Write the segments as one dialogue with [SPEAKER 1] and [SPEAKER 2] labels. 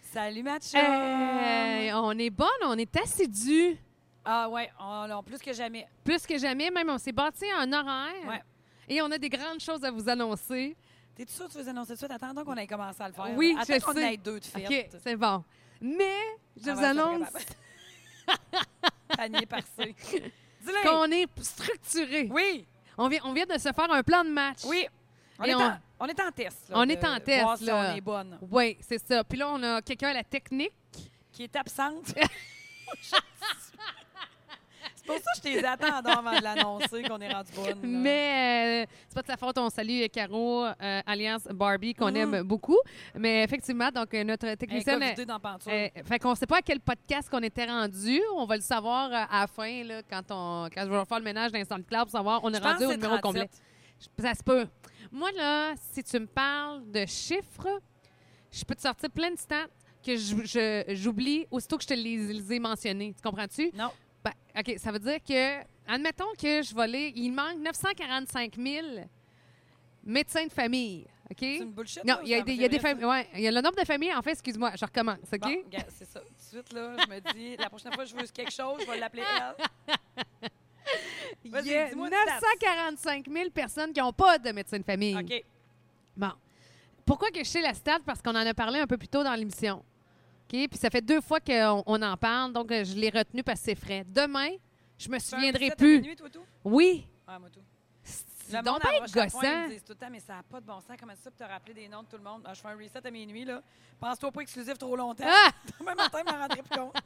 [SPEAKER 1] Salut Mathieu!
[SPEAKER 2] Hey, Euh, on est bonne, on est assidus.
[SPEAKER 1] Ah ouais, on, on- plus que jamais.
[SPEAKER 2] Plus que jamais, même, on s'est bâti un horaire.
[SPEAKER 1] Ouais.
[SPEAKER 2] Et on a des grandes choses à vous annoncer.
[SPEAKER 1] T'es-tu sûr que tu veux annoncer tout de suite? Attends donc qu'on ait commencé à le faire.
[SPEAKER 2] Oui,
[SPEAKER 1] Attends
[SPEAKER 2] je
[SPEAKER 1] qu'on
[SPEAKER 2] sais.
[SPEAKER 1] ait deux de fait.
[SPEAKER 2] OK, c'est bon. Mais je
[SPEAKER 1] Ah
[SPEAKER 2] vous
[SPEAKER 1] ouais, je suis pas
[SPEAKER 2] annonce
[SPEAKER 1] capable. Panier parcé. Dis-le!
[SPEAKER 2] qu'on est structuré.
[SPEAKER 1] Oui,
[SPEAKER 2] On, vient, on vient de se faire un plan de match.
[SPEAKER 1] oui. On,
[SPEAKER 2] Et
[SPEAKER 1] est
[SPEAKER 2] on-
[SPEAKER 1] En, on est en test. là,
[SPEAKER 2] On
[SPEAKER 1] de
[SPEAKER 2] est en test,
[SPEAKER 1] Voir si
[SPEAKER 2] là.
[SPEAKER 1] on est bonne.
[SPEAKER 2] Oui, c'est ça. Puis là, on a quelqu'un à la technique.
[SPEAKER 1] Qui est absente. c'est pour ça que je t'ai attendu avant de l'annoncer qu'on est rendu bonne. là.
[SPEAKER 2] Mais euh, c'est pas de sa faute. On salue Caro, euh, alias Barbie, qu'on
[SPEAKER 1] Mm-hmm.
[SPEAKER 2] aime beaucoup. Mais effectivement, donc euh, notre
[SPEAKER 1] Elle est
[SPEAKER 2] technicienne.
[SPEAKER 1] covidée dans Pantoute.
[SPEAKER 2] Euh, fait qu'on sait pas à quel podcast qu'on était rendu. On va le savoir euh, à la fin, là, quand, on, quand je vais faire le ménage dans SoundCloud pour savoir on est
[SPEAKER 1] Je pense
[SPEAKER 2] rendu
[SPEAKER 1] que
[SPEAKER 2] au
[SPEAKER 1] c'est
[SPEAKER 2] numéro
[SPEAKER 1] 37.
[SPEAKER 2] complet. Je- Ça se peut. Moi, là, si tu me parles de chiffres, je peux te sortir plein de stats que je- je- j'oublie aussitôt que je te les, les ai mentionnés. Tu comprends-tu?
[SPEAKER 1] Non.
[SPEAKER 2] Ben, OK, ça veut dire que, admettons que je volais, il manque 945 000 médecins de famille. OK?
[SPEAKER 1] C'est une bullshit.
[SPEAKER 2] Non,
[SPEAKER 1] ça,
[SPEAKER 2] il y a,
[SPEAKER 1] ça,
[SPEAKER 2] des, il y
[SPEAKER 1] c'est
[SPEAKER 2] a des
[SPEAKER 1] vrai, ça.
[SPEAKER 2] familles. Ouais, il y a le nombre de familles. En fait, excuse-moi, je recommence. OK?
[SPEAKER 1] Bon, regarde, c'est ça. Tout de suite, là, je me dis, la prochaine fois que je veux quelque chose, je vais l'appeler elle. Vas-y,
[SPEAKER 2] Il y a
[SPEAKER 1] dis-moi une stats.
[SPEAKER 2] 945 000 personnes qui n'ont pas de médecin de famille.
[SPEAKER 1] OK.
[SPEAKER 2] Bon. Pourquoi que je sais la stat? Parce qu'on en a parlé un peu plus tôt dans l'émission. OK? Puis ça fait deux fois qu'on on en parle, donc euh, je l'ai retenu parce que c'est frais. Demain, je me
[SPEAKER 1] Tu fais un
[SPEAKER 2] souviendrai
[SPEAKER 1] 17 à
[SPEAKER 2] plus.
[SPEAKER 1] minuit, toi, tout?
[SPEAKER 2] Oui.
[SPEAKER 1] Ah, moi, tout.
[SPEAKER 2] C'est
[SPEAKER 1] Le
[SPEAKER 2] donc
[SPEAKER 1] monde
[SPEAKER 2] bien
[SPEAKER 1] approche à point, ils
[SPEAKER 2] gossant.
[SPEAKER 1] me disent tout le temps, mais ça n'a pas de bon sens. Comment ça, tu te rappeler des noms de tout le monde? Ah, je fais un reset à minuit, là. Pense-toi pas exclusif trop longtemps.
[SPEAKER 2] Ah!
[SPEAKER 1] Demain matin, je m'en rendrai plus compte.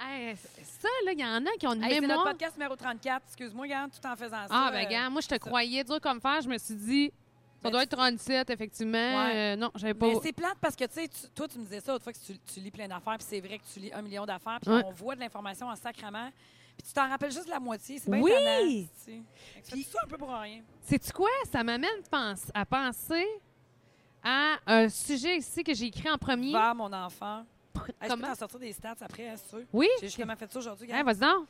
[SPEAKER 2] Hey, ça, là, il y en a qui ont une
[SPEAKER 1] Hey, c'est notre
[SPEAKER 2] mémoire.
[SPEAKER 1] podcast numéro 34. Excuse-moi, regarde, tout en faisant ça.
[SPEAKER 2] Ah,
[SPEAKER 1] euh,
[SPEAKER 2] ben, gars, moi, je te
[SPEAKER 1] c'est ça.
[SPEAKER 2] croyais dur comme fer. Je me suis dit, ça
[SPEAKER 1] Ben,
[SPEAKER 2] doit
[SPEAKER 1] tu-
[SPEAKER 2] être 37, effectivement.
[SPEAKER 1] Ouais.
[SPEAKER 2] Euh, non, j'avais pas.
[SPEAKER 1] Mais c'est plate parce que, tu sais, tu- toi, tu me disais ça autrefois que tu, tu lis plein d'affaires, puis c'est vrai que tu lis un million d'affaires, puis
[SPEAKER 2] Ouais.
[SPEAKER 1] on voit de l'information en sacrement, puis tu t'en rappelles juste la moitié. C'est bien
[SPEAKER 2] Oui!
[SPEAKER 1] étonnant, tu sais. Fait que
[SPEAKER 2] Puis-
[SPEAKER 1] fais tout ça un peu pour rien.
[SPEAKER 2] Sais-tu quoi? Ça m'amène pense- à penser à un sujet ici que j'ai écrit en premier.
[SPEAKER 1] Vers mon enfant.
[SPEAKER 2] Pr-
[SPEAKER 1] Hey, je peux
[SPEAKER 2] Comment?
[SPEAKER 1] t'en sortir des stats après, hein, si tu veux.
[SPEAKER 2] Oui?
[SPEAKER 1] J'ai justement fait ça aujourd'hui.
[SPEAKER 2] Hein,
[SPEAKER 1] regarde.
[SPEAKER 2] Vas-y donc.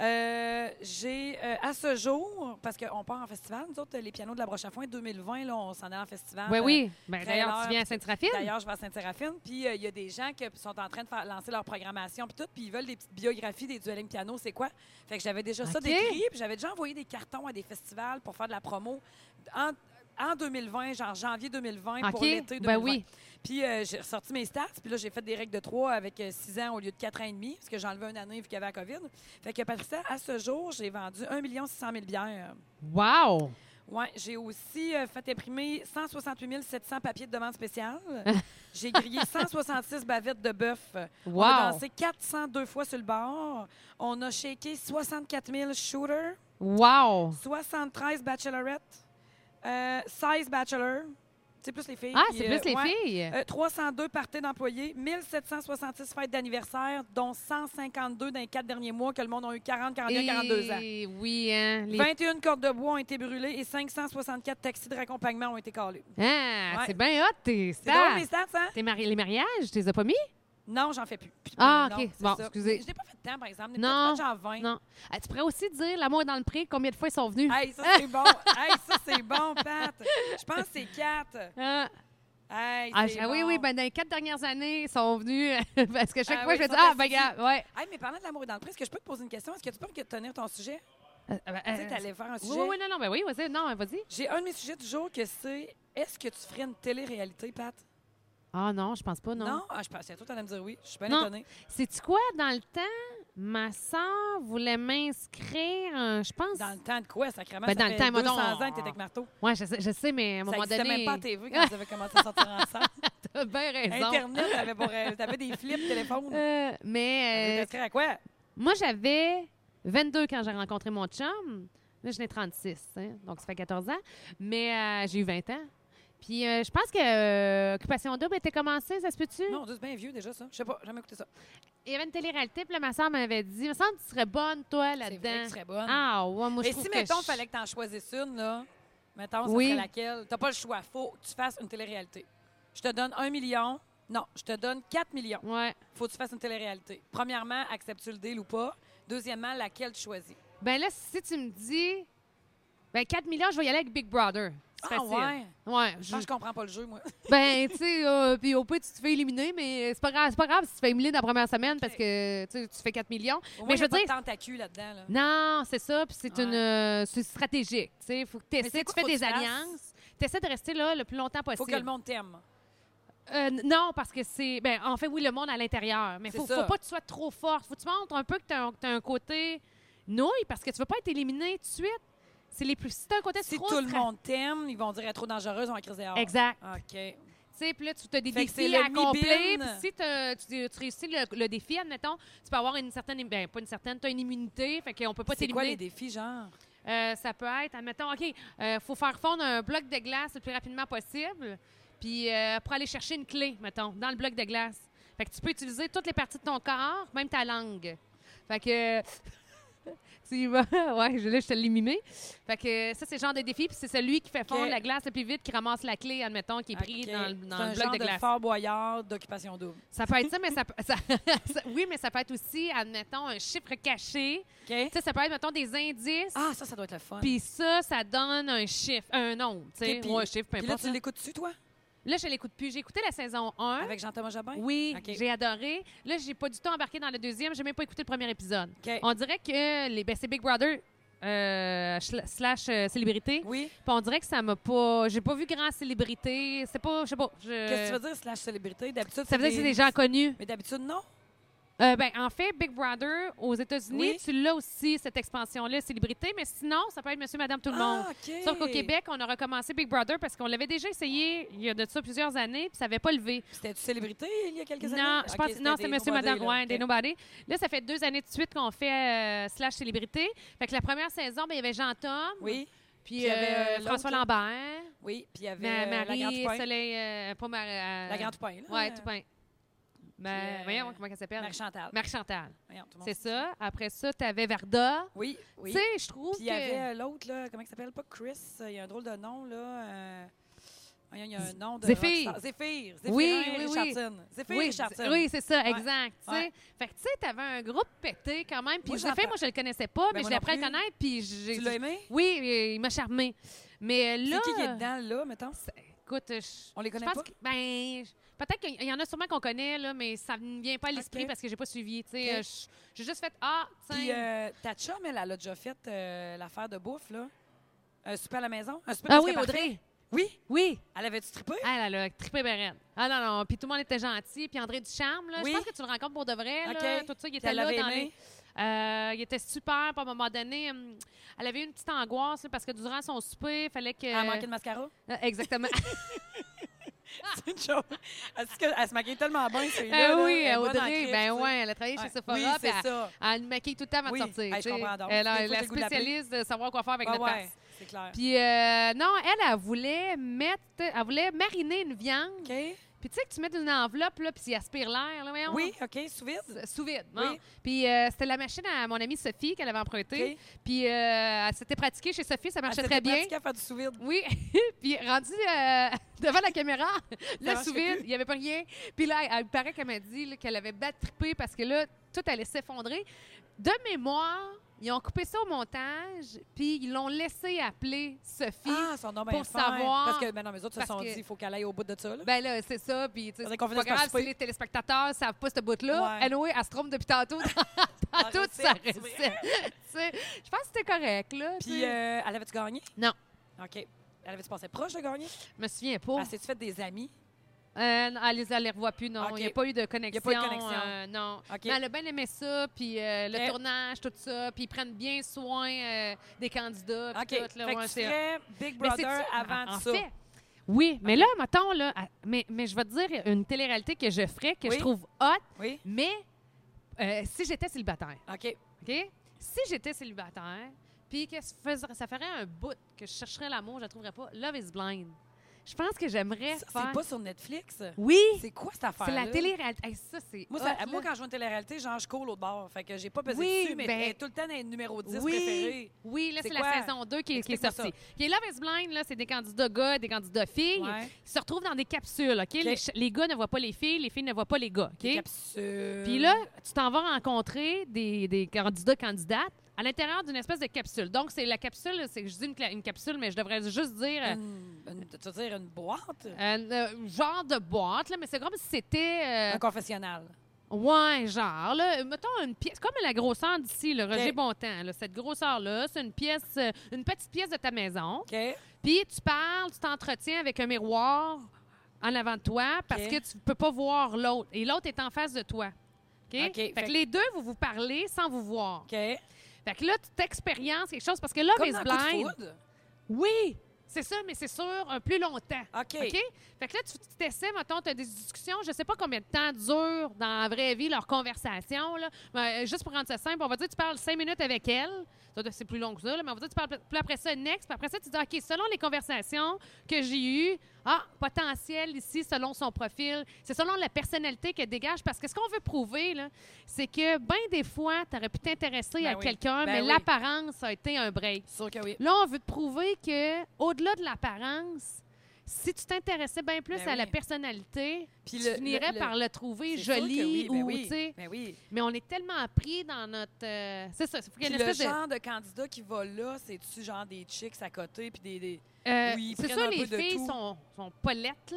[SPEAKER 1] Euh, j'ai, euh, à ce jour, parce qu'on part en festival, nous autres, les pianos de la broche à foin 2020, là, on s'en est en festival.
[SPEAKER 2] Oui,
[SPEAKER 1] euh,
[SPEAKER 2] oui. Ben,
[SPEAKER 1] trailer,
[SPEAKER 2] D'ailleurs, tu viens à Sainte-Raphine.
[SPEAKER 1] D'ailleurs, je vais à Sainte-Séraphine. Puis euh, il y a des gens qui sont en train de faire- lancer leur programmation, puis tout, puis ils veulent des petites biographies des dueling piano, c'est quoi? Fait que j'avais déjà ça
[SPEAKER 2] OK.
[SPEAKER 1] décrit, puis j'avais déjà envoyé des cartons à des festivals pour faire de la promo. En, en 2020, genre janvier 2020, pour l'été
[SPEAKER 2] OK.
[SPEAKER 1] 2020.
[SPEAKER 2] Ben oui.
[SPEAKER 1] Puis euh, j'ai ressorti mes stats, puis là, j'ai fait des règles de 3 avec 6 ans au lieu de 4 ans et demi, parce que j'ai enlevé une année vu qu'il y avait la COVID. Fait que, Patricia, à ce jour, j'ai vendu 1 600 000 bières.
[SPEAKER 2] Wow!
[SPEAKER 1] Ouais, j'ai aussi euh, fait imprimer 168 700 papiers de demande spéciale. j'ai grillé 166 bavettes de bœuf. On a
[SPEAKER 2] Wow!
[SPEAKER 1] dansé 402 fois sur le bord. On a shaké 64 000 shooters,
[SPEAKER 2] Wow!
[SPEAKER 1] 73 bachelorettes, euh, 16 bachelors. C'est plus les filles.
[SPEAKER 2] Ah,
[SPEAKER 1] puis,
[SPEAKER 2] c'est
[SPEAKER 1] euh,
[SPEAKER 2] plus les
[SPEAKER 1] ouais.
[SPEAKER 2] filles.
[SPEAKER 1] Euh, 302 parties d'employés, 1766 fêtes d'anniversaire, dont 152 dans les quatre derniers mois que le monde a eu 40, 41, 42 ans.
[SPEAKER 2] Et Oui, hein. les-
[SPEAKER 1] 21 cordes de bois ont été brûlées et 564 taxis de raccompagnement ont été calés.
[SPEAKER 2] Ah,
[SPEAKER 1] Ouais.
[SPEAKER 2] c'est bien hot, tes
[SPEAKER 1] C'est drôle,
[SPEAKER 2] stats.
[SPEAKER 1] mes stats, hein?
[SPEAKER 2] Tes mari- Les mariages, tu les as pas mis?
[SPEAKER 1] Non, j'en fais plus. Puis,
[SPEAKER 2] Ah,
[SPEAKER 1] euh,
[SPEAKER 2] OK.
[SPEAKER 1] non, c'est
[SPEAKER 2] Bon,
[SPEAKER 1] ça.
[SPEAKER 2] excusez.
[SPEAKER 1] Je n'ai pas fait de temps, par exemple.
[SPEAKER 2] Non.
[SPEAKER 1] Non. Fait, genre 20.
[SPEAKER 2] Non. Ah, tu pourrais aussi dire l'amour est dans le pré, combien de fois ils sont venus?
[SPEAKER 1] Hey, ça, c'est bon. Hey, ça, c'est bon, Pat. Je pense que c'est 4.
[SPEAKER 2] Ah,
[SPEAKER 1] Hey,
[SPEAKER 2] ah,
[SPEAKER 1] c'est
[SPEAKER 2] ah oui,
[SPEAKER 1] bon.
[SPEAKER 2] oui, ben, dans les quatre dernières années, ils sont venus. parce que chaque
[SPEAKER 1] Ah
[SPEAKER 2] fois,
[SPEAKER 1] oui,
[SPEAKER 2] je me
[SPEAKER 1] ils
[SPEAKER 2] dis,
[SPEAKER 1] sont
[SPEAKER 2] ah, ben,
[SPEAKER 1] assis.
[SPEAKER 2] gars, ouais.
[SPEAKER 1] Hey, mais parlant de l'amour et dans le prix, est-ce que je peux te poser une question? Est-ce que tu peux me tenir ton sujet?
[SPEAKER 2] Ah, ben,
[SPEAKER 1] Tu sais,
[SPEAKER 2] euh,
[SPEAKER 1] t'allais faire un
[SPEAKER 2] oui,
[SPEAKER 1] sujet.
[SPEAKER 2] oui, oui, non, non, ben oui, vas-y, non, vas-y.
[SPEAKER 1] J'ai un de mes sujets du jour que c'est est-ce que tu ferais une télé-réalité, Pat?
[SPEAKER 2] Ah non, je pense pas, non.
[SPEAKER 1] Ah, je pensais à toi, t'allais me dire oui. Je suis bien
[SPEAKER 2] Non.
[SPEAKER 1] étonnée.
[SPEAKER 2] C'est-tu quoi, dans le temps, ma soeur voulait m'inscrire, euh, je pense...
[SPEAKER 1] Dans le temps de quoi, sacrément?
[SPEAKER 2] Ben,
[SPEAKER 1] ça
[SPEAKER 2] dans le
[SPEAKER 1] fait
[SPEAKER 2] temps,
[SPEAKER 1] 200
[SPEAKER 2] moi, donc,
[SPEAKER 1] ans que
[SPEAKER 2] on-
[SPEAKER 1] t'étais avec Marteau.
[SPEAKER 2] Ouais, je sais, je sais, mais à un
[SPEAKER 1] Ça
[SPEAKER 2] moment
[SPEAKER 1] n'existait
[SPEAKER 2] donné...
[SPEAKER 1] même pas à TV quand ils avaient commencé à sortir ensemble.
[SPEAKER 2] T'as bien raison.
[SPEAKER 1] Internet, t'avais, pour, euh, t'avais des flips téléphones.
[SPEAKER 2] Euh, mais euh,
[SPEAKER 1] T'inscris à quoi?
[SPEAKER 2] moi, j'avais 22 quand j'ai rencontré mon chum. Là, j'en ai 36, hein, donc ça fait 14 ans. Mais euh, j'ai eu 20 ans. Puis euh, je pense que euh, Occupation Double était commencée, ça se peut-tu?
[SPEAKER 1] Non, c'est bien vieux déjà, ça. Je sais pas, jamais écouté ça.
[SPEAKER 2] Il y avait une télé-réalité, puis là, ma soeur m'avait dit, il me semble que tu serais bonne, toi,
[SPEAKER 1] C'est vrai que
[SPEAKER 2] là-dedans.
[SPEAKER 1] tu serais bonne.
[SPEAKER 2] Ah, ouais, moi, je
[SPEAKER 1] Mais
[SPEAKER 2] trouve
[SPEAKER 1] si,
[SPEAKER 2] que
[SPEAKER 1] mettons,
[SPEAKER 2] je-
[SPEAKER 1] fallait que t'en choisisses une, là, mettons, ça
[SPEAKER 2] Oui.
[SPEAKER 1] serait laquelle? T'as pas le choix. Faut que tu fasses une télé-réalité. Je te donne un million. Non, je te donne 4 millions.
[SPEAKER 2] Ouais.
[SPEAKER 1] Faut que tu fasses une télé-réalité. Premièrement, acceptes-tu le deal ou pas? Deuxièmement, laquelle tu choisis?
[SPEAKER 2] Ben là, si tu me dis, ben 4 millions, je vais y aller avec Big Brother. C'est
[SPEAKER 1] Ah,
[SPEAKER 2] facile.
[SPEAKER 1] ouais.
[SPEAKER 2] Ouais,
[SPEAKER 1] Je
[SPEAKER 2] je-
[SPEAKER 1] pense que je comprends pas le jeu, moi.
[SPEAKER 2] ben, tu sais, euh, puis au pire, tu te fais éliminer, mais c'est pas grave, c'est pas grave si tu te fais éliminer dans la première semaine parce que tu sais, tu fais 4 millions.
[SPEAKER 1] Au moins,
[SPEAKER 2] Mais
[SPEAKER 1] il
[SPEAKER 2] je
[SPEAKER 1] y a
[SPEAKER 2] veux
[SPEAKER 1] pas de
[SPEAKER 2] dire-
[SPEAKER 1] tentacule là-dedans. Là.
[SPEAKER 2] Non, c'est ça, puis c'est
[SPEAKER 1] Ouais.
[SPEAKER 2] une euh, c'est stratégique, tu sais, faut que tu
[SPEAKER 1] c'est
[SPEAKER 2] essaies, tu
[SPEAKER 1] quoi
[SPEAKER 2] fais
[SPEAKER 1] faut que
[SPEAKER 2] des
[SPEAKER 1] tu fasses?
[SPEAKER 2] alliances, tu essaies de rester là le plus longtemps possible.
[SPEAKER 1] Faut que le monde t'aime.
[SPEAKER 2] Euh, n- non, parce que c'est. Ben, en fait, oui, le monde à l'intérieur. Mais
[SPEAKER 1] C'est
[SPEAKER 2] faut,
[SPEAKER 1] ça.
[SPEAKER 2] faut pas que tu sois trop forte. Faut que tu montres un peu que tu as, un côté nouille parce que tu veux pas être éliminé tout de suite. C'est les plus. Si t'as un côté
[SPEAKER 1] Si
[SPEAKER 2] trop
[SPEAKER 1] tout le
[SPEAKER 2] stra-
[SPEAKER 1] monde t'aime, ils vont dire elle est trop dangereuse, on va criser dehors.
[SPEAKER 2] Exact.
[SPEAKER 1] OK.
[SPEAKER 2] Tu sais, puis là, tu as des
[SPEAKER 1] Fait que c'est
[SPEAKER 2] défis
[SPEAKER 1] le
[SPEAKER 2] à accomplir.
[SPEAKER 1] mi-bin.
[SPEAKER 2] Puis si t'as- tu, tu réussis le, le défi, admettons, tu peux avoir une certaine. Ben, pas une certaine. Tu as une immunité. Fait qu'on peut pas
[SPEAKER 1] C'est quoi
[SPEAKER 2] t'éliminer.
[SPEAKER 1] les défis, genre?
[SPEAKER 2] Euh, ça peut être, admettons, OK, euh, faut faire fondre un bloc de glace le plus rapidement possible, puis euh, pour aller chercher une clé, mettons, dans le bloc de glace. Fait que tu peux utiliser toutes les parties de ton corps, même ta langue. Fait que. tu y vas. ouais, je, là, je te l'ai mimé. Fait que ça, c'est le genre de défi, puis c'est celui qui fait fondre
[SPEAKER 1] OK.
[SPEAKER 2] la glace le plus vite, qui ramasse la clé, admettons, qui est pris
[SPEAKER 1] OK.
[SPEAKER 2] dans, le- dans
[SPEAKER 1] C'est un
[SPEAKER 2] le bloc
[SPEAKER 1] genre
[SPEAKER 2] de glace.
[SPEAKER 1] Fort Boyard d'occupation double.
[SPEAKER 2] Ça peut être ça, mais ça, peut- ça- ça- Oui, mais ça peut être aussi, admettons, un chiffre caché.
[SPEAKER 1] OK?
[SPEAKER 2] Tu sais, ça peut être, mettons, des indices.
[SPEAKER 1] Ah, ça, ça doit être le fun.
[SPEAKER 2] Puis ça, ça donne un chiffre, un nombre, tu sais,
[SPEAKER 1] Ok, puis-
[SPEAKER 2] ou un chiffre, peu
[SPEAKER 1] Puis là,
[SPEAKER 2] importe. hein.
[SPEAKER 1] tu
[SPEAKER 2] Là,
[SPEAKER 1] l'écoutes-tu, toi?
[SPEAKER 2] Là, je l'écoute plus. J'ai écouté la saison 1.
[SPEAKER 1] Avec Jean-Thomas Jobin?
[SPEAKER 2] Hein? Oui,
[SPEAKER 1] Ok.
[SPEAKER 2] j'ai adoré. Là, j'ai pas du tout embarqué dans le deuxième. J'ai même pas écouté le premier épisode.
[SPEAKER 1] OK.
[SPEAKER 2] On dirait que les, ben, c'est Big Brother euh, schla- slash euh, célébrité.
[SPEAKER 1] Oui?
[SPEAKER 2] Puis on dirait que ça m'a pas. J'ai pas vu grand célébrité. C'est pas, je sais pas. je-
[SPEAKER 1] Qu'est-ce que tu veux dire, slash célébrité? D'habitude,
[SPEAKER 2] euh, Ça veut dire que c'est des gens connus.
[SPEAKER 1] Mais d'habitude, non.
[SPEAKER 2] Euh, ben, en fait, Big Brother, aux États-Unis,
[SPEAKER 1] Oui.
[SPEAKER 2] tu l'as aussi, cette expansion-là, célébrité, mais sinon, ça peut être monsieur, madame, tout le monde.
[SPEAKER 1] Ah, OK.
[SPEAKER 2] Sauf qu'au Québec, on a recommencé Big Brother parce qu'on l'avait déjà essayé il y a de ça plusieurs années, puis ça n'avait pas levé.
[SPEAKER 1] C'était-tu célébrité il y a quelques années?
[SPEAKER 2] Non, je
[SPEAKER 1] Ok,
[SPEAKER 2] pense,
[SPEAKER 1] c'était
[SPEAKER 2] non,
[SPEAKER 1] des
[SPEAKER 2] c'est Monsieur,
[SPEAKER 1] nobody,
[SPEAKER 2] Madame,
[SPEAKER 1] là,
[SPEAKER 2] ouais,
[SPEAKER 1] OK.
[SPEAKER 2] des nobody. Là, ça fait deux années de suite qu'on fait euh, slash célébrité. Fait que la première saison, ben, il y avait Jean-Tom,
[SPEAKER 1] Oui, Puis il
[SPEAKER 2] puis
[SPEAKER 1] y avait,
[SPEAKER 2] euh,
[SPEAKER 1] euh,
[SPEAKER 2] François
[SPEAKER 1] l'autre,
[SPEAKER 2] Lambert,
[SPEAKER 1] oui. Puis il y avait
[SPEAKER 2] ma-
[SPEAKER 1] euh, la Grande
[SPEAKER 2] Marie,
[SPEAKER 1] Toupin.
[SPEAKER 2] Soleil, euh, pas Marie, euh,
[SPEAKER 1] La Grande Toupin, là.
[SPEAKER 2] Ouais, Toupin. Ben,
[SPEAKER 1] euh,
[SPEAKER 2] voyons comment elle s'appelle.
[SPEAKER 1] Marie-Chantal.
[SPEAKER 2] Marie Chantal.
[SPEAKER 1] Voyons, tout le monde
[SPEAKER 2] C'est
[SPEAKER 1] sait
[SPEAKER 2] ça. Après ça, tu avais Varda.
[SPEAKER 1] Oui, oui.
[SPEAKER 2] Tu sais, je trouve
[SPEAKER 1] Puis
[SPEAKER 2] que...
[SPEAKER 1] il y avait euh, l'autre, là, comment il s'appelle? Pas Chris, euh, il y a un drôle de nom, là. euh, voyons, il y a un nom de.
[SPEAKER 2] Zéphyr.
[SPEAKER 1] rockstar. Zéphyr. Zéphyr.
[SPEAKER 2] Oui, oui, oui.
[SPEAKER 1] Richardson. Zéphyr
[SPEAKER 2] Oui,
[SPEAKER 1] Richardson.
[SPEAKER 2] c'est- oui, c'est ça,
[SPEAKER 1] Ouais.
[SPEAKER 2] exact. tu sais.
[SPEAKER 1] Ouais.
[SPEAKER 2] Fait que, tu sais, t'avais un groupe pété quand même. Puis
[SPEAKER 1] Moi,
[SPEAKER 2] je l'ai fait,
[SPEAKER 1] j'entends-
[SPEAKER 2] moi, je le connaissais pas, mais
[SPEAKER 1] moi
[SPEAKER 2] je l'ai
[SPEAKER 1] non
[SPEAKER 2] appris à le
[SPEAKER 1] plus.
[SPEAKER 2] connaître. Puis j'ai.
[SPEAKER 1] Tu l'as aimé?
[SPEAKER 2] Oui, euh, il m'a charmé. Mais
[SPEAKER 1] C'est
[SPEAKER 2] là.
[SPEAKER 1] qui qui est dedans, là, mettons?
[SPEAKER 2] c'est- Écoute, je.
[SPEAKER 1] On les
[SPEAKER 2] je
[SPEAKER 1] connaît
[SPEAKER 2] pense
[SPEAKER 1] pas?
[SPEAKER 2] que. Ben, je- peut-être qu'il y en a sûrement qu'on connaît, là, mais ça ne me vient pas à l'esprit
[SPEAKER 1] Ok.
[SPEAKER 2] parce que j'ai pas suivi.
[SPEAKER 1] Ok.
[SPEAKER 2] Tu sais, Euh, je- j'ai juste fait Ah,
[SPEAKER 1] Puis
[SPEAKER 2] tiens.
[SPEAKER 1] euh, ta chum, elle, elle a déjà fait euh, l'affaire de bouffe, là. Un souper à la maison? Un souper
[SPEAKER 2] ah
[SPEAKER 1] presque
[SPEAKER 2] oui,
[SPEAKER 1] parfait.
[SPEAKER 2] Audrey. Ah,
[SPEAKER 1] Oui?
[SPEAKER 2] Oui.
[SPEAKER 1] Elle avait-tu trippé?
[SPEAKER 2] Elle, elle a trippé Bérette. Ah non, non. Puis tout le monde était gentil. Puis André Ducharme, là,
[SPEAKER 1] Oui.
[SPEAKER 2] je pense que tu le rencontres pour de vrai. Là,
[SPEAKER 1] OK.
[SPEAKER 2] tout ça, il
[SPEAKER 1] Puis
[SPEAKER 2] était
[SPEAKER 1] elle
[SPEAKER 2] là
[SPEAKER 1] l'avait
[SPEAKER 2] dans
[SPEAKER 1] aimé?
[SPEAKER 2] les- Euh, il était super. Puis à un moment donné, hum, elle avait eu une petite angoisse là, parce que durant son souper, il fallait que.
[SPEAKER 1] Elle a manqué de mascara?
[SPEAKER 2] Euh, Exactement.
[SPEAKER 1] C'est une chose. Est-ce que- Elle se maquillait tellement bien, c'est
[SPEAKER 2] Ah
[SPEAKER 1] là,
[SPEAKER 2] oui,
[SPEAKER 1] elle est bonne en
[SPEAKER 2] Audrey.
[SPEAKER 1] crise,
[SPEAKER 2] Ben
[SPEAKER 1] tu sais.
[SPEAKER 2] ouais, elle a travaillé
[SPEAKER 1] Ouais.
[SPEAKER 2] chez Sephora.
[SPEAKER 1] Oui,
[SPEAKER 2] puis
[SPEAKER 1] c'est
[SPEAKER 2] elle,
[SPEAKER 1] ça.
[SPEAKER 2] elle nous maquille tout le temps avant
[SPEAKER 1] Oui.
[SPEAKER 2] de sortir.
[SPEAKER 1] Hey, je
[SPEAKER 2] tu sais.
[SPEAKER 1] comprends donc.
[SPEAKER 2] Elle,
[SPEAKER 1] Des
[SPEAKER 2] elle
[SPEAKER 1] fois,
[SPEAKER 2] est
[SPEAKER 1] c'est le goût de la pluie.
[SPEAKER 2] spécialiste de savoir quoi faire avec
[SPEAKER 1] Ouais,
[SPEAKER 2] notre
[SPEAKER 1] ouais,
[SPEAKER 2] face.
[SPEAKER 1] c'est clair.
[SPEAKER 2] Puis euh, non, elle, elle voulait mettre, elle voulait mariner une viande.
[SPEAKER 1] OK?
[SPEAKER 2] Puis tu sais que tu mets dans une enveloppe là, puis il aspire l'air. là, voyons.
[SPEAKER 1] Oui, OK, sous vide?
[SPEAKER 2] S- Sous vide.
[SPEAKER 1] Oui.
[SPEAKER 2] bon. Puis euh, c'était la machine à mon amie Sophie qu'elle avait empruntée.
[SPEAKER 1] OK.
[SPEAKER 2] Puis euh, elle s'était pratiquée chez Sophie, ça marchait
[SPEAKER 1] Elle
[SPEAKER 2] très
[SPEAKER 1] s'était
[SPEAKER 2] bien.
[SPEAKER 1] pratiquée à faire du sous vide.
[SPEAKER 2] Oui, puis rendue euh, devant la caméra, là,
[SPEAKER 1] marchait
[SPEAKER 2] sous vide,
[SPEAKER 1] plus.
[SPEAKER 2] il n'y avait pas rien. Puis là, elle- il paraît qu'elle m'a dit là, qu'elle avait battrippé parce que là, tout allait s'effondrer. De mémoire, ils ont coupé ça au montage, puis ils l'ont laissé appeler Sophie.
[SPEAKER 1] Ah, son nom est
[SPEAKER 2] pour
[SPEAKER 1] fin.
[SPEAKER 2] savoir-
[SPEAKER 1] Parce que ben maintenant, mes autres se
[SPEAKER 2] parce
[SPEAKER 1] sont
[SPEAKER 2] que-
[SPEAKER 1] dit, il faut qu'elle aille au bout de ça. là.
[SPEAKER 2] Ben là, c'est ça, puis tu sais,
[SPEAKER 1] Faudrait
[SPEAKER 2] c'est
[SPEAKER 1] qu'on
[SPEAKER 2] pas
[SPEAKER 1] finisse par
[SPEAKER 2] grave
[SPEAKER 1] souper.
[SPEAKER 2] si les téléspectateurs savent pas ce bout-là.
[SPEAKER 1] Ouais.
[SPEAKER 2] Anyway, elle se trompe depuis tantôt dans, dans
[SPEAKER 1] Dans
[SPEAKER 2] toute
[SPEAKER 1] recette,
[SPEAKER 2] sa
[SPEAKER 1] tu
[SPEAKER 2] recette.
[SPEAKER 1] vois.
[SPEAKER 2] Tu sais, Je pense que c'était correct, là. tu
[SPEAKER 1] Puis,
[SPEAKER 2] sais.
[SPEAKER 1] euh, elle avait-tu gagné?
[SPEAKER 2] Non.
[SPEAKER 1] OK. Elle avait-tu passé proche de gagner?
[SPEAKER 2] Je me souviens pas.
[SPEAKER 1] Elle s'est-tu fait des amis?
[SPEAKER 2] Euh, non, elle les, elle les revoit plus, non.
[SPEAKER 1] OK.
[SPEAKER 2] Il n'y a pas eu de connexion.
[SPEAKER 1] Il y a pas eu de connexion.
[SPEAKER 2] euh, non.
[SPEAKER 1] OK. Eh.
[SPEAKER 2] Mais elle a bien aimé ça, puis euh, le
[SPEAKER 1] OK.
[SPEAKER 2] tournage, tout ça. Puis ils prennent bien soin euh, des candidats.
[SPEAKER 1] OK.
[SPEAKER 2] puis tout, là,
[SPEAKER 1] fait
[SPEAKER 2] ouais,
[SPEAKER 1] que tu
[SPEAKER 2] c'est-
[SPEAKER 1] ferais Big
[SPEAKER 2] Mais
[SPEAKER 1] Brother
[SPEAKER 2] c'est-tu-
[SPEAKER 1] avant
[SPEAKER 2] en- en
[SPEAKER 1] ça.
[SPEAKER 2] fait, oui, mais là, mettons, là, à- mais, mais je vais te dire une télé-réalité que je ferais, que
[SPEAKER 1] Oui.
[SPEAKER 2] je trouve hot,
[SPEAKER 1] Oui?
[SPEAKER 2] mais euh, si j'étais célibataire.
[SPEAKER 1] OK.
[SPEAKER 2] OK? Si j'étais célibataire, puis que ça faisait- ça ferait un bout que je chercherais l'amour, je ne trouverais pas. Love is blind. Je pense que j'aimerais
[SPEAKER 1] Ça,
[SPEAKER 2] faire.
[SPEAKER 1] c'est pas sur Netflix.
[SPEAKER 2] Oui!
[SPEAKER 1] C'est quoi cette affaire
[SPEAKER 2] C'est la télé-réalité. Hey, ça, c'est.
[SPEAKER 1] Moi,
[SPEAKER 2] hot,
[SPEAKER 1] ça-
[SPEAKER 2] là.
[SPEAKER 1] moi, quand je vois une télé-réalité, genre, je cours l'autre bord. Fait que j'ai pas pesé
[SPEAKER 2] Oui,
[SPEAKER 1] dessus, mais
[SPEAKER 2] ben-
[SPEAKER 1] elle est tout le temps dans les numéros 10
[SPEAKER 2] oui,
[SPEAKER 1] préférés.
[SPEAKER 2] oui, là,
[SPEAKER 1] C'est
[SPEAKER 2] c'est
[SPEAKER 1] quoi?
[SPEAKER 2] la saison 2 qui, est- qui est
[SPEAKER 1] Explique-moi
[SPEAKER 2] sortie. Qui est Love is Blind, là, c'est des candidats gars, des candidats filles.
[SPEAKER 1] Ouais.
[SPEAKER 2] Ils se retrouvent dans des capsules, OK? Les, ch- les gars ne voient pas les filles, les filles ne voient pas les gars, OK?
[SPEAKER 1] Capsule.
[SPEAKER 2] Puis là, tu t'en vas rencontrer des, des candidats, candidates à l'intérieur d'une espèce de capsule. Donc, c'est la capsule, c'est que je dis une, cla- une capsule, mais je devrais juste dire euh,
[SPEAKER 1] Une- une- tu veux dire une boîte?
[SPEAKER 2] un euh, genre de boîte, là, mais c'est comme si c'était. euh,
[SPEAKER 1] Un confessionnal.
[SPEAKER 2] ouais, genre, là, mettons une pièce, comme la grosseur d'ici, le Roger
[SPEAKER 1] Ok.
[SPEAKER 2] Bontemps. là, cette grosseur-là, c'est une pièce, euh, une petite pièce de ta maison.
[SPEAKER 1] OK?
[SPEAKER 2] Puis tu parles, tu t'entretiens avec un miroir en avant de toi parce
[SPEAKER 1] OK.
[SPEAKER 2] que tu peux pas voir l'autre. Et l'autre est en face de toi. OK?
[SPEAKER 1] OK, fait
[SPEAKER 2] Fait, que
[SPEAKER 1] que-
[SPEAKER 2] les deux, vous vous parlez sans vous voir.
[SPEAKER 1] OK? Comme
[SPEAKER 2] Fait que là, tu t'expériences quelque chose parce que l'homme is
[SPEAKER 1] dans un coup de
[SPEAKER 2] blind.
[SPEAKER 1] foudre.
[SPEAKER 2] Oui! C'est ça, mais c'est sur un plus longtemps.
[SPEAKER 1] OK.
[SPEAKER 2] OK? Fait que là, tu tu t'essaies, mettons, tu as des discussions, je sais pas combien de temps dure dans la vraie vie leur conversation, là. Mais, euh, juste pour rendre ça simple, on va dire tu parles cinq minutes avec elle. Ça, C'est plus long que ça, là, mais on va dire tu parles. Puis après ça, next. Puis après ça, tu dis, OK, selon les conversations que j'ai eues, ah, potentiel ici, selon son profil, c'est selon la personnalité qu'elle dégage. Parce que ce qu'on veut prouver, là, c'est que, bien des fois, tu aurais pu t'intéresser
[SPEAKER 1] Ben
[SPEAKER 2] à
[SPEAKER 1] oui.
[SPEAKER 2] quelqu'un,
[SPEAKER 1] Ben
[SPEAKER 2] mais
[SPEAKER 1] oui.
[SPEAKER 2] l'apparence a été un break.
[SPEAKER 1] Sûr que oui.
[SPEAKER 2] Là, on veut te prouver que, au-delà de l'apparence, si tu t'intéressais bien plus
[SPEAKER 1] Ben
[SPEAKER 2] à la
[SPEAKER 1] oui.
[SPEAKER 2] personnalité,
[SPEAKER 1] Puis
[SPEAKER 2] tu
[SPEAKER 1] le-
[SPEAKER 2] finirais
[SPEAKER 1] le- le-
[SPEAKER 2] par le trouver
[SPEAKER 1] C'est sûr que
[SPEAKER 2] joli
[SPEAKER 1] oui, ben
[SPEAKER 2] ou,
[SPEAKER 1] oui,
[SPEAKER 2] tu sais.
[SPEAKER 1] ben oui.
[SPEAKER 2] Mais on est tellement pris dans notre. euh, c'est ça, c'est faut qu'il y
[SPEAKER 1] Puis
[SPEAKER 2] ait une
[SPEAKER 1] le
[SPEAKER 2] espèce de.
[SPEAKER 1] genre de candidat qui va là, c'est-tu genre des chicks à côté puis des... des-
[SPEAKER 2] Euh,
[SPEAKER 1] Oui, ils
[SPEAKER 2] c'est
[SPEAKER 1] prennent
[SPEAKER 2] sûr,
[SPEAKER 1] un
[SPEAKER 2] les
[SPEAKER 1] peu de
[SPEAKER 2] filles
[SPEAKER 1] tout.
[SPEAKER 2] sont, sont polettes, là. Tu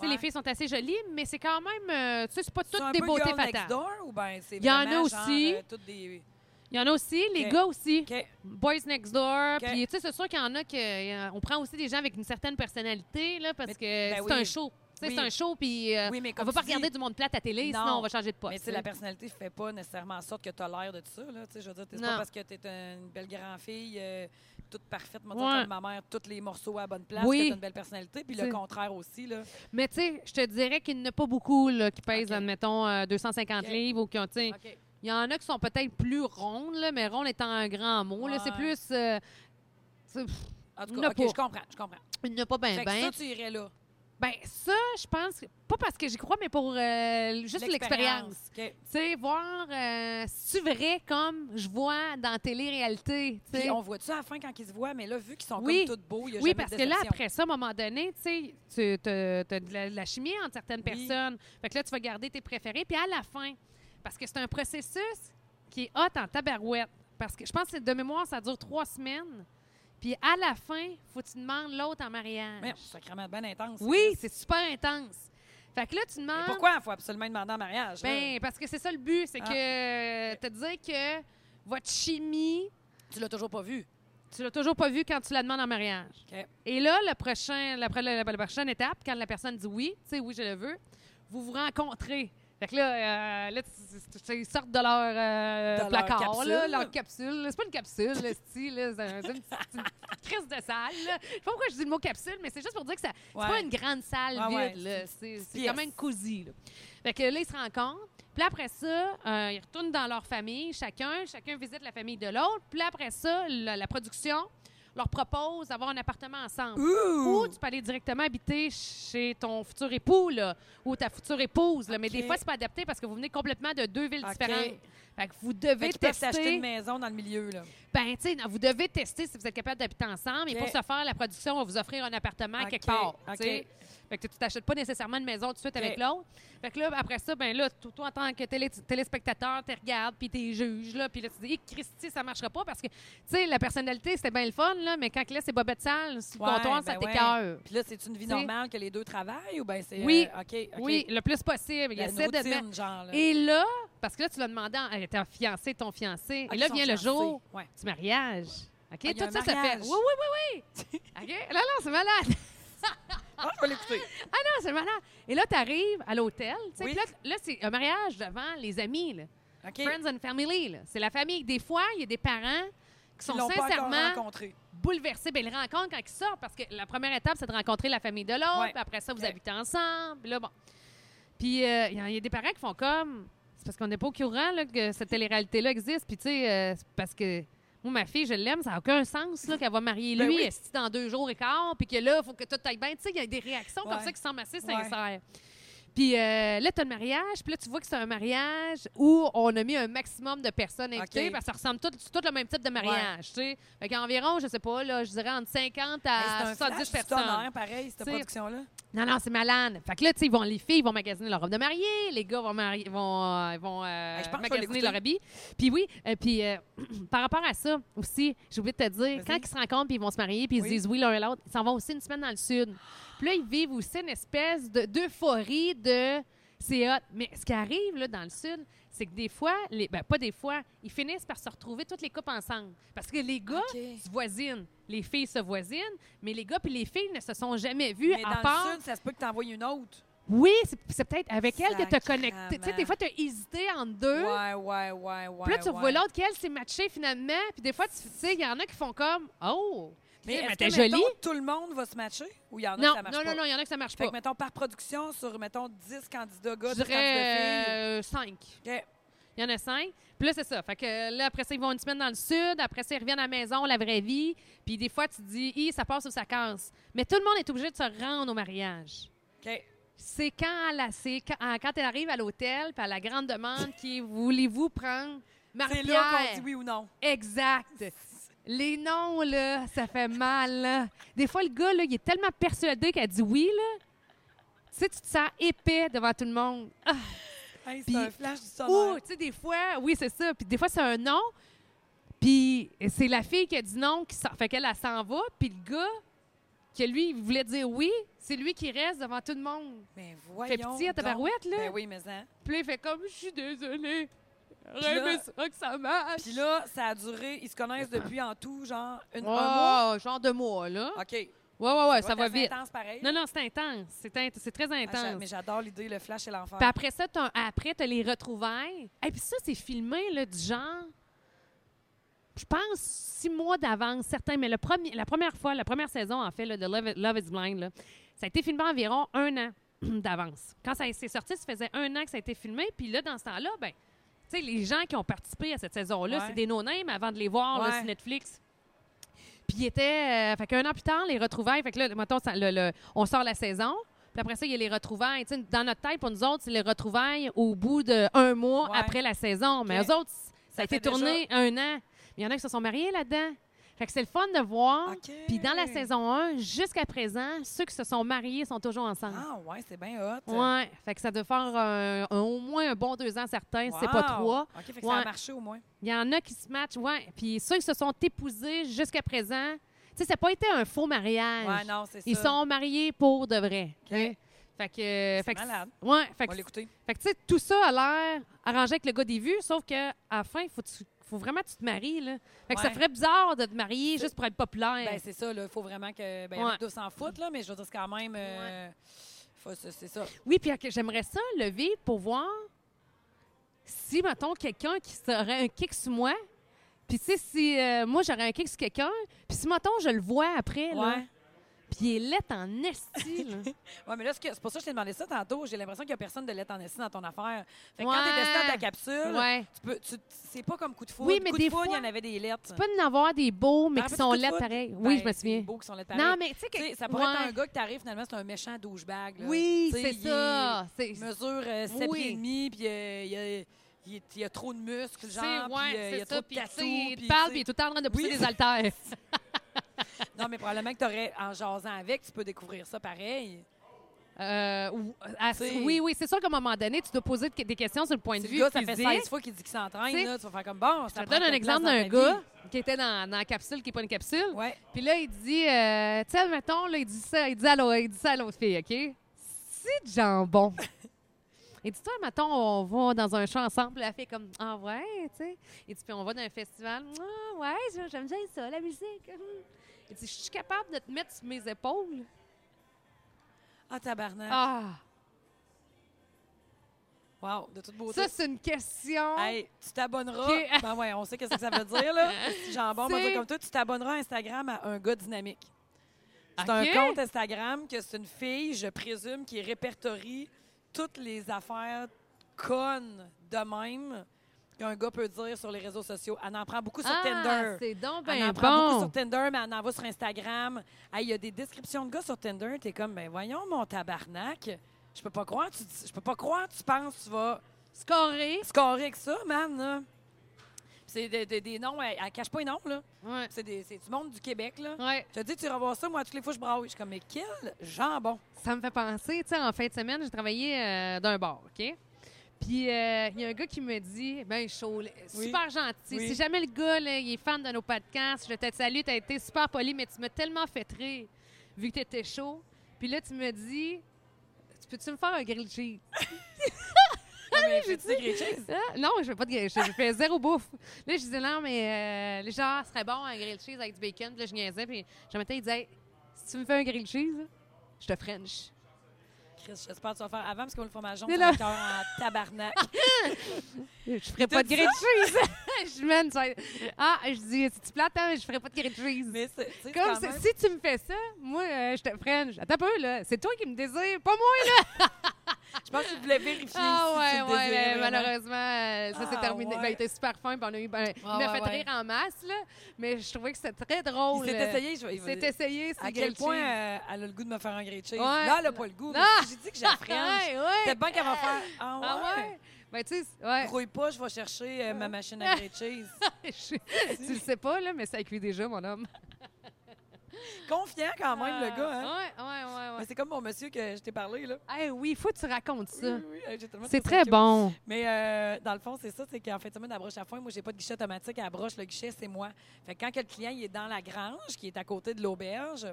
[SPEAKER 2] sais, Les
[SPEAKER 1] Ouais.
[SPEAKER 2] filles sont assez jolies, mais c'est quand même. euh, tu sais, c'est pas
[SPEAKER 1] C'est un
[SPEAKER 2] toutes des
[SPEAKER 1] peu
[SPEAKER 2] beautés
[SPEAKER 1] girl next
[SPEAKER 2] fatales.
[SPEAKER 1] door ou ben c'est
[SPEAKER 2] Il y en a
[SPEAKER 1] vraiment genre,
[SPEAKER 2] aussi. Euh,
[SPEAKER 1] euh, toutes des...
[SPEAKER 2] Il y en a aussi, les
[SPEAKER 1] OK.
[SPEAKER 2] gars aussi.
[SPEAKER 1] OK.
[SPEAKER 2] Boys next door.
[SPEAKER 1] OK.
[SPEAKER 2] Puis, tu sais, c'est sûr qu'il y en a que. euh, on prend aussi des gens avec une certaine personnalité, là, parce
[SPEAKER 1] Mais-
[SPEAKER 2] que
[SPEAKER 1] ben
[SPEAKER 2] c'est un
[SPEAKER 1] oui.
[SPEAKER 2] show. Tu sais,
[SPEAKER 1] Oui.
[SPEAKER 2] C'est un show, puis. euh,
[SPEAKER 1] Oui, mais
[SPEAKER 2] On
[SPEAKER 1] comme
[SPEAKER 2] va pas
[SPEAKER 1] tu dis,
[SPEAKER 2] regarder du monde plate à télé,
[SPEAKER 1] Non.
[SPEAKER 2] sinon on va changer de poste.
[SPEAKER 1] Mais tu sais, la personnalité fait pas nécessairement en sorte que tu as l'air de ça. Là, Tu sais, je veux dire, c'est
[SPEAKER 2] Non.
[SPEAKER 1] pas parce que tu es une belle grand-fille, euh, toute parfaite, moi, dire,
[SPEAKER 2] Ouais.
[SPEAKER 1] comme ma mère, tous les morceaux à la bonne place,
[SPEAKER 2] Oui.
[SPEAKER 1] que tu une belle personnalité. Puis
[SPEAKER 2] C'est-
[SPEAKER 1] le contraire aussi. Là.
[SPEAKER 2] Mais tu sais, je te dirais qu'il n'y en a pas beaucoup là, qui pèsent,
[SPEAKER 1] OK.
[SPEAKER 2] admettons, euh, 250
[SPEAKER 1] OK.
[SPEAKER 2] livres ou qui ont. tu sais, Il y en a qui sont peut-être plus rondes, là, mais rondes étant un grand mot. là, C'est
[SPEAKER 1] Ouais.
[SPEAKER 2] plus. euh, c'est-
[SPEAKER 1] En tout
[SPEAKER 2] Ne
[SPEAKER 1] cas, OK,
[SPEAKER 2] pas. Eh
[SPEAKER 1] je comprends, je comprends.
[SPEAKER 2] il n'y en a pas bien,
[SPEAKER 1] fait que
[SPEAKER 2] bien.
[SPEAKER 1] ça, tu irais là.
[SPEAKER 2] Ben, ça, je pense. que- Pas parce que j'y crois, mais pour euh, juste l'expérience.
[SPEAKER 1] OK.
[SPEAKER 2] Tu sais, voir euh, si tu vrai comme je vois dans télé-réalité. tu sais.
[SPEAKER 1] Puis on voit-tu à la fin quand ils se voient, mais là, vu qu'ils sont
[SPEAKER 2] Oui.
[SPEAKER 1] comme tous beaux, il y a
[SPEAKER 2] Oui,
[SPEAKER 1] jamais de
[SPEAKER 2] parce que là,
[SPEAKER 1] déception.
[SPEAKER 2] après ça, à un moment donné, tu sais, tu as de la, la chimie entre certaines
[SPEAKER 1] Oui.
[SPEAKER 2] personnes. Fait que là, tu vas garder tes préférés. Puis à la fin, parce que c'est un processus qui est hot en tabarouette. Parce que je pense que de mémoire, ça dure trois semaines. Puis à la fin, faut que tu demandes l'autre en mariage.
[SPEAKER 1] Merde, sacrément bien intense.
[SPEAKER 2] oui, c'est super intense. Fait que là, tu
[SPEAKER 1] Mais
[SPEAKER 2] demandes.
[SPEAKER 1] pourquoi il faut absolument demander en mariage? là?
[SPEAKER 2] Ben, parce que c'est ça le but, c'est
[SPEAKER 1] Ah.
[SPEAKER 2] que te dire que votre chimie,
[SPEAKER 1] Tu l'as toujours pas vu.
[SPEAKER 2] tu l'as toujours pas vue quand tu la demandes en mariage.
[SPEAKER 1] OK.
[SPEAKER 2] Et là, le prochain, la, la- la- la prochaine étape, quand la personne dit oui, tu sais, oui, je le veux, vous vous rencontrez. Fait que là, euh, là tu- tu- tu- ils sortent de leur euh,
[SPEAKER 1] De leur
[SPEAKER 2] placard,
[SPEAKER 1] capsule.
[SPEAKER 2] là, leur capsule. C'est pas une capsule, là, c'ti, là, c'est un- c'est une petite une crise de salle. là. Je sais pas pourquoi je dis le mot capsule, mais c'est juste pour dire que ça, c'est
[SPEAKER 1] Ouais.
[SPEAKER 2] pas une grande salle
[SPEAKER 1] Ouais, ouais,
[SPEAKER 2] vide.
[SPEAKER 1] c'est
[SPEAKER 2] là.
[SPEAKER 1] une
[SPEAKER 2] C'est c'est
[SPEAKER 1] pièce.
[SPEAKER 2] quand même cosy. là. Fait que là, ils se rencontrent. Puis là, après ça, euh, ils retournent dans leur famille, chacun. Chacun visite la famille de l'autre. Puis là, après ça, la, la production leur propose d'avoir un appartement ensemble. Ou
[SPEAKER 1] Ouh!
[SPEAKER 2] tu peux aller directement habiter chez ton futur époux là, ou ta future épouse. là. Mais
[SPEAKER 1] OK.
[SPEAKER 2] des fois, c'est pas adapté parce que vous venez complètement de deux villes
[SPEAKER 1] OK.
[SPEAKER 2] différentes. Fait que vous devez
[SPEAKER 1] Fait qu'ils peuvent s'acheter
[SPEAKER 2] tester.
[SPEAKER 1] une maison dans le milieu. Là.
[SPEAKER 2] Ben, tu sais, non, vous devez tester si vous êtes capable d'habiter ensemble. Et
[SPEAKER 1] OK.
[SPEAKER 2] pour ce faire, la production va vous offrir un appartement
[SPEAKER 1] OK,
[SPEAKER 2] quelque part.
[SPEAKER 1] OK.
[SPEAKER 2] tu sais. Fait que tu t'achètes pas nécessairement une maison tout de suite
[SPEAKER 1] OK.
[SPEAKER 2] avec l'autre. Fait que là, après ça, ben là, to- toi, en tant que télé- téléspectateur, tu regardes, puis tu juges, là, puis là, tu dis, Hey, Christy, ça marchera pas parce que, tu sais, la personnalité, c'était bien le fun, là, mais quand là, c'est bobette sale, sur le
[SPEAKER 1] Ouais,
[SPEAKER 2] comptoir, ça
[SPEAKER 1] ben ouais.
[SPEAKER 2] t'écoeure.
[SPEAKER 1] Puis là, c'est une vie
[SPEAKER 2] Tu sais.
[SPEAKER 1] normale que les deux travaillent ou bien c'est.
[SPEAKER 2] Oui.
[SPEAKER 1] euh, OK. OK.
[SPEAKER 2] Oui, le plus possible. Il
[SPEAKER 1] La
[SPEAKER 2] essaie de
[SPEAKER 1] routine,
[SPEAKER 2] mettre-
[SPEAKER 1] genre. Là.
[SPEAKER 2] Et là, parce que là, tu l'as demandé à ta fiancée, ton fiancé.
[SPEAKER 1] Ah,
[SPEAKER 2] et là
[SPEAKER 1] ils sont
[SPEAKER 2] vient le
[SPEAKER 1] fiancés.
[SPEAKER 2] jour
[SPEAKER 1] Ouais.
[SPEAKER 2] du mariage.
[SPEAKER 1] Ah,
[SPEAKER 2] OK?
[SPEAKER 1] il y a
[SPEAKER 2] Tout
[SPEAKER 1] un
[SPEAKER 2] ça, ça fait.
[SPEAKER 1] mariage.
[SPEAKER 2] Oui, oui, oui, oui. OK? Là, là, c'est malade.
[SPEAKER 1] Ah, je vais l'écouter.
[SPEAKER 2] Ah, c'est malade. Et là, tu arrives à l'hôtel. tu sais,
[SPEAKER 1] Oui.
[SPEAKER 2] puis Là, là c'est un mariage devant les amis, là.
[SPEAKER 1] OK.
[SPEAKER 2] Friends and family. là. C'est la famille. Des fois, il y a des parents qui
[SPEAKER 1] Ils
[SPEAKER 2] sont
[SPEAKER 1] l'ont pas encore
[SPEAKER 2] sincèrement
[SPEAKER 1] rencontré.
[SPEAKER 2] bouleversés. Ben, ils le rencontrent quand ils sortent parce que la première étape, c'est de rencontrer la famille de l'autre.
[SPEAKER 1] Ouais.
[SPEAKER 2] puis Après ça, vous
[SPEAKER 1] Ouais.
[SPEAKER 2] habitez ensemble. puis Là, bon. Puis euh, il y, a- il y a des parents qui font comme. C'est parce qu'on n'est pas au courant là, que cette télé-réalité-là existe. Puis tu sais, euh, c'est parce que. Moi, ma fille, je l'aime, ça n'a aucun sens là, qu'elle va marier
[SPEAKER 1] Ben
[SPEAKER 2] lui
[SPEAKER 1] oui.
[SPEAKER 2] esti, dans deux jours et quart, puis que là, il faut que tout aille bien. Tu sais, il y a des réactions comme
[SPEAKER 1] Ouais.
[SPEAKER 2] ça qui semblent assez
[SPEAKER 1] Ouais.
[SPEAKER 2] sincères. Puis euh, là, tu as le mariage, puis là, tu vois que c'est un mariage où on a mis un maximum de personnes invitées,
[SPEAKER 1] OK.
[SPEAKER 2] parce que ça ressemble tout, c'est tout le même type de mariage. tu sais. Fait qu'environ, je sais pas, là, je dirais entre 50 à
[SPEAKER 1] Hey, c'est un
[SPEAKER 2] 70
[SPEAKER 1] flash du
[SPEAKER 2] personnes.
[SPEAKER 1] tonnerre, pareil, cette
[SPEAKER 2] T'sais,
[SPEAKER 1] production-là.
[SPEAKER 2] Non, non, c'est malade. Fait que là, tu sais, ils vont, les filles ils vont magasiner leur robe de mariée, les gars vont, mari- vont, euh, ils vont euh,
[SPEAKER 1] Hey, je pense que je vais
[SPEAKER 2] magasiner
[SPEAKER 1] l'écouter.
[SPEAKER 2] leur habit. Puis oui, euh, puis euh, par rapport à ça aussi, j'ai oublié de te dire,
[SPEAKER 1] Vas-y.
[SPEAKER 2] quand ils se rencontrent puis ils vont se marier puis ils
[SPEAKER 1] Oui.
[SPEAKER 2] se disent oui l'un et l'autre, ils s'en vont aussi une semaine dans le sud. Puis là, ils vivent aussi une espèce de- d'euphorie de c'est hot. Mais ce qui arrive là, dans le sud, c'est que des fois, les, ben, pas des fois, ils finissent par se retrouver toutes les coupes ensemble. Parce que les gars
[SPEAKER 1] OK.
[SPEAKER 2] se voisinent. Les filles se voisinent, mais les gars puis les filles ne se sont jamais vus
[SPEAKER 1] Mais
[SPEAKER 2] à
[SPEAKER 1] dans
[SPEAKER 2] part
[SPEAKER 1] le sud, ça se peut que t'envoies une autre.
[SPEAKER 2] oui, c'est- c'est peut-être avec elle que tu as connecté.
[SPEAKER 1] Sacrement.
[SPEAKER 2] Tu sais, des fois, tu as hésité entre deux.
[SPEAKER 1] Ouais, ouais, ouais, ouais.
[SPEAKER 2] Puis là, tu
[SPEAKER 1] ouais.
[SPEAKER 2] revois l'autre qu'elle s'est matchée finalement. Puis des fois, tu tu sais, il y en a qui font comme Oh,
[SPEAKER 1] Mais
[SPEAKER 2] mais
[SPEAKER 1] est-ce
[SPEAKER 2] t'es
[SPEAKER 1] que,
[SPEAKER 2] jolie.
[SPEAKER 1] mettons, tout le monde va se matcher ou il y en a
[SPEAKER 2] Non,
[SPEAKER 1] que ça marche
[SPEAKER 2] non,
[SPEAKER 1] pas?
[SPEAKER 2] non, non, il y en a que ça marche
[SPEAKER 1] Fait
[SPEAKER 2] pas.
[SPEAKER 1] que, mettons, par production, sur, mettons, 10 candidats gars,
[SPEAKER 2] Je
[SPEAKER 1] 10 candidats filles.
[SPEAKER 2] dirais 5.
[SPEAKER 1] OK.
[SPEAKER 2] Il y en a cinq. Puis là, c'est ça. Fait que euh, là, après ça, ils vont une semaine dans le sud. Après ça, ils reviennent à la maison, la vraie vie. Puis des fois, tu te dis, Hi, ça passe ou ça casse. Mais tout le monde est obligé de se rendre au mariage.
[SPEAKER 1] OK.
[SPEAKER 2] C'est quand, elle a- c'est quand, ah, quand elle arrive à l'hôtel, puis à la grande demande qui est voulez-vous prendre
[SPEAKER 1] C'est
[SPEAKER 2] Marie-Pierre?
[SPEAKER 1] là qu'on dit oui ou non.
[SPEAKER 2] Exact. Les noms, là, ça fait mal. là. Des fois, le gars, là, il est tellement persuadé qu'elle dit oui, là. Tu sais, tu te sens épais devant tout le monde. Ah,
[SPEAKER 1] Hey, c'est
[SPEAKER 2] Puis-
[SPEAKER 1] un flash du
[SPEAKER 2] Ou,
[SPEAKER 1] sommeil.
[SPEAKER 2] tu sais, des fois, oui, c'est ça. Puis des fois, c'est un non. Puis c'est la fille qui a dit non, qui s'en- fait qu'elle elle s'en va. Puis le gars, que lui, il voulait dire oui, c'est lui qui reste devant tout le monde.
[SPEAKER 1] Mais
[SPEAKER 2] Fait
[SPEAKER 1] voyons
[SPEAKER 2] petit à ta
[SPEAKER 1] donc.
[SPEAKER 2] barouette, là.
[SPEAKER 1] Ben oui, mais hein.
[SPEAKER 2] Puis là, il fait comme, je suis désolée.
[SPEAKER 1] là-
[SPEAKER 2] Rêve ça que ça marche.
[SPEAKER 1] Puis là, ça a duré, ils se connaissent depuis en tout, genre, une, un mois.
[SPEAKER 2] Oh, genre de mois, là.
[SPEAKER 1] OK. Ouais,
[SPEAKER 2] Ouais, ouais, ouais, ça va
[SPEAKER 1] être assez
[SPEAKER 2] vite.
[SPEAKER 1] intense pareil.
[SPEAKER 2] Non, non, c'est intense. C'est int- c'est très
[SPEAKER 1] Ah, j'a-
[SPEAKER 2] intense.
[SPEAKER 1] mais j'adore l'idée, le flash et l'enfer.
[SPEAKER 2] Puis après ça, t'as, après, t'as les retrouvailles. Et puis ça, c'est filmé, là, du genre... Je pense six mois d'avance, certains, mais le premier, la première fois, la première saison, en fait, là, de Love, Love is Blind, là, ça a été filmé environ un an d'avance. Quand ça s'est sorti, ça faisait un an que ça a été filmé. Puis là, dans ce temps-là, ben, tu sais, les gens qui ont participé à cette saison-là,
[SPEAKER 1] Ouais.
[SPEAKER 2] c'est des no-names avant de les voir là,
[SPEAKER 1] Ouais.
[SPEAKER 2] sur Netflix. Puis il était. euh, fait qu'un an plus tard, les retrouvailles. Fait que là, mettons, ça- le- le- on sort la saison. Puis après ça, il y a les retrouvailles. Tu sais, dans notre tête, pour nous autres, c'est les retrouvailles au bout d'un mois
[SPEAKER 1] Ouais.
[SPEAKER 2] après la saison. Mais
[SPEAKER 1] Ok.
[SPEAKER 2] eux autres, ça,
[SPEAKER 1] Ça
[SPEAKER 2] a été
[SPEAKER 1] fait déjà-
[SPEAKER 2] tourné un an. Mais il y en a qui se sont mariés là-dedans. Fait que c'est le fun de voir.
[SPEAKER 1] OK.
[SPEAKER 2] Puis dans la saison 1, jusqu'à présent, ceux qui se sont mariés sont toujours ensemble.
[SPEAKER 1] Ah, ouais, c'est bien hot.
[SPEAKER 2] Ouais, fait que ça doit faire un- un- au moins un bon deux ans certains, si c'est pas
[SPEAKER 1] Wow.
[SPEAKER 2] trois.
[SPEAKER 1] OK, fait que ça a
[SPEAKER 2] Ouais.
[SPEAKER 1] marché au moins.
[SPEAKER 2] Il y en a qui se matchent, ouais. Puis ceux qui se sont épousés jusqu'à présent, tu sais, ça n'a pas été un faux mariage.
[SPEAKER 1] Ouais, non, c'est ça.
[SPEAKER 2] Ils sont mariés pour de vrai.
[SPEAKER 1] OK.
[SPEAKER 2] hein. Fait que, fait que-
[SPEAKER 1] malade.
[SPEAKER 2] ouais, fait
[SPEAKER 1] On
[SPEAKER 2] que,
[SPEAKER 1] va l'écouter.
[SPEAKER 2] fait que, tu sais, tout ça a l'air arrangé avec le gars des vues, sauf que à la fin, faut, que tu- faut vraiment que tu te maries là. Fait que ça
[SPEAKER 1] Ouais.
[SPEAKER 2] ferait bizarre de te marier juste pour être populaire.
[SPEAKER 1] Ben, c'est ça, là. Il faut vraiment que. Ben, il y en a
[SPEAKER 2] Ouais.
[SPEAKER 1] qui doivent s'en foutre, là, mais je veux dire, c'est quand même. euh, faut- c'est c'est ça.
[SPEAKER 2] Oui, puis ok, j'aimerais ça le vivre pour voir si, mettons, quelqu'un qui aurait un kick sur moi, puis tu sais, si euh, moi j'aurais un kick sur quelqu'un, puis si, mettons, je le vois après, là,
[SPEAKER 1] Ouais.
[SPEAKER 2] puis il est laid en esti, là.
[SPEAKER 1] Ouais, mais là, ce que- c'est pour ça que je t'ai demandé ça tantôt. J'ai l'impression qu'il n'y a personne de lettre en esti dans ton affaire. Fait que quand
[SPEAKER 2] Ouais.
[SPEAKER 1] t'es descendu de la capsule,
[SPEAKER 2] ouais.
[SPEAKER 1] tu peux. tu- C'est pas comme coup de foudre.
[SPEAKER 2] Oui, mais
[SPEAKER 1] coup
[SPEAKER 2] des
[SPEAKER 1] de foudre,
[SPEAKER 2] fois-
[SPEAKER 1] il y en avait des lettres.
[SPEAKER 2] Pas de n'avoir des beaux, mais
[SPEAKER 1] Ah,
[SPEAKER 2] qui
[SPEAKER 1] petit
[SPEAKER 2] sont
[SPEAKER 1] coup de
[SPEAKER 2] laids
[SPEAKER 1] foudre?
[SPEAKER 2] pareil. Oui, je
[SPEAKER 1] Ben,
[SPEAKER 2] me
[SPEAKER 1] c'est
[SPEAKER 2] souviens.
[SPEAKER 1] beau qui sont lettres
[SPEAKER 2] Non,
[SPEAKER 1] pareil.
[SPEAKER 2] mais tu sais,
[SPEAKER 1] Tu sais,
[SPEAKER 2] que-
[SPEAKER 1] ça pourrait être
[SPEAKER 2] ouais.
[SPEAKER 1] un gars qui t'arrive finalement, c'est un méchant douchebag. là.
[SPEAKER 2] Oui,
[SPEAKER 1] Tu sais,
[SPEAKER 2] c'est
[SPEAKER 1] il
[SPEAKER 2] ça. C'est-
[SPEAKER 1] est- Mesure euh, 7
[SPEAKER 2] Oui.
[SPEAKER 1] pieds et demi, puis euh, il y a- il est- il y a trop de muscles,
[SPEAKER 2] c'est-
[SPEAKER 1] genre, puis euh,
[SPEAKER 2] ouais,
[SPEAKER 1] il y a
[SPEAKER 2] c'est
[SPEAKER 1] trop
[SPEAKER 2] ça.
[SPEAKER 1] de
[SPEAKER 2] Puis tu
[SPEAKER 1] tatous.
[SPEAKER 2] sais, il
[SPEAKER 1] puis,
[SPEAKER 2] te parle,
[SPEAKER 1] tu sais.
[SPEAKER 2] puis il est tout le temps en train de pousser
[SPEAKER 1] Oui.
[SPEAKER 2] des haltères.
[SPEAKER 1] Non, mais probablement que tu aurais, en jasant avec, tu peux découvrir ça pareil.
[SPEAKER 2] Euh, ou- à-
[SPEAKER 1] Tu sais.
[SPEAKER 2] oui, oui, c'est sûr qu'à un moment donné, tu dois poser de- des questions sur le point de
[SPEAKER 1] Si
[SPEAKER 2] vue
[SPEAKER 1] le gars, ça fait
[SPEAKER 2] physique.
[SPEAKER 1] 16 fois qu'il dit qu'il
[SPEAKER 2] Tu
[SPEAKER 1] s'entraîne,
[SPEAKER 2] sais,
[SPEAKER 1] là, tu vas faire comme bon.
[SPEAKER 2] Je te donne un exemple d'un gars qui était dans, dans la capsule, qui n'est pas une capsule.
[SPEAKER 1] Oui.
[SPEAKER 2] Puis là, il dit, euh, tu sais, mettons, là, il dit ça, il dit à l'autre, il dit ça à l'autre fille, OK? C'est de jambon. Il dit, toi, mettons, on va dans un champ ensemble. La fille est comme, ah ouais, tu sais. Il dit, puis on va dans un festival. Ah ouais, j'a- j'aime bien ça, la musique. Hum. Il dit, je suis capable de te mettre sur mes épaules.
[SPEAKER 1] Ah, tabarnak.
[SPEAKER 2] Ah,
[SPEAKER 1] Wow, de toute beauté.
[SPEAKER 2] Ah, ça, c'est une question.
[SPEAKER 1] Hey, tu t'abonneras.
[SPEAKER 2] Ok.
[SPEAKER 1] Ben ouais, on sait qu'est-ce que ça veut dire là. Si Jambon, moi
[SPEAKER 2] C'est-
[SPEAKER 1] dire comme toi, tu t'abonneras à Instagram à un gars dynamique. C'est
[SPEAKER 2] Ok.
[SPEAKER 1] un compte Instagram que c'est une fille, je présume, qui répertorie toutes les affaires connes de même qu'un gars peut dire sur les réseaux sociaux. Elle en prend beaucoup sur
[SPEAKER 2] ah,
[SPEAKER 1] Tinder.
[SPEAKER 2] c'est donc
[SPEAKER 1] elle
[SPEAKER 2] ben
[SPEAKER 1] en prend beaucoup
[SPEAKER 2] bon.
[SPEAKER 1] sur Tinder, mais elle en va sur Instagram. Hey, Il y a des descriptions de gars sur Tinder. T'es comme, ben voyons mon tabarnak. Je peux pas croire, tu, dis- je peux pas croire, tu penses, tu vas
[SPEAKER 2] Scoré.
[SPEAKER 1] scorer avec ça, man. là. Puis C'est des- des- des noms, elle, elle cache pas les noms, là.
[SPEAKER 2] Ouais.
[SPEAKER 1] C'est des- c'est du monde du Québec, là.
[SPEAKER 2] Ouais.
[SPEAKER 1] Je te dis, tu vas voir ça, moi, toutes les fois, je braille. Je suis comme, mais quel jambon!
[SPEAKER 2] Ça me fait penser, tu sais, en fin de semaine, j'ai travaillé euh, d'un bar, OK? Puis euh, il y a un gars qui me dit, ben chaud, là,
[SPEAKER 1] Oui.
[SPEAKER 2] super gentil.
[SPEAKER 1] Oui.
[SPEAKER 2] Si jamais le gars, là, il est fan de nos podcasts, je te salue, t'as été super poli, mais tu m'as tellement fait rire vu que t'étais chaud. Puis là, tu me dis, tu peux-tu me faire un grilled cheese?
[SPEAKER 1] Ah, mais j'ai dit grilled cheese.
[SPEAKER 2] Ah, non, je fais pas de grilled cheese. Je fais zéro bouffe. Là, je disais, non, mais euh, les gens, ce serait bon un grilled cheese avec du bacon. Puis là, je niaisais. Puis je mettais, il disait, si tu me fais un grilled cheese, je te French.
[SPEAKER 1] Chris, j'espère que tu vas faire avant parce que le fromage jaune,
[SPEAKER 2] Mais
[SPEAKER 1] c'est
[SPEAKER 2] là-
[SPEAKER 1] encore en tabarnak.
[SPEAKER 2] Je ferais pas de
[SPEAKER 1] dit
[SPEAKER 2] grilled cheese. je mène, ça- Ah, je dis, si tu plates, hein, je ferais pas de grilled cheese.
[SPEAKER 1] mais c'est tu sais,
[SPEAKER 2] Comme
[SPEAKER 1] quand
[SPEAKER 2] si-
[SPEAKER 1] même-
[SPEAKER 2] si tu me fais ça, moi, euh, je te French. Attends un peu, là. C'est toi qui me désires, pas moi, là.
[SPEAKER 1] Je pense que tu voulais vérifier. si
[SPEAKER 2] Ah,
[SPEAKER 1] tu
[SPEAKER 2] ouais,
[SPEAKER 1] le
[SPEAKER 2] ouais.
[SPEAKER 1] désirais
[SPEAKER 2] mais
[SPEAKER 1] vraiment.
[SPEAKER 2] malheureusement, euh, ça s'est
[SPEAKER 1] Ah,
[SPEAKER 2] terminé.
[SPEAKER 1] ouais.
[SPEAKER 2] Ben, il était super fin, puis on a eu. ben, il
[SPEAKER 1] Ah,
[SPEAKER 2] m'a
[SPEAKER 1] ouais,
[SPEAKER 2] fait
[SPEAKER 1] ouais.
[SPEAKER 2] rire en masse, là. Mais je trouvais que c'était très
[SPEAKER 1] Il
[SPEAKER 2] drôle.
[SPEAKER 1] s'est
[SPEAKER 2] euh,
[SPEAKER 1] essayé. Je...
[SPEAKER 2] Il
[SPEAKER 1] il-
[SPEAKER 2] s'est essayé, c'est
[SPEAKER 1] À quel
[SPEAKER 2] grilled
[SPEAKER 1] point
[SPEAKER 2] cheese.
[SPEAKER 1] euh, elle a le goût de me faire un grilled cheese?
[SPEAKER 2] Ouais.
[SPEAKER 1] Là, elle n'a pas le goût. mais
[SPEAKER 2] Non.
[SPEAKER 1] si J'ai dit que j'ai la french.
[SPEAKER 2] Ouais, ouais.
[SPEAKER 1] Peut-être bien qu'elle va faire. Ah ouais?
[SPEAKER 2] Ah ouais? Ben, tu sais, ouais.
[SPEAKER 1] Grouille pas, je vais chercher euh, ma machine à grilled cheese.
[SPEAKER 2] Je- tu le sais pas, là, mais ça a cuit déjà, mon homme.
[SPEAKER 1] Confiant quand même, le
[SPEAKER 2] Ah,
[SPEAKER 1] gars. Hein?
[SPEAKER 2] Ouais, ouais, ouais, ouais.
[SPEAKER 1] Mais C'est comme mon monsieur que je t'ai parlé. là.
[SPEAKER 2] Eh oui, faut que tu racontes ça.
[SPEAKER 1] Oui, oui, oui, j'ai tellement de
[SPEAKER 2] C'est
[SPEAKER 1] trucs
[SPEAKER 2] très
[SPEAKER 1] cute.
[SPEAKER 2] bon.
[SPEAKER 1] Mais euh, dans le fond, c'est ça, c'est qu'en fait, semaine, à broche à foin, moi, j'ai pas de guichet automatique à la broche. Le guichet, c'est moi. Fait que quand que le client il est dans la grange, qui est à côté de l'auberge,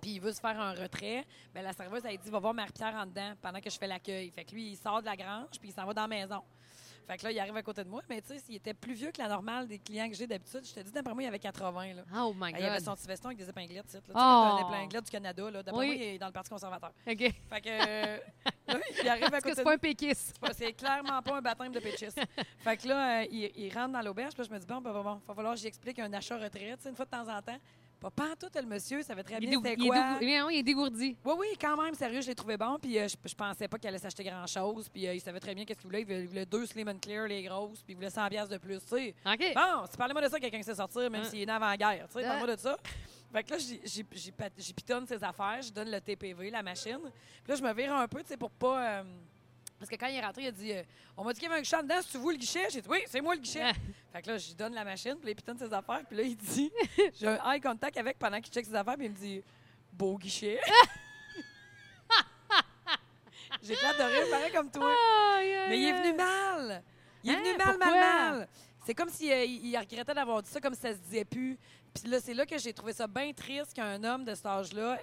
[SPEAKER 1] puis il veut se faire un retrait, ben la serveuse, elle dit, va voir Marie-Pierre en dedans pendant que je fais l'accueil. Fait que lui, il sort de la grange, puis il s'en va dans la maison. Fait que là, il arrive à côté de moi, mais tu sais, il était plus vieux que la normale des clients que j'ai d'habitude. Je te dis, d'après moi, il avait 80, là.
[SPEAKER 2] Oh my
[SPEAKER 1] Ben, Il avait
[SPEAKER 2] God.
[SPEAKER 1] son petit veston avec des épinglettes, tu sais, là, tu sais,
[SPEAKER 2] Oh.
[SPEAKER 1] comme dans l'épinglette du Canada, là. D'après
[SPEAKER 2] Oui.
[SPEAKER 1] moi, il est dans le Parti conservateur.
[SPEAKER 2] OK.
[SPEAKER 1] Fait que, euh, là, il arrive à
[SPEAKER 2] Parce que
[SPEAKER 1] côté de
[SPEAKER 2] c'est pas un péquiste.
[SPEAKER 1] pas- C'est clairement pas un baptême de péchiste. Fait que là, euh, il, il rentre dans l'auberge. Puis là, je me dis, bon, bon, bon, bon, va falloir que j'explique un achat-retraite, tu sais, une fois de temps en temps. Pas pantoute, le monsieur, ça va très bien.
[SPEAKER 2] dégou-
[SPEAKER 1] C'était
[SPEAKER 2] il est
[SPEAKER 1] quoi?
[SPEAKER 2] dégourdi. Non, il est dégourdi.
[SPEAKER 1] Oui, oui, quand même, sérieux, je l'ai trouvé bon. Puis euh, je, je pensais pas qu'il allait s'acheter grand-chose. Puis euh, il savait très bien qu'est-ce qu'il voulait. Il voulait- il voulait deux Slim and Clear, les grosses. Puis il voulait 100 piastres de plus, tu sais.
[SPEAKER 2] OK.
[SPEAKER 1] Bon, si parlez-moi de ça, quelqu'un qui sait sortir, même
[SPEAKER 2] Hein.
[SPEAKER 1] s'il est né avant la guerre. Tu sais,
[SPEAKER 2] Ah.
[SPEAKER 1] parle-moi de ça. Fait que là, j'y- j'y j'y pat- j'y pitonne ses affaires, je donne le TPV, la machine. Puis là, je me vire un peu, tu sais, pour pas. euh, parce que quand il est rentré, il a dit euh, On m'a dit qu'il y avait un guichet en dedans, c'est-tu vous le guichet J'ai dit Oui, c'est moi le guichet.
[SPEAKER 2] Ah.
[SPEAKER 1] Fait que là, je lui donne la machine, puis là, il pitonne ses affaires, puis là, il dit J'ai un eye contact avec pendant qu'il check ses affaires, puis il me dit Beau guichet. J'ai pas de rire, pareil comme toi.
[SPEAKER 2] Aïe, aïe,
[SPEAKER 1] Mais il est
[SPEAKER 2] aïe.
[SPEAKER 1] venu mal. Il est
[SPEAKER 2] Euh. Hein?
[SPEAKER 1] venu mal, mal,
[SPEAKER 2] Pourquoi?
[SPEAKER 1] mal. C'est comme s'il euh, il regrettait d'avoir dit ça, comme si ça se disait plus. Puis là, c'est là que j'ai trouvé ça bien triste qu'un homme de cet âge-là,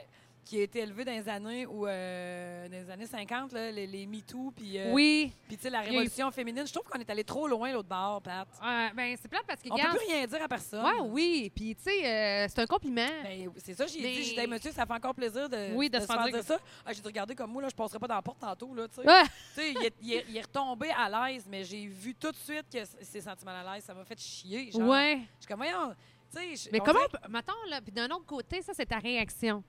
[SPEAKER 1] qui a été élevé dans les années, où, euh, dans les années 50, là, les, les MeToo, puis euh,
[SPEAKER 2] Oui.
[SPEAKER 1] puis, tu sais, la
[SPEAKER 2] Il y a eu-
[SPEAKER 1] révolution féminine, je trouve qu'on est allé trop loin l'autre bord, Pat.
[SPEAKER 2] Ah, ben, c'est plate parce que,
[SPEAKER 1] On peut
[SPEAKER 2] regarde.
[SPEAKER 1] plus rien dire à personne.
[SPEAKER 2] Ouais, oui. Puis, tu sais, euh, c'est un compliment.
[SPEAKER 1] Ben, c'est ça, j'ai
[SPEAKER 2] Mais-
[SPEAKER 1] dit, j'ai dit, Hey, monsieur, ça fait encore plaisir de,
[SPEAKER 2] Oui, de se faire dire
[SPEAKER 1] dire
[SPEAKER 2] que-
[SPEAKER 1] ça. Ah, j'ai dit, regardez comme moi, là, je passerai pas dans la porte tantôt, là, tu sais.
[SPEAKER 2] Ah!
[SPEAKER 1] Tu sais, il est, il est- il est retombé à l'aise, mais j'ai vu tout de suite que c- ses sentiments à l'aise, ça m'a fait chier. Genre.
[SPEAKER 2] ouais.
[SPEAKER 1] Je suis comme, voyons, tu sais, je-
[SPEAKER 2] Mais
[SPEAKER 1] on
[SPEAKER 2] comment,
[SPEAKER 1] dirait-
[SPEAKER 2] on peut- mettons, là, puis d'un autre côté, ça, c'est ta réaction.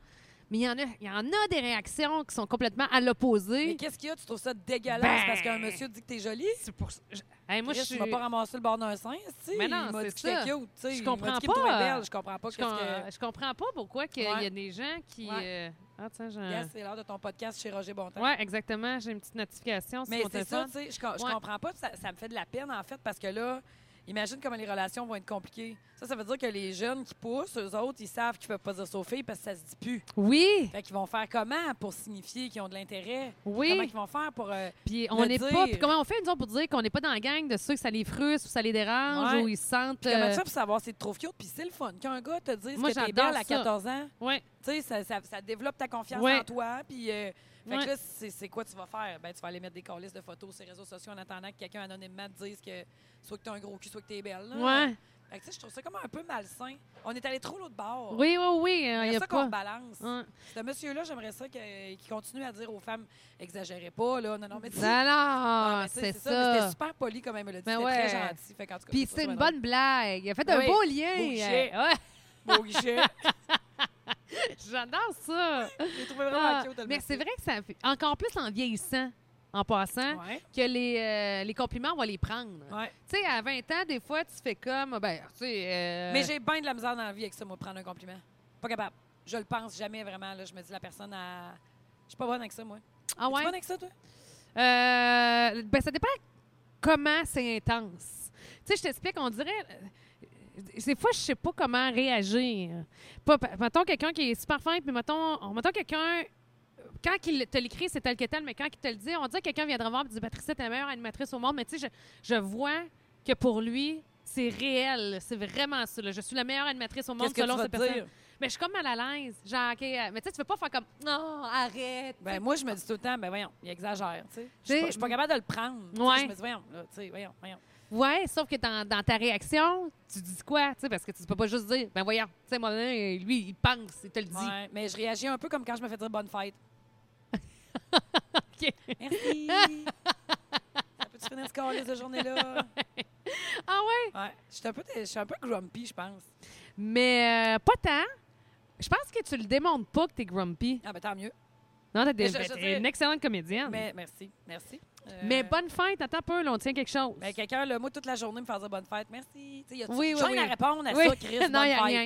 [SPEAKER 2] Mais il y, en a, il y en a des réactions qui sont complètement à
[SPEAKER 1] Mais
[SPEAKER 2] l'opposé.
[SPEAKER 1] qu'est-ce qu'il y a? Tu trouves ça dégueulasse
[SPEAKER 2] Ben-
[SPEAKER 1] parce qu'un monsieur dit que t'es jolie?
[SPEAKER 2] C'est pour ça- je- Hey, moi, je
[SPEAKER 1] Chris,
[SPEAKER 2] suis.
[SPEAKER 1] tu m'as pas ramassé le bord d'un sein, tu sais.
[SPEAKER 2] Mais non,
[SPEAKER 1] Il m'a dit
[SPEAKER 2] c'est
[SPEAKER 1] que j'étais
[SPEAKER 2] ça.
[SPEAKER 1] cute, tu sais.
[SPEAKER 2] Je
[SPEAKER 1] Il m'a dit
[SPEAKER 2] comprends
[SPEAKER 1] qu'il me trouvait
[SPEAKER 2] pas.
[SPEAKER 1] belle. Je comprends pas
[SPEAKER 2] Je,
[SPEAKER 1] qu'est-ce
[SPEAKER 2] com-
[SPEAKER 1] que...
[SPEAKER 2] je comprends pas pourquoi qu'il y
[SPEAKER 1] Ouais.
[SPEAKER 2] a des gens qui.
[SPEAKER 1] Ouais.
[SPEAKER 2] euh, Ah, tiens, j'ai un-
[SPEAKER 1] Yes, c'est l'heure de ton podcast chez Roger Bontemps.
[SPEAKER 2] Ouais, exactement. J'ai une petite notification sur
[SPEAKER 1] Mais
[SPEAKER 2] mon
[SPEAKER 1] c'est ça,
[SPEAKER 2] téléphone.
[SPEAKER 1] tu sais, je, co- je
[SPEAKER 2] Ouais.
[SPEAKER 1] comprends pas. puis Ça, ça me fait de la peine, en fait, parce que là, imagine comment les relations vont être compliquées. Ça, ça veut dire que les jeunes qui poussent, eux autres, ils savent qu'ils peuvent pas dire ça aux filles parce que ça se dit plus.
[SPEAKER 2] oui,
[SPEAKER 1] Fait qu'ils vont faire comment pour signifier qu'ils ont de l'intérêt? Comment
[SPEAKER 2] oui.
[SPEAKER 1] ils vont faire pour... euh,
[SPEAKER 2] Puis on
[SPEAKER 1] le
[SPEAKER 2] n'est pas. Puis
[SPEAKER 1] dire?
[SPEAKER 2] comment on fait, nous autres, pour dire qu'on n'est pas dans la gang de ceux que ça les frustre ou ça les dérange
[SPEAKER 1] Ouais.
[SPEAKER 2] ou ils se sentent.
[SPEAKER 1] Comment
[SPEAKER 2] euh,
[SPEAKER 1] tu fais pour savoir si c'est trop cute? Puis c'est le fun. Qu'un gars te dise
[SPEAKER 2] Moi,
[SPEAKER 1] que t'es
[SPEAKER 2] j'adore
[SPEAKER 1] belle à
[SPEAKER 2] ça.
[SPEAKER 1] 14 ans,
[SPEAKER 2] euh, Ouais.
[SPEAKER 1] tu sais, ça, ça- ça développe ta confiance
[SPEAKER 2] Ouais.
[SPEAKER 1] en toi. Puis... euh, fait
[SPEAKER 2] Ouais.
[SPEAKER 1] que là, c'est c'est quoi tu vas faire? Ben, tu vas aller mettre des calices de photos sur les réseaux sociaux en attendant que quelqu'un anonymement te dise que soit que t'as un gros cul, soit que t'es belle. là.
[SPEAKER 2] Ouais.
[SPEAKER 1] Fait que, tu sais, je trouve ça comme un peu malsain. On est allé trop l'autre bord.
[SPEAKER 2] Oui, oui, oui. Il
[SPEAKER 1] J'aimerais
[SPEAKER 2] y a
[SPEAKER 1] ça
[SPEAKER 2] pas.
[SPEAKER 1] qu'on balance.
[SPEAKER 2] Hein.
[SPEAKER 1] Ce monsieur-là, j'aimerais ça que- qu'il continue à dire aux femmes, exagérez pas, là. Non, non, mais tu sais- Non,
[SPEAKER 2] Ben Alors,
[SPEAKER 1] Ah, mais tu sais,
[SPEAKER 2] Ah, c'est
[SPEAKER 1] mais
[SPEAKER 2] ça.
[SPEAKER 1] C'était super poli comme elle me l'a dit.
[SPEAKER 2] Ben
[SPEAKER 1] C'était
[SPEAKER 2] ouais.
[SPEAKER 1] très gentil. Fait qu'en tout cas,
[SPEAKER 2] Puis
[SPEAKER 1] ça,
[SPEAKER 2] c'est
[SPEAKER 1] ça
[SPEAKER 2] une
[SPEAKER 1] m'a
[SPEAKER 2] bonne blague. Il a fait un
[SPEAKER 1] Oui.
[SPEAKER 2] beau lien.
[SPEAKER 1] Beau guichet.
[SPEAKER 2] Euh, ouais,
[SPEAKER 1] donné Beau guichet.
[SPEAKER 2] j'adore ça.
[SPEAKER 1] J'ai trouvé vraiment
[SPEAKER 2] Ah,
[SPEAKER 1] cute.
[SPEAKER 2] mais c'est vrai que ça fait encore plus en vieillissant, en passant,
[SPEAKER 1] Ouais.
[SPEAKER 2] que les, euh, les compliments, on va les prendre.
[SPEAKER 1] ouais.
[SPEAKER 2] Tu sais, à 20 ans, des fois, tu fais comme, ah, ben, tu sais... euh,
[SPEAKER 1] Mais j'ai bien de la misère dans la vie avec ça, moi, prendre un compliment. Pas capable. Je le pense jamais vraiment. Là. Je me dis, la personne, elle- je suis pas bonne avec ça, moi.
[SPEAKER 2] Ah
[SPEAKER 1] Tu
[SPEAKER 2] ouais?
[SPEAKER 1] bonne avec ça, toi?
[SPEAKER 2] Euh, ben, ça dépend comment c'est intense. sais, je t'explique, on dirait. euh, Des fois, je sais pas comment réagir. Pas, mettons quelqu'un qui est super fin, puis mettons, mettons quelqu'un quand il te l'écrit, c'est tel que tel, mais quand il te le dit, on dirait que quelqu'un viendra voir et dit Patricia, t'es la meilleure animatrice au monde. Mais tu sais, je, je, vois que pour lui, c'est réel. C'est vraiment ça. Là. Je suis la meilleure animatrice au monde
[SPEAKER 1] que
[SPEAKER 2] selon
[SPEAKER 1] tu vas
[SPEAKER 2] cette
[SPEAKER 1] te
[SPEAKER 2] personne.
[SPEAKER 1] dire?
[SPEAKER 2] Mais je suis comme mal à l'aise. Genre, OK, euh, mais tu sais, tu veux pas faire comme Non, arrête.
[SPEAKER 1] Ben, moi, je me dis tout le temps, ben voyons, il exagère. tu sais. Je
[SPEAKER 2] T'sais,
[SPEAKER 1] suis pas- je suis pas capable de le prendre. tu sais.
[SPEAKER 2] Ouais.
[SPEAKER 1] Je me dis, voyons, là, tu sais, voyons, voyons.
[SPEAKER 2] Ouais, sauf que dans, dans ta réaction, tu dis quoi? Tu sais, parce que tu peux pas juste dire Ben voyons, tu sais, moi, là, lui, il pense, il te le dit.
[SPEAKER 1] Ouais, mais je réagis un peu comme quand je me fais dire bonne fête.
[SPEAKER 2] OK.
[SPEAKER 1] Merci. Ça peut-tu finir ce carré de journée-là?
[SPEAKER 2] Ah ouais?
[SPEAKER 1] Ouais. Je suis un peu, je suis un peu grumpy, je pense.
[SPEAKER 2] Mais euh, pas tant. Je pense que tu le démontres pas que t'es grumpy.
[SPEAKER 1] Ah, ben tant mieux.
[SPEAKER 2] Non, t'es des- ben,
[SPEAKER 1] je- je
[SPEAKER 2] t'es
[SPEAKER 1] sais.
[SPEAKER 2] une excellente comédienne.
[SPEAKER 1] Mais merci, merci. Euh,
[SPEAKER 2] Mais bonne fête, attends un peu, là, on tient quelque chose.
[SPEAKER 1] Mais quelqu'un, là, moi, toute la journée, me faire dire bonne fête, merci. Tu sais, y a-tu
[SPEAKER 2] Oui, oui,
[SPEAKER 1] gens
[SPEAKER 2] oui.
[SPEAKER 1] à répondre à
[SPEAKER 2] Oui.
[SPEAKER 1] ça, Chris,
[SPEAKER 2] non,
[SPEAKER 1] bonne
[SPEAKER 2] il n'y a
[SPEAKER 1] fête.
[SPEAKER 2] rien.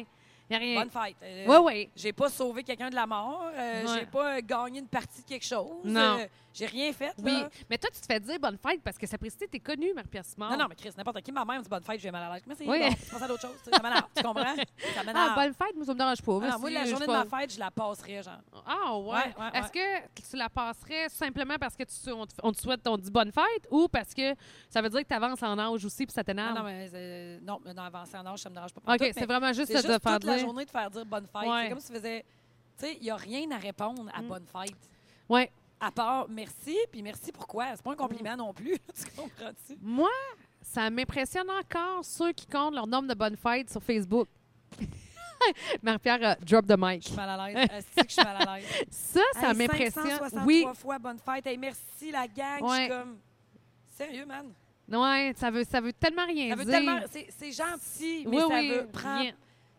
[SPEAKER 2] Il n'y a rien.
[SPEAKER 1] Bonne fête. Euh,
[SPEAKER 2] Oui, oui.
[SPEAKER 1] J'ai pas sauvé quelqu'un de la mort. euh,
[SPEAKER 2] Ouais.
[SPEAKER 1] J'ai pas euh, gagné une partie de quelque chose.
[SPEAKER 2] Non.
[SPEAKER 1] euh, J'ai rien fait.
[SPEAKER 2] Oui.
[SPEAKER 1] Là.
[SPEAKER 2] Mais toi, tu te fais dire bonne fête parce que sa précité, t'es connue, Marie-Pierre Simard.
[SPEAKER 1] Non, non, mais Chris, n'importe qui, ma mère me dit bonne fête, je vais mal à l'aise. Mais c'est
[SPEAKER 2] Oui.
[SPEAKER 1] bon, tu penses à d'autres choses. tu sais, Ça m'énerve. tu comprends? Ça m'énerve.
[SPEAKER 2] Ah, bonne fête, moi, ça me dérange pas.
[SPEAKER 1] Ah, non,
[SPEAKER 2] si,
[SPEAKER 1] moi, la
[SPEAKER 2] euh, je
[SPEAKER 1] journée de
[SPEAKER 2] pas-
[SPEAKER 1] ma fête, je la passerais, genre.
[SPEAKER 2] Ah, ouais.
[SPEAKER 1] Ouais, ouais,
[SPEAKER 2] Est-ce que tu la passerais simplement parce que tu, on, te, on te souhaite, on te dit bonne fête ou parce que ça veut dire que tu avances en âge aussi puis ça
[SPEAKER 1] Non,
[SPEAKER 2] t'énerve?
[SPEAKER 1] Ah non, mais euh, non, mais non, avancer en âge, ça me dérange pas.
[SPEAKER 2] Ah. OK,
[SPEAKER 1] pantoute,
[SPEAKER 2] c'est
[SPEAKER 1] mais
[SPEAKER 2] vraiment juste
[SPEAKER 1] c'est
[SPEAKER 2] de
[SPEAKER 1] juste
[SPEAKER 2] te faire
[SPEAKER 1] toute la
[SPEAKER 2] dire.
[SPEAKER 1] journée de faire dire bonne fête.
[SPEAKER 2] Ouais.
[SPEAKER 1] C'est comme si tu faisais. Tu sais, il n'y a rien à répondre à
[SPEAKER 2] Mm.
[SPEAKER 1] bonne fête.
[SPEAKER 2] Ouais.
[SPEAKER 1] À part merci, puis merci pourquoi. C'est pas un
[SPEAKER 2] Mm.
[SPEAKER 1] compliment non plus. tu comprends-tu?
[SPEAKER 2] Moi, ça m'impressionne encore ceux qui comptent leur nombre de bonnes fêtes sur Facebook. Marie-Pierre, euh, drop the mic.
[SPEAKER 1] Je suis mal à l'aise. Est-ce que je suis mal à l'aise?
[SPEAKER 2] Ça, ça
[SPEAKER 1] Hey,
[SPEAKER 2] m'impressionne.
[SPEAKER 1] 563
[SPEAKER 2] Oui,
[SPEAKER 1] fois bonne fête. Hey, merci la gang. Je
[SPEAKER 2] Ouais.
[SPEAKER 1] suis comme. Sérieux, man.
[SPEAKER 2] ouais, ça veut, ça veut tellement rien
[SPEAKER 1] Ça veut
[SPEAKER 2] dire.
[SPEAKER 1] tellement. C'est c'est gentil, mais
[SPEAKER 2] oui,
[SPEAKER 1] ça
[SPEAKER 2] oui,
[SPEAKER 1] veut prendre.
[SPEAKER 2] rien.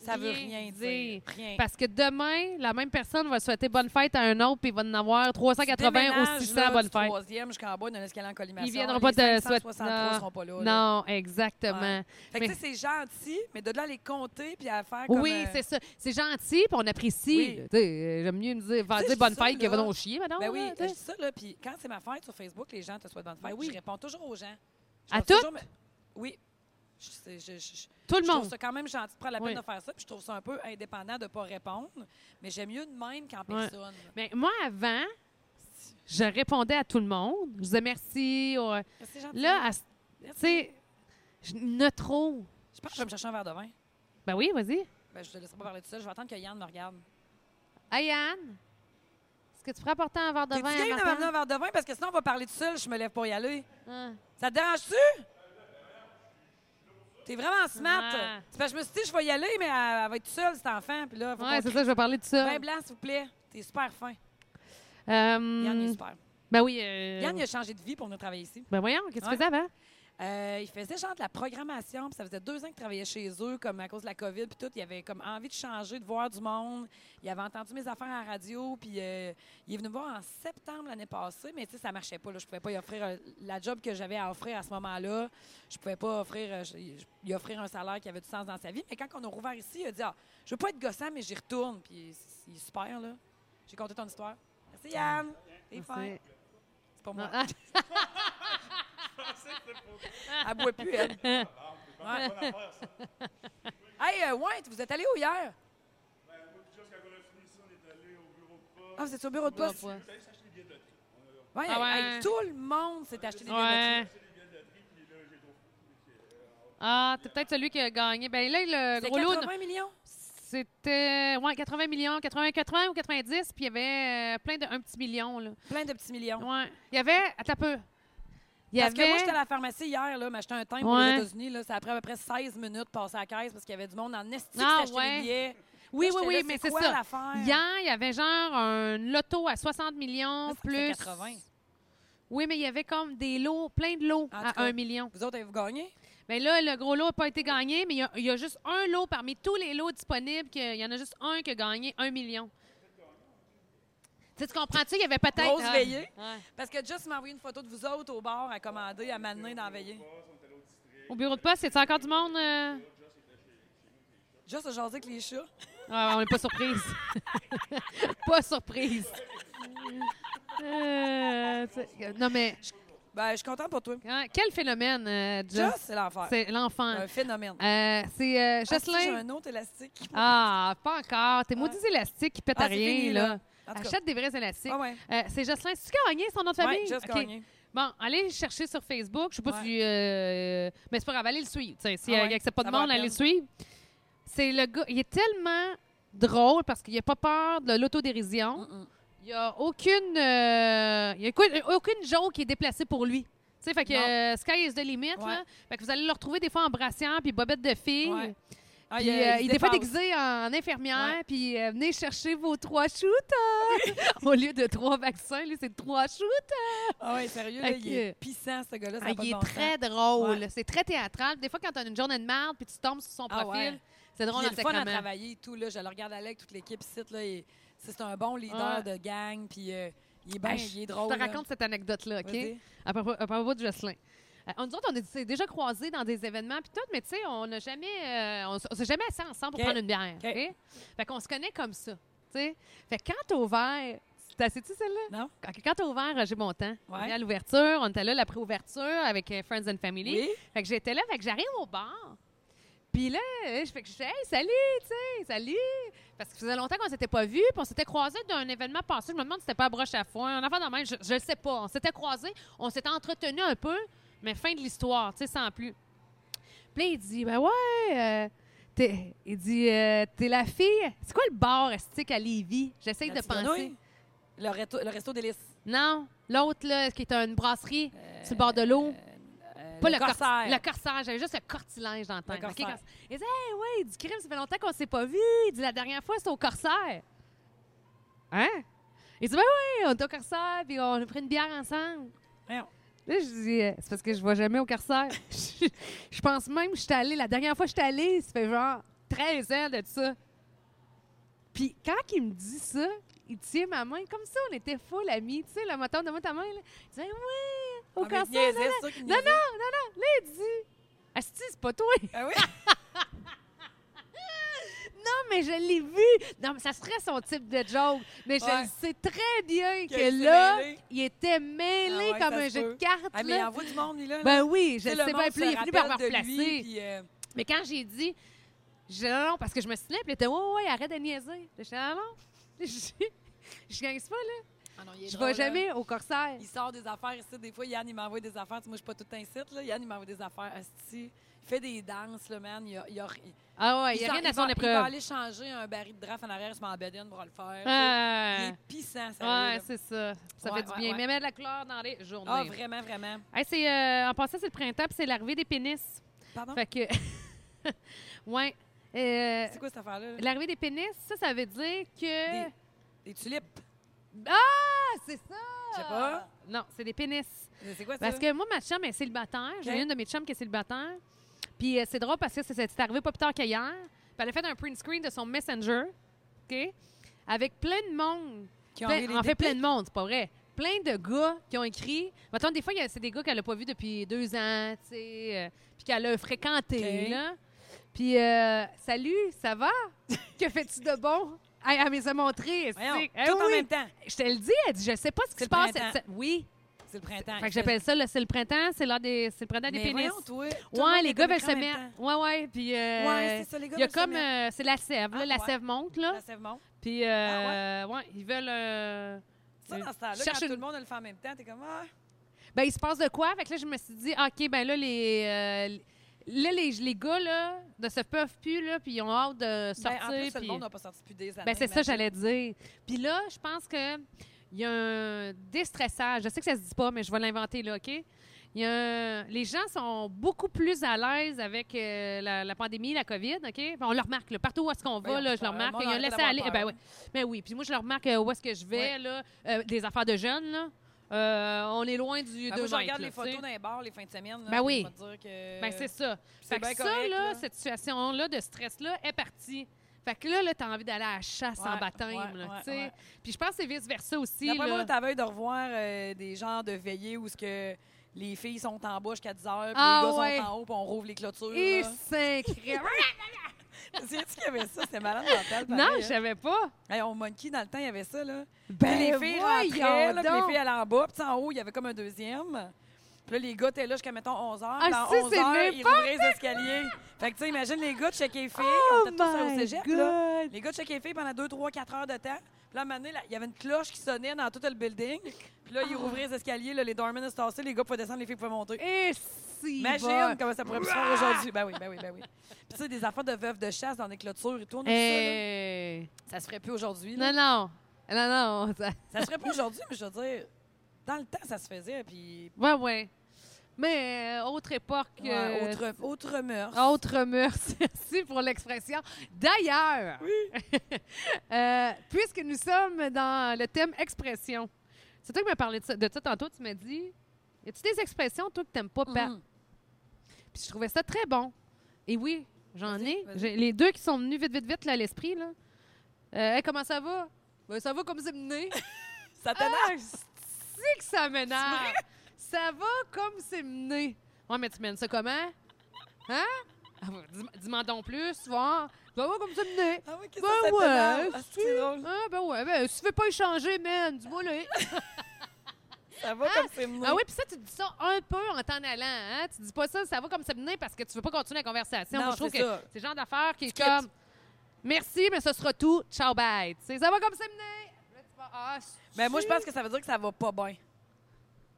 [SPEAKER 1] Ça veut
[SPEAKER 2] rien
[SPEAKER 1] rien
[SPEAKER 2] dire.
[SPEAKER 1] dire. Rien.
[SPEAKER 2] Parce que demain, la même personne va souhaiter bonne fête à un autre, puis il va en avoir 380 ou 600 bonnes
[SPEAKER 1] fête.
[SPEAKER 2] fêtes.
[SPEAKER 1] troisième jusqu'en bas d'un escalier en collimation.
[SPEAKER 2] Ils viendront pas
[SPEAKER 1] Les
[SPEAKER 2] te
[SPEAKER 1] 563
[SPEAKER 2] souhaiter-
[SPEAKER 1] seront pas là. là.
[SPEAKER 2] Non, exactement.
[SPEAKER 1] Fait que
[SPEAKER 2] Mais-
[SPEAKER 1] tu sais, c'est gentil, mais de là à les compter puis à faire comme...
[SPEAKER 2] Oui,
[SPEAKER 1] euh,
[SPEAKER 2] c'est ça. C'est gentil, puis on apprécie.
[SPEAKER 1] Oui.
[SPEAKER 2] là. Tu sais, euh, J'aime mieux me dire, va
[SPEAKER 1] Tu sais,
[SPEAKER 2] dire
[SPEAKER 1] je
[SPEAKER 2] bonne
[SPEAKER 1] dis ça,
[SPEAKER 2] fête que va
[SPEAKER 1] là.
[SPEAKER 2] donc chier, madame.
[SPEAKER 1] Ben oui,
[SPEAKER 2] là, tu
[SPEAKER 1] je
[SPEAKER 2] sais.
[SPEAKER 1] dis ça, là, puis quand c'est ma fête sur Facebook, les gens te souhaitent bonne fête.
[SPEAKER 2] Ben oui.
[SPEAKER 1] Je réponds toujours aux gens. Je
[SPEAKER 2] À
[SPEAKER 1] pense toujours, mais- Oui. Je, c'est- je- je- je-
[SPEAKER 2] Tout le
[SPEAKER 1] je trouve
[SPEAKER 2] monde.
[SPEAKER 1] ça quand même gentil de prendre la peine
[SPEAKER 2] Oui.
[SPEAKER 1] de faire ça, puis je trouve ça un peu indépendant de ne pas répondre, mais j'aime mieux de même qu'en
[SPEAKER 2] Ouais.
[SPEAKER 1] personne.
[SPEAKER 2] Mais moi, avant, je répondais à tout le monde. Je disais merci. ou, euh,
[SPEAKER 1] Mais C'est gentil.
[SPEAKER 2] Là, à ce- tu
[SPEAKER 1] Merci.
[SPEAKER 2] sais, je- ne trop.
[SPEAKER 1] Je pense que je vais me chercher un verre de vin.
[SPEAKER 2] Ben oui, vas-y.
[SPEAKER 1] Ben, je te laisserai pas parler tout seul. Je vais attendre que Yann me regarde.
[SPEAKER 2] Hey, Anne, est-ce que tu pourrais apporter un verre de
[SPEAKER 1] T'es-tu
[SPEAKER 2] vin à
[SPEAKER 1] game de
[SPEAKER 2] Martin?
[SPEAKER 1] m'amener un verre de vin? Parce que sinon, on va parler tout seul. Je me lève pour y aller.
[SPEAKER 2] Hein.
[SPEAKER 1] Ça te dérange-tu? T'es vraiment smart.
[SPEAKER 2] Ah.
[SPEAKER 1] C'est parce que je me suis dit, je vais y aller, mais elle, elle va être toute seule, cet enfant. Puis là, faut
[SPEAKER 2] Ouais,
[SPEAKER 1] qu'on...
[SPEAKER 2] c'est ça, je vais parler de ça.
[SPEAKER 1] Vin blanc, s'il vous plaît. T'es super fin.
[SPEAKER 2] Euh,
[SPEAKER 1] Yann, il est super.
[SPEAKER 2] ben oui. euh,
[SPEAKER 1] Yann, il a changé de vie pour venir travailler ici.
[SPEAKER 2] Ben voyons, qu'est-ce que
[SPEAKER 1] Ouais.
[SPEAKER 2] tu faisais avant?
[SPEAKER 1] Euh, il faisait genre de la programmation, puis ça faisait deux ans qu'il travaillait chez eux, comme à cause de la COVID, puis tout. Il avait comme envie de changer, de voir du monde. Il avait entendu mes affaires à la radio, puis euh, il est venu me voir en septembre l'année passée, mais tu sais, ça marchait pas. Là. Je pouvais pas y offrir euh, la job que j'avais à offrir à ce moment-là. Je pouvais pas offrir, euh, je- je- lui offrir un salaire qui avait du sens dans sa vie. Mais quand on a rouvert ici, il a dit ah, Je veux pas être gossant, mais j'y retourne. Puis c'est- il est super, là. J'ai conté ton histoire. Merci, Yann. T'es fin.
[SPEAKER 2] Merci.
[SPEAKER 1] C'est pour moi.
[SPEAKER 2] Ah,
[SPEAKER 1] Elle boit plus, elle. Ouais. Hey, euh, ouais, vous êtes allé où hier? Ah, vous êtes au bureau de poste?
[SPEAKER 2] ouais.
[SPEAKER 1] Ouais,
[SPEAKER 2] Ah ouais.
[SPEAKER 1] hey, tout le monde s'est acheté des billets de
[SPEAKER 2] Ouais. Ah, t'es peut-être celui qui a gagné. Ben là, le gros
[SPEAKER 1] loterie.
[SPEAKER 2] lot,
[SPEAKER 1] C'est 80 millions?
[SPEAKER 2] c'était ouais, 80 millions, 80, 80 ou 90, puis il y avait euh, plein de 1 petit million. Là.
[SPEAKER 1] Plein de petits millions.
[SPEAKER 2] Ouais. Il y avait. Attends un peu. Il y
[SPEAKER 1] parce
[SPEAKER 2] avait.
[SPEAKER 1] que moi, j'étais à la pharmacie hier, là, m'acheter un timbre pour
[SPEAKER 2] Ouais.
[SPEAKER 1] les États-Unis. Là, ça a pris à peu près 16 minutes de passer à la caisse parce qu'il y avait du monde en esti qui
[SPEAKER 2] Ah,
[SPEAKER 1] s'achetait
[SPEAKER 2] ouais.
[SPEAKER 1] des billets.
[SPEAKER 2] Oui,
[SPEAKER 1] Là,
[SPEAKER 2] oui,
[SPEAKER 1] j'étais
[SPEAKER 2] oui,
[SPEAKER 1] là,
[SPEAKER 2] mais
[SPEAKER 1] c'est
[SPEAKER 2] c'est
[SPEAKER 1] quoi
[SPEAKER 2] ça.
[SPEAKER 1] l'affaire?
[SPEAKER 2] Hier, il y avait genre un loto à 60 millions
[SPEAKER 1] Là, ça
[SPEAKER 2] plus.
[SPEAKER 1] fait 80.
[SPEAKER 2] Oui, mais il y avait comme des lots, plein de lots
[SPEAKER 1] En tout
[SPEAKER 2] à
[SPEAKER 1] cas.
[SPEAKER 2] 1 million.
[SPEAKER 1] Vous autres, avez-vous gagné?
[SPEAKER 2] Mais là, le gros lot n'a pas été gagné, mais il y a- il y, a juste un lot parmi tous les lots disponibles qu'il y en a juste un qui a gagné 1 million. Tu sais, tu comprends-tu? Il y avait peut-être.
[SPEAKER 1] Grosse
[SPEAKER 2] Ah.
[SPEAKER 1] veillée.
[SPEAKER 2] Ouais.
[SPEAKER 1] Parce que Just m'a envoyé une photo de vous autres au bar à commander, à m'amener dans la veillée.
[SPEAKER 2] Au bureau de poste, c'est encore du monde? euh?
[SPEAKER 1] Just a jasé avec les chats.
[SPEAKER 2] Ah, on n'est pas surprise. pas surprise. Euh, tu sais, non, mais.
[SPEAKER 1] Ben, je suis contente pour toi.
[SPEAKER 2] Quand- Quel phénomène, euh, Joss?
[SPEAKER 1] Joss, c'est l'enfer.
[SPEAKER 2] C'est l'enfant.
[SPEAKER 1] Un phénomène.
[SPEAKER 2] Euh, c'est euh,
[SPEAKER 1] Ah, si, J'ai
[SPEAKER 2] Jocelyn.
[SPEAKER 1] un autre élastique. qui-
[SPEAKER 2] Ah, pas encore. T'es
[SPEAKER 1] Ouais.
[SPEAKER 2] maudits élastiques qui pètent à
[SPEAKER 1] Ah, c'est
[SPEAKER 2] rien,
[SPEAKER 1] fini,
[SPEAKER 2] là.
[SPEAKER 1] là. En tout cas.
[SPEAKER 2] Achète des vrais élastiques.
[SPEAKER 1] Ah ouais.
[SPEAKER 2] Euh, c'est Jocelyn. C'est-tu gagné son nom de famille?
[SPEAKER 1] Ouais, Joss
[SPEAKER 2] OK.
[SPEAKER 1] Gagné.
[SPEAKER 2] Bon, allez le chercher sur Facebook. Je sais pas
[SPEAKER 1] Ouais.
[SPEAKER 2] si. euh, mais c'est pas grave, allez le suivre. T'sais, si
[SPEAKER 1] Ah
[SPEAKER 2] euh,
[SPEAKER 1] ouais,
[SPEAKER 2] il accepte pas
[SPEAKER 1] ça
[SPEAKER 2] de
[SPEAKER 1] vaut la
[SPEAKER 2] monde, allez le
[SPEAKER 1] peine.
[SPEAKER 2] suivre. C'est le gars. Il est tellement drôle parce qu'il a pas peur de l'autodérision.
[SPEAKER 1] Mm-mm.
[SPEAKER 2] Il y a aucune. euh, il y a aucune- aucune joke qui est déplacée pour lui. Tu sais, fait que euh, Sky is the limit.
[SPEAKER 1] Ouais.
[SPEAKER 2] Là. Fait que vous allez le retrouver des fois en brassière puis bobette de fille.
[SPEAKER 1] Ouais. Ah,
[SPEAKER 2] Puis, euh, il
[SPEAKER 1] se
[SPEAKER 2] était pas
[SPEAKER 1] dépasse.
[SPEAKER 2] déguisé en infirmière,
[SPEAKER 1] Ouais.
[SPEAKER 2] puis euh, venez chercher vos trois shooters! Au lieu de trois vaccins, lui, c'est trois shooters!
[SPEAKER 1] Ah ouais, sérieux, là,
[SPEAKER 2] Ok.
[SPEAKER 1] il est pissant, ce gars-là. ça
[SPEAKER 2] Ah,
[SPEAKER 1] a pas de
[SPEAKER 2] il est
[SPEAKER 1] bon sens.
[SPEAKER 2] très drôle.
[SPEAKER 1] Ouais.
[SPEAKER 2] C'est très théâtral. Des fois, quand t'as une journée de merde puis tu tombes sur son
[SPEAKER 1] Ah
[SPEAKER 2] profil,
[SPEAKER 1] ouais. Puis
[SPEAKER 2] c'est drôle
[SPEAKER 1] Il
[SPEAKER 2] en
[SPEAKER 1] est le fun à
[SPEAKER 2] sacrament.
[SPEAKER 1] travailler et tout. Là. Je le regarde aller avec toute l'équipe ici. Là, et c'est un bon
[SPEAKER 2] Ouais.
[SPEAKER 1] leader de gang. Puis euh, il est bien,
[SPEAKER 2] Hey,
[SPEAKER 1] il est
[SPEAKER 2] Ben, Je
[SPEAKER 1] drôle.
[SPEAKER 2] te
[SPEAKER 1] là.
[SPEAKER 2] raconte cette anecdote-là, OK?
[SPEAKER 1] Vas-y.
[SPEAKER 2] À propos, à propos de Jocelyn. Euh, on- nous autres, on est- s'est déjà croisés dans des événements puis tout, mais tu sais, on n'a jamais, euh, on, s- on s'est jamais assis ensemble pour
[SPEAKER 1] OK.
[SPEAKER 2] prendre une bière,
[SPEAKER 1] OK.
[SPEAKER 2] OK? Fait qu'on se connaît comme ça, tu sais. Fait que quand t'as ouvert, t'as tu celle-là?
[SPEAKER 1] Non?
[SPEAKER 2] Quand- Quand t'as ouvert euh, Roger Montant, on
[SPEAKER 1] Ouais.
[SPEAKER 2] est à l'ouverture, on était là la pré-ouverture avec euh, Friends and Family.
[SPEAKER 1] Oui?
[SPEAKER 2] Fait que j'étais là, fait que j'arrive au bar. Puis là, euh, je fais que je fais Hey, salut, tu sais, salut. Parce que ça faisait longtemps qu'on s'était pas vus, puis on s'était croisés d'un événement passé. Je me demande si c'était pas à broche à foin. Un enfant dans même, je, je le sais pas. On s'était croisés, on s'était entretenus un peu, mais fin de l'histoire, tu sais, sans plus. Puis là, il dit Ben ouais, euh, t'es- il dit euh, T'es la fille. C'est quoi le bar estique à Lévis J'essaye
[SPEAKER 1] La
[SPEAKER 2] de
[SPEAKER 1] petite grenouille?
[SPEAKER 2] penser.
[SPEAKER 1] Le, reto- le resto d'hélice.
[SPEAKER 2] Non, l'autre, là, qui est une brasserie sur le bord de l'eau. Pas le, corsaire. le corsaire, j'avais juste le cortilège dans le temps.
[SPEAKER 1] Le corsaire.
[SPEAKER 2] Ok, corsaire. Il dit Hey, ouais, du crime, ça fait longtemps qu'on s'est pas vu. Il dit La dernière fois, c'était au corsaire. Hein Il dit Ben ouais, on était au corsaire, puis on a pris une bière ensemble.
[SPEAKER 1] Voyons.
[SPEAKER 2] Là, je dis Euh, C'est parce que je vois jamais au corsaire. je je pense même que je suis allée, la dernière fois que je suis allée, ça fait genre 13 ans de ça. Puis quand il me dit ça, il tient ma main comme ça, on était full amis. Tu sais, le moteur de ta main, là. Il dit Hey, Ouais, au
[SPEAKER 1] Ah, mais il
[SPEAKER 2] corsaire.
[SPEAKER 1] niaisait, c'est sûr qu'il
[SPEAKER 2] Non, non,
[SPEAKER 1] niaisait.
[SPEAKER 2] non, non. Là, il dit Asti, c'est pas toi.
[SPEAKER 1] Ah oui?
[SPEAKER 2] non, mais je l'ai vu. Non, mais ça serait son type de joke. Mais je
[SPEAKER 1] Ouais.
[SPEAKER 2] le sais très bien
[SPEAKER 1] Qu'il s'est
[SPEAKER 2] que là,
[SPEAKER 1] mêlé.
[SPEAKER 2] il était mêlé
[SPEAKER 1] Ah ouais,
[SPEAKER 2] comme
[SPEAKER 1] ça
[SPEAKER 2] un
[SPEAKER 1] se
[SPEAKER 2] jeu de
[SPEAKER 1] peut.
[SPEAKER 2] cartes.
[SPEAKER 1] Ah, mais il
[SPEAKER 2] là.
[SPEAKER 1] envoie du monde, lui, là.
[SPEAKER 2] Ben oui, je
[SPEAKER 1] Tu
[SPEAKER 2] sais
[SPEAKER 1] sais, le
[SPEAKER 2] bien
[SPEAKER 1] monde
[SPEAKER 2] plus. Il est
[SPEAKER 1] se
[SPEAKER 2] venu par me
[SPEAKER 1] rappelle de lui,
[SPEAKER 2] replacer.
[SPEAKER 1] puis, euh,
[SPEAKER 2] Mais quand j'ai dit, j'ai dit, non, non, parce que je me souvenais, puis il était, ouais, ouais, arrête de niaiser. J'ai dit, non, non. Je- Je gagne pas, là.
[SPEAKER 1] ah non, il est
[SPEAKER 2] Je
[SPEAKER 1] drôle,
[SPEAKER 2] vais
[SPEAKER 1] là.
[SPEAKER 2] jamais au corsaire.
[SPEAKER 1] Il sort des affaires ici. Des fois, Yann, il m'envoie des affaires. Tu sais, Moi, je suis pas tout un site, là. Yann, il m'envoie des affaires. Asti. Il fait des danses, le man. Il a, il a- il-
[SPEAKER 2] Ah ouais, il n'y a
[SPEAKER 1] sort-
[SPEAKER 2] rien à
[SPEAKER 1] va-
[SPEAKER 2] son
[SPEAKER 1] Il va
[SPEAKER 2] épreuve.
[SPEAKER 1] aller changer un baril de draft en arrière sur ma bedaine pour le faire. Il
[SPEAKER 2] Ah,
[SPEAKER 1] est pissant,
[SPEAKER 2] Ouais,
[SPEAKER 1] sérieux. là.
[SPEAKER 2] c'est ça. Ça
[SPEAKER 1] Ouais,
[SPEAKER 2] fait du
[SPEAKER 1] ouais,
[SPEAKER 2] bien.
[SPEAKER 1] ouais.
[SPEAKER 2] Mais mettre de la couleur dans les journées.
[SPEAKER 1] Ah, vraiment, vraiment.
[SPEAKER 2] Hey, c'est, euh, en passant, c'est le printemps, puis c'est l'arrivée des pénis.
[SPEAKER 1] Pardon?
[SPEAKER 2] Fait que. ouais. Euh,
[SPEAKER 1] C'est quoi cette affaire-là? là?
[SPEAKER 2] l'arrivée des pénis, ça, ça veut dire que.
[SPEAKER 1] Des- Des tulipes.
[SPEAKER 2] Ah, c'est ça!
[SPEAKER 1] Je sais pas.
[SPEAKER 2] Non, c'est des pénis.
[SPEAKER 1] Mais C'est quoi ça?
[SPEAKER 2] Parce que moi, ma chum est célibataire. J'ai
[SPEAKER 1] Ok.
[SPEAKER 2] une de mes chums qui est célibataire. Puis euh, c'est drôle parce que c'est, c'est arrivé pas plus tard qu'hier. Puis elle a fait un print screen de son Messenger, OK? Avec plein de monde.
[SPEAKER 1] Qui ont
[SPEAKER 2] Plein-
[SPEAKER 1] enlevé les
[SPEAKER 2] en fait,
[SPEAKER 1] dépites?
[SPEAKER 2] plein de monde, c'est pas vrai. Plein de gars qui ont écrit. Mettons, des fois, il y a- c'est des gars qu'elle n'a pas vus depuis deux ans, tu sais, euh, puis qu'elle a fréquenté,
[SPEAKER 1] OK.
[SPEAKER 2] là. Puis, euh, salut, ça va? que fais-tu de bon? Elle, elle me les a montrés.
[SPEAKER 1] Voyons,
[SPEAKER 2] c'est-
[SPEAKER 1] tout
[SPEAKER 2] Eh
[SPEAKER 1] en
[SPEAKER 2] oui.
[SPEAKER 1] même temps.
[SPEAKER 2] Je te le dis, elle dit, je sais pas ce qui
[SPEAKER 1] C'est le
[SPEAKER 2] se passe.
[SPEAKER 1] printemps.
[SPEAKER 2] cette- Oui.
[SPEAKER 1] C'est le printemps.
[SPEAKER 2] Fait que j'appelle ça, là, c'est le printemps, c'est l'heure des, c'est le printemps
[SPEAKER 1] Mais
[SPEAKER 2] des pénis.
[SPEAKER 1] voyons, toi, tout le monde
[SPEAKER 2] ouais, les
[SPEAKER 1] est
[SPEAKER 2] gars veulent
[SPEAKER 1] connecté
[SPEAKER 2] se
[SPEAKER 1] en même
[SPEAKER 2] mettre. Ouais, ouais, puis euh,
[SPEAKER 1] Ouais, c'est ça, les gars
[SPEAKER 2] il y a
[SPEAKER 1] veulent se
[SPEAKER 2] comme,
[SPEAKER 1] mettre.
[SPEAKER 2] euh, c'est la sève, là,
[SPEAKER 1] Ah,
[SPEAKER 2] la
[SPEAKER 1] ouais.
[SPEAKER 2] sève monte
[SPEAKER 1] temps.
[SPEAKER 2] là,
[SPEAKER 1] La Sèvemont.
[SPEAKER 2] puis euh,
[SPEAKER 1] Ah
[SPEAKER 2] ouais, ils veulent. euh,
[SPEAKER 1] Ça,
[SPEAKER 2] euh,
[SPEAKER 1] dans ce temps-là, quand
[SPEAKER 2] cherche
[SPEAKER 1] tout
[SPEAKER 2] une-
[SPEAKER 1] le monde le fait en même temps, t'es comme ah.
[SPEAKER 2] Ben, il se passe de quoi? Fait que là, je me suis dit, OK, ben là, les. euh, Là, les, les gars, là, ne se peuvent plus, là, puis ils ont hâte de sortir.
[SPEAKER 1] ben, en plus, le
[SPEAKER 2] puis-
[SPEAKER 1] monde n'a pas sorti depuis des années.
[SPEAKER 2] Ben, c'est ça,
[SPEAKER 1] imagine.
[SPEAKER 2] j'allais dire. Puis là, je pense que il y a un déstressage. Je sais que ça se dit pas, mais je vais l'inventer là, OK? Il y a un- Les gens sont beaucoup plus à l'aise avec euh, la, la pandémie, la COVID, OK? Puis On le remarque, là, partout où est-ce qu'on va,
[SPEAKER 1] Voyons,
[SPEAKER 2] là, je le
[SPEAKER 1] euh,
[SPEAKER 2] remarque.
[SPEAKER 1] le monde
[SPEAKER 2] Il y a un
[SPEAKER 1] arrête
[SPEAKER 2] laisser aller.
[SPEAKER 1] d'avoir
[SPEAKER 2] Eh ben
[SPEAKER 1] peur.
[SPEAKER 2] oui. Ben oui. Puis moi, je le remarque euh, où est-ce que je vais,
[SPEAKER 1] Ouais.
[SPEAKER 2] là. euh, des affaires de jeunes, là. Euh, on est loin du
[SPEAKER 1] Ben, moi,
[SPEAKER 2] deux
[SPEAKER 1] je
[SPEAKER 2] mètres,
[SPEAKER 1] regarde
[SPEAKER 2] là,
[SPEAKER 1] les
[SPEAKER 2] tu sais.
[SPEAKER 1] photos dans les bars les fins de semaine. Là,
[SPEAKER 2] Ben
[SPEAKER 1] puis
[SPEAKER 2] oui.
[SPEAKER 1] je vais te dire que-
[SPEAKER 2] Ben, c'est ça.
[SPEAKER 1] Euh, c'est
[SPEAKER 2] Fait que
[SPEAKER 1] bien
[SPEAKER 2] ça,
[SPEAKER 1] correct,
[SPEAKER 2] là,
[SPEAKER 1] là.
[SPEAKER 2] cette situation-là de stress-là est partie. Fait que là, là t'as envie d'aller à la chasse en
[SPEAKER 1] Ouais,
[SPEAKER 2] baptême,
[SPEAKER 1] ouais,
[SPEAKER 2] là,
[SPEAKER 1] ouais,
[SPEAKER 2] tu sais.
[SPEAKER 1] ouais.
[SPEAKER 2] Puis je pense que c'est vice-versa aussi,
[SPEAKER 1] D'après
[SPEAKER 2] là.
[SPEAKER 1] moi, t'as veille de revoir euh, des genres de veillées où ce que les filles sont en bas jusqu'à 10 heures, puis
[SPEAKER 2] Ah,
[SPEAKER 1] les gars
[SPEAKER 2] ouais.
[SPEAKER 1] sont en haut, puis on rouvre les clôtures.
[SPEAKER 2] Et
[SPEAKER 1] là.
[SPEAKER 2] c'est incroyable.
[SPEAKER 1] Ah, Sais-tu qu'il y avait ça? C'était malade mental.
[SPEAKER 2] non,
[SPEAKER 1] pareil,
[SPEAKER 2] je
[SPEAKER 1] hein.
[SPEAKER 2] savais pas.
[SPEAKER 1] Hey, on monkey, dans le temps, il y avait ça, là.
[SPEAKER 2] Ben,
[SPEAKER 1] Puis les filles
[SPEAKER 2] voyons
[SPEAKER 1] rentraient, là, puis les
[SPEAKER 2] donc.
[SPEAKER 1] filles allaient en bas, puis en haut, il y avait comme un deuxième. Puis là, les gars étaient là jusqu'à, mettons, 11 h.
[SPEAKER 2] Ah,
[SPEAKER 1] Dans
[SPEAKER 2] si,
[SPEAKER 1] 11
[SPEAKER 2] c'est
[SPEAKER 1] h, ils rouvraient les escaliers. Fait que, tu sais, imagine les gars de chaque filles.
[SPEAKER 2] Oh
[SPEAKER 1] on était tous au cégep, là. Les gars de chaque filles pendant 2, 3, 4 heures de temps. Puis là, à un moment donné, là, il y avait une cloche qui sonnait dans tout le building. Puis
[SPEAKER 2] Ah.
[SPEAKER 1] là, ils rouvraient les escaliers. Là, les doormen se tassaient. Les gars pouvaient descendre, les filles pouvaient monter.
[SPEAKER 2] Et si
[SPEAKER 1] Imagine
[SPEAKER 2] bon.
[SPEAKER 1] comment ça pourrait se
[SPEAKER 2] Ah!
[SPEAKER 1] faire aujourd'hui. Ben oui, ben oui, ben oui. Puis tu sais, des affaires de veuves de chasse dans des clôtures et tout, on a vu
[SPEAKER 2] Hey.
[SPEAKER 1] ça, là. ça se ferait plus aujourd'hui. là.
[SPEAKER 2] Eh. Non, non. Non, non. ça-
[SPEAKER 1] Ça se ferait plus aujourd'hui, mais je veux dire, dans le temps, ça se faisait. Puis,
[SPEAKER 2] Ouais, ouais. Mais euh, autre époque.
[SPEAKER 1] ouais,
[SPEAKER 2] euh,
[SPEAKER 1] autre, autre mœurs.
[SPEAKER 2] Autre mœurs. Merci pour l'expression. D'ailleurs, euh, puisque nous sommes dans le thème expression, c'est toi qui m'as parlé de ça, de ça tantôt. Tu m'as dit Y a-tu des expressions, toi, que t'aimes pas, Pat?
[SPEAKER 1] Mhm.
[SPEAKER 2] Puis je trouvais ça très bon. Et oui, j'en
[SPEAKER 1] Vas-y,
[SPEAKER 2] ai.
[SPEAKER 1] vas-y.
[SPEAKER 2] J'ai- Les deux qui sont venus vite, vite, vite là, à l'esprit. là. Euh, Hey, comment ça va? Ben, ça va comme c'est mené.
[SPEAKER 1] Ça t'énerve?
[SPEAKER 2] Ah, c'est que ça m'énerve. Ça va comme c'est mené. Ouais, mais tu mènes ça comment? Hein? Ah, bah, dis- Dis-m'en donc plus, voir. Ça va comme c'est mené.
[SPEAKER 1] Ah oui, qu'est-ce
[SPEAKER 2] Ben
[SPEAKER 1] que ça
[SPEAKER 2] ouais,
[SPEAKER 1] t'énerve? Ah, c'est drôle.
[SPEAKER 2] Ah, ben ouais, ben, si tu veux pas échanger, man, dis-moi là.
[SPEAKER 1] Ça va comme c'est mené.
[SPEAKER 2] Ah oui, puis ça, tu dis ça un peu en t'en allant. Hein? Tu dis pas ça, ça va comme c'est mené parce que tu veux pas continuer la conversation.
[SPEAKER 1] Non,
[SPEAKER 2] Moi, je trouve
[SPEAKER 1] c'est
[SPEAKER 2] que
[SPEAKER 1] ça.
[SPEAKER 2] c'est le genre d'affaire qui est
[SPEAKER 1] Skip.
[SPEAKER 2] comme merci, mais ce sera tout. Ciao, bye. Tu sais, ça va comme c'est mené. Là, tu vas, ah,
[SPEAKER 1] Mais Ben, moi, je
[SPEAKER 2] si.
[SPEAKER 1] pense que ça veut dire que ça va pas bien.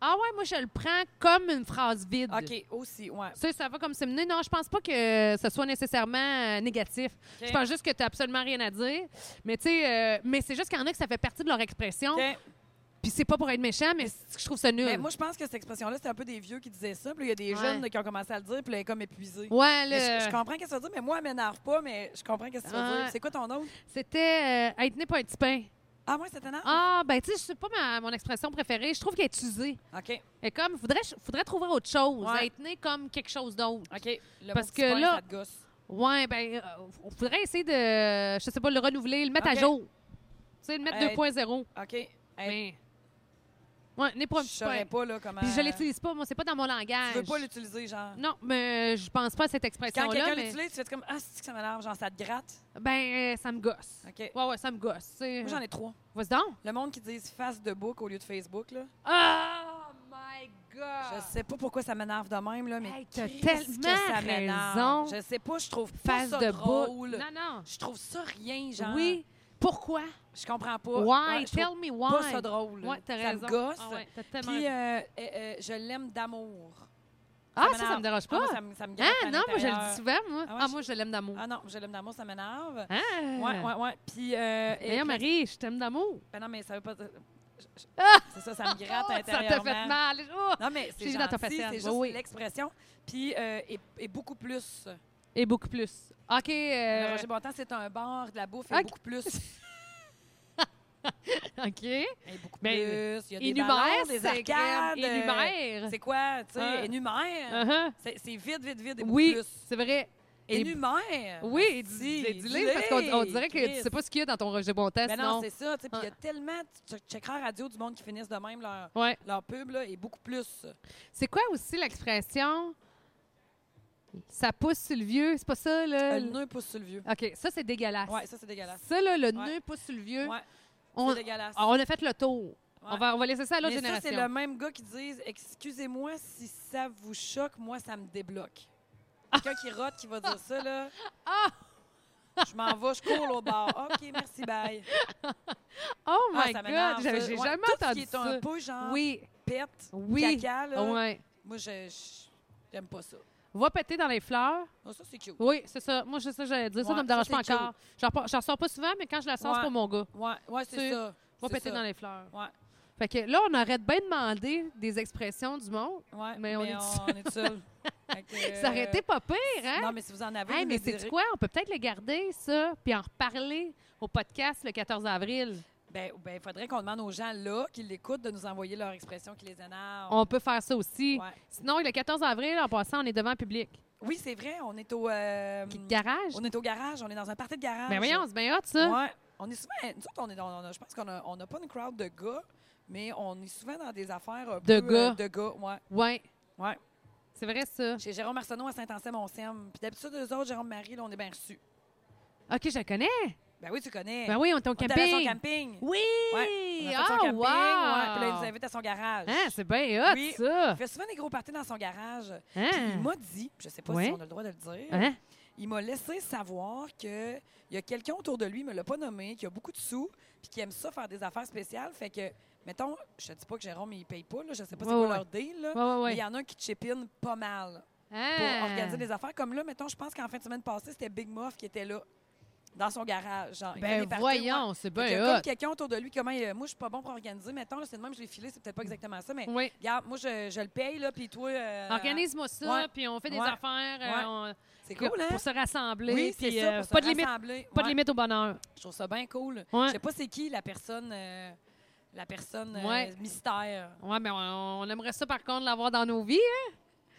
[SPEAKER 2] Ah ouais, moi, je le prends comme une phrase vide.
[SPEAKER 1] OK, aussi, ouais.
[SPEAKER 2] Ça, ça va comme c'est mené. Non, je pense pas que ce soit nécessairement euh, négatif.
[SPEAKER 1] Ok.
[SPEAKER 2] Je pense juste que tu absolument rien à dire. Mais tu sais, euh, mais c'est juste qu'il y en a que ça fait partie de leur expression.
[SPEAKER 1] OK.
[SPEAKER 2] Puis c'est pas pour être méchant, mais c'est- je trouve ça nul.
[SPEAKER 1] Mais moi, je pense que cette expression-là, c'était un peu des vieux qui disaient ça. Puis là, il y a des
[SPEAKER 2] Hmm. Ouais.
[SPEAKER 1] jeunes là, qui ont commencé à le dire, puis là, elle est comme épuisée.
[SPEAKER 2] ouais,
[SPEAKER 1] Mais
[SPEAKER 2] là,
[SPEAKER 1] Je, je comprends qu'est-ce que ça veut dire, mais moi, elle m'énerve pas, mais je comprends qu'est-ce que ça veut
[SPEAKER 2] Ouais.
[SPEAKER 1] dire. C'est quoi ton nom?
[SPEAKER 2] c'était euh, être né pas un petit pain.
[SPEAKER 1] Ah, moi, ça t'énerve?
[SPEAKER 2] Ah, ben tu sais, c'est pas ma, mon expression préférée. Je trouve qu'elle est usée.
[SPEAKER 1] OK,
[SPEAKER 2] Et comme, faudrait, faudrait trouver autre chose.
[SPEAKER 1] Ouais.
[SPEAKER 2] Être né comme quelque chose d'autre.
[SPEAKER 1] OK. Le
[SPEAKER 2] Parce
[SPEAKER 1] mot petit
[SPEAKER 2] que
[SPEAKER 1] pain,
[SPEAKER 2] là-
[SPEAKER 1] ça te gosse.
[SPEAKER 2] Ouais, ben, euh, on faudrait essayer de, je sais pas, le renouveler, le mettre
[SPEAKER 1] Ok. Ben,
[SPEAKER 2] à jour. Tu sais, le mettre
[SPEAKER 1] Hey.
[SPEAKER 2] 2.0.
[SPEAKER 1] OK. Hey,
[SPEAKER 2] Mais. Ouais, n'est pas un
[SPEAKER 1] je
[SPEAKER 2] petit pain.
[SPEAKER 1] saurais pas, là, comment...
[SPEAKER 2] Puis je l'utilise pas, moi, c'est pas dans mon langage.
[SPEAKER 1] Tu veux pas l'utiliser, genre.
[SPEAKER 2] Non, mais euh, je pense pas à cette
[SPEAKER 1] Quand
[SPEAKER 2] expression-là.
[SPEAKER 1] quelqu'un
[SPEAKER 2] Mais...
[SPEAKER 1] l'utilise, tu fais comme Ah, c'est que ça m'énerve, genre ça te gratte.
[SPEAKER 2] Ben, euh, ça me gosse.
[SPEAKER 1] OK.
[SPEAKER 2] Ouais, ouais, ça me gosse. c'est-
[SPEAKER 1] Moi, j'en ai trois.
[SPEAKER 2] Vas-y donc.
[SPEAKER 1] Le monde qui dit face de book au lieu de Facebook, là. Ah,
[SPEAKER 2] Oh my God!
[SPEAKER 1] Je sais pas pourquoi ça m'énerve de même, là, mais.
[SPEAKER 2] Ah. Hey, t'as
[SPEAKER 1] Christ
[SPEAKER 2] tellement
[SPEAKER 1] que ça m'énerve.
[SPEAKER 2] raison.
[SPEAKER 1] Je sais pas, je trouve pas
[SPEAKER 2] Face
[SPEAKER 1] ça
[SPEAKER 2] de bout.
[SPEAKER 1] drôle.
[SPEAKER 2] Non, non.
[SPEAKER 1] Je trouve ça rien, genre.
[SPEAKER 2] Oui. Pourquoi?
[SPEAKER 1] Je comprends pas.
[SPEAKER 2] Why?
[SPEAKER 1] Ouais, je trouve
[SPEAKER 2] Tell me why.
[SPEAKER 1] pas ça drôle.
[SPEAKER 2] Ouais, t'as
[SPEAKER 1] ça
[SPEAKER 2] raison.
[SPEAKER 1] me gosse.
[SPEAKER 2] Ah, ouais, t'as tellement
[SPEAKER 1] Puis,
[SPEAKER 2] raison.
[SPEAKER 1] euh, euh, euh, je l'aime d'amour.
[SPEAKER 2] Ah, ça, ça
[SPEAKER 1] m'énerve.
[SPEAKER 2] me dérange
[SPEAKER 1] Ah,
[SPEAKER 2] pas.
[SPEAKER 1] moi, ça me, ça me gratte
[SPEAKER 2] Ah,
[SPEAKER 1] à
[SPEAKER 2] non, moi, je le
[SPEAKER 1] l'intérieur.
[SPEAKER 2] dis souvent, moi.
[SPEAKER 1] Ah ouais,
[SPEAKER 2] Ah,
[SPEAKER 1] je-
[SPEAKER 2] moi, je l'aime d'amour.
[SPEAKER 1] Ah non, je l'aime d'amour, ça m'énerve.
[SPEAKER 2] Ah!
[SPEAKER 1] Ouais, ouais, ouais. Puis, euh, et-
[SPEAKER 2] D'ailleurs, Marie, je t'aime d'amour.
[SPEAKER 1] Ben non, mais ça veut pas. dire- je- je- C'est ça, ça me gratte
[SPEAKER 2] Oh, ça
[SPEAKER 1] intérieurement.
[SPEAKER 2] t'a fait mal. Oh!
[SPEAKER 1] Non, mais
[SPEAKER 2] J'ai
[SPEAKER 1] c'est
[SPEAKER 2] vu dans
[SPEAKER 1] gentil,
[SPEAKER 2] ta faciale.
[SPEAKER 1] c'est juste
[SPEAKER 2] Oui, Euh, oui.
[SPEAKER 1] l'expression. Puis, euh, et, et beaucoup plus.
[SPEAKER 2] Et beaucoup plus. OK.
[SPEAKER 1] Le
[SPEAKER 2] euh,
[SPEAKER 1] Roger Bontemps, c'est un bar, de la bouffe, et
[SPEAKER 2] ok.
[SPEAKER 1] beaucoup plus.
[SPEAKER 2] OK.
[SPEAKER 1] Et beaucoup
[SPEAKER 2] Mais
[SPEAKER 1] plus. Il y a des
[SPEAKER 2] Énumère,
[SPEAKER 1] ballons,
[SPEAKER 2] Ben, c'est
[SPEAKER 1] des
[SPEAKER 2] crème.
[SPEAKER 1] arcades. euh,
[SPEAKER 2] Énumère.
[SPEAKER 1] C'est quoi, tu sais,
[SPEAKER 2] Ah.
[SPEAKER 1] énumère.
[SPEAKER 2] Uh-huh.
[SPEAKER 1] C'est c'est vide, vite, vide, et beaucoup
[SPEAKER 2] Oui,
[SPEAKER 1] plus.
[SPEAKER 2] c'est vrai. Et-
[SPEAKER 1] Énumère.
[SPEAKER 2] Oui,
[SPEAKER 1] Si,
[SPEAKER 2] dis- dis-le,
[SPEAKER 1] dis-le,
[SPEAKER 2] parce qu'on on dirait que tu
[SPEAKER 1] Chris.
[SPEAKER 2] sais pas ce qu'il y a dans ton rejet bon test,
[SPEAKER 1] Ben non,
[SPEAKER 2] non?
[SPEAKER 1] c'est ça. tu sais, Puis il y a
[SPEAKER 2] Ah.
[SPEAKER 1] tellement. Tu checkeras la radio du monde qui finissent de même leur,
[SPEAKER 2] Ouais.
[SPEAKER 1] leur pub, là, et beaucoup plus.
[SPEAKER 2] C'est quoi aussi l'expression ça pousse sur le vieux? C'est pas ça, là?
[SPEAKER 1] Euh, le nœud pousse sur le vieux.
[SPEAKER 2] OK, ça, Ah, c'est dégueulasse.
[SPEAKER 1] Ouais, ça, c'est dégueulasse.
[SPEAKER 2] Ça, là, le
[SPEAKER 1] Ouais.
[SPEAKER 2] nœud pousse sur le vieux.
[SPEAKER 1] Ouais,
[SPEAKER 2] on,
[SPEAKER 1] c'est dégueulasse.
[SPEAKER 2] ah, on a fait le tour. On, va, on va laisser ça à l'autre
[SPEAKER 1] Mais ça,
[SPEAKER 2] génération.
[SPEAKER 1] c'est le même gars qui dit Excusez-moi si ça vous choque, moi, ça me débloque. Quelqu'un qui rote qui va dire ça, là.
[SPEAKER 2] Ah!
[SPEAKER 1] Je m'en vais, je cours au bar. OK, merci, bye.
[SPEAKER 2] Oh
[SPEAKER 1] Ah,
[SPEAKER 2] my
[SPEAKER 1] ça m'énerve,
[SPEAKER 2] God! J'avais-
[SPEAKER 1] ça.
[SPEAKER 2] J'ai
[SPEAKER 1] Ouais,
[SPEAKER 2] jamais
[SPEAKER 1] tout
[SPEAKER 2] entendu
[SPEAKER 1] ce qui est un
[SPEAKER 2] ça.
[SPEAKER 1] peu, genre,
[SPEAKER 2] Oui,
[SPEAKER 1] pète,
[SPEAKER 2] oui.
[SPEAKER 1] caca, là.
[SPEAKER 2] Ouais.
[SPEAKER 1] Moi, je- je- j'aime pas ça.
[SPEAKER 2] Va péter dans les fleurs.
[SPEAKER 1] Ah, ça, c'est cute.
[SPEAKER 2] Oui, c'est ça. Moi, c'est ça, j'allais dire. Ça,
[SPEAKER 1] Ouais,
[SPEAKER 2] ça me dérange
[SPEAKER 1] ça,
[SPEAKER 2] pas
[SPEAKER 1] c'est
[SPEAKER 2] encore. J'en repars- J'en ressors pas souvent, mais quand je la sors, c'est
[SPEAKER 1] Ouais.
[SPEAKER 2] pour mon gars.
[SPEAKER 1] Ouais, ouais c'est
[SPEAKER 2] C'est-
[SPEAKER 1] ça.
[SPEAKER 2] Va
[SPEAKER 1] c'est
[SPEAKER 2] péter
[SPEAKER 1] ça.
[SPEAKER 2] dans les fleurs.
[SPEAKER 1] Ouais,
[SPEAKER 2] Fait que là, on aurait bien demandé des expressions du monde.
[SPEAKER 1] ouais.
[SPEAKER 2] Mais on est tout
[SPEAKER 1] on est tout seul. Fait que,
[SPEAKER 2] Ça aurait été pas pire, hein?
[SPEAKER 1] Non, mais si vous en avez,
[SPEAKER 2] Hey,
[SPEAKER 1] vous
[SPEAKER 2] mais
[SPEAKER 1] nous
[SPEAKER 2] c'est
[SPEAKER 1] direz.
[SPEAKER 2] quoi? On peut peut-être le garder, ça, puis en reparler au podcast le 14 avril.
[SPEAKER 1] Ben, ben, faudrait qu'on demande aux gens là qui l'écoutent de nous envoyer leur expression qui les énerve.
[SPEAKER 2] On peut faire ça aussi.
[SPEAKER 1] Ouais.
[SPEAKER 2] Sinon, le 14 avril, en passant, on est devant le public.
[SPEAKER 1] Oui, c'est vrai. On est au
[SPEAKER 2] Mm.
[SPEAKER 1] euh,
[SPEAKER 2] Garage?
[SPEAKER 1] on est au garage. On est dans un party de garage.
[SPEAKER 2] Ben voyons, c'est bien hot, ça.
[SPEAKER 1] Ouais. On est souvent. Nous autres, on est dans- on a- je pense qu'on a, on a pas une crowd de gars, mais on est souvent dans des affaires un
[SPEAKER 2] De
[SPEAKER 1] peu, euh,
[SPEAKER 2] gars.
[SPEAKER 1] de gars. Ouais.
[SPEAKER 2] Ouais.
[SPEAKER 1] Ouais.
[SPEAKER 2] C'est vrai, ça.
[SPEAKER 1] Chez Jérôme Arsenault à Saint-Anselme, on s'aime. Puis d'habitude, les autres, Jérôme Marie, là, on est bien reçus.
[SPEAKER 2] OK, je la connais.
[SPEAKER 1] Ben oui, tu connais.
[SPEAKER 2] Ben oui, on était au
[SPEAKER 1] On était allé à
[SPEAKER 2] camping.
[SPEAKER 1] son camping.
[SPEAKER 2] Oui!
[SPEAKER 1] Ouais, on a fait
[SPEAKER 2] Ah,
[SPEAKER 1] son camping,
[SPEAKER 2] wow!
[SPEAKER 1] ouais. Puis là, il nous invite à son garage.
[SPEAKER 2] Hein, c'est bien hot,
[SPEAKER 1] Oui.
[SPEAKER 2] ça!
[SPEAKER 1] Il fait souvent des gros parties dans son garage.
[SPEAKER 2] Hein?
[SPEAKER 1] Puis il m'a dit, je sais pas
[SPEAKER 2] Ouais.
[SPEAKER 1] si on a le droit de le dire,
[SPEAKER 2] Hein?
[SPEAKER 1] il m'a laissé savoir que il y a quelqu'un autour de lui, il me l'a pas nommé, qui a beaucoup de sous, puis qui aime ça faire des affaires spéciales. Fait que, mettons, je te dis pas que Jérôme, il paye pas, là, je sais pas c'est
[SPEAKER 2] Ouais,
[SPEAKER 1] quoi
[SPEAKER 2] ouais.
[SPEAKER 1] leur deal, là,
[SPEAKER 2] Ouais, ouais,
[SPEAKER 1] mais
[SPEAKER 2] ouais.
[SPEAKER 1] il y en a un qui chip in pas mal pour
[SPEAKER 2] Ah!
[SPEAKER 1] organiser des affaires. Comme là, mettons, je pense qu'en fin de semaine passée, c'était Big Muff qui était là, dans son garage. Genre, il fait
[SPEAKER 2] Ben
[SPEAKER 1] des parties, ouais.
[SPEAKER 2] voyons, c'est
[SPEAKER 1] Fait que
[SPEAKER 2] bien
[SPEAKER 1] comme
[SPEAKER 2] hot!
[SPEAKER 1] quelqu'un autour de lui, comment il, moi, je suis pas bon pour organiser, mettons, là, c'est de même, je l'ai filé, c'est peut-être pas exactement ça, mais
[SPEAKER 2] Oui.
[SPEAKER 1] regarde, moi, je, je le paye, là, puis toi. euh,
[SPEAKER 2] Organise-moi
[SPEAKER 1] ouais.
[SPEAKER 2] ça, puis on fait des
[SPEAKER 1] Ouais.
[SPEAKER 2] affaires
[SPEAKER 1] Ouais.
[SPEAKER 2] euh,
[SPEAKER 1] C'est
[SPEAKER 2] on-
[SPEAKER 1] cool, hein?
[SPEAKER 2] pour se rassembler.
[SPEAKER 1] Oui, c'est
[SPEAKER 2] puis,
[SPEAKER 1] ça,
[SPEAKER 2] euh,
[SPEAKER 1] pour se
[SPEAKER 2] pas de limite,
[SPEAKER 1] rassembler.
[SPEAKER 2] pas de
[SPEAKER 1] Ouais.
[SPEAKER 2] limite au bonheur.
[SPEAKER 1] Je trouve ça bien cool.
[SPEAKER 2] Ouais.
[SPEAKER 1] Je sais pas c'est qui la personne, euh, la personne euh,
[SPEAKER 2] Ouais.
[SPEAKER 1] mystère.
[SPEAKER 2] Ouais, mais on, on aimerait ça, par contre, l'avoir dans nos vies. hein?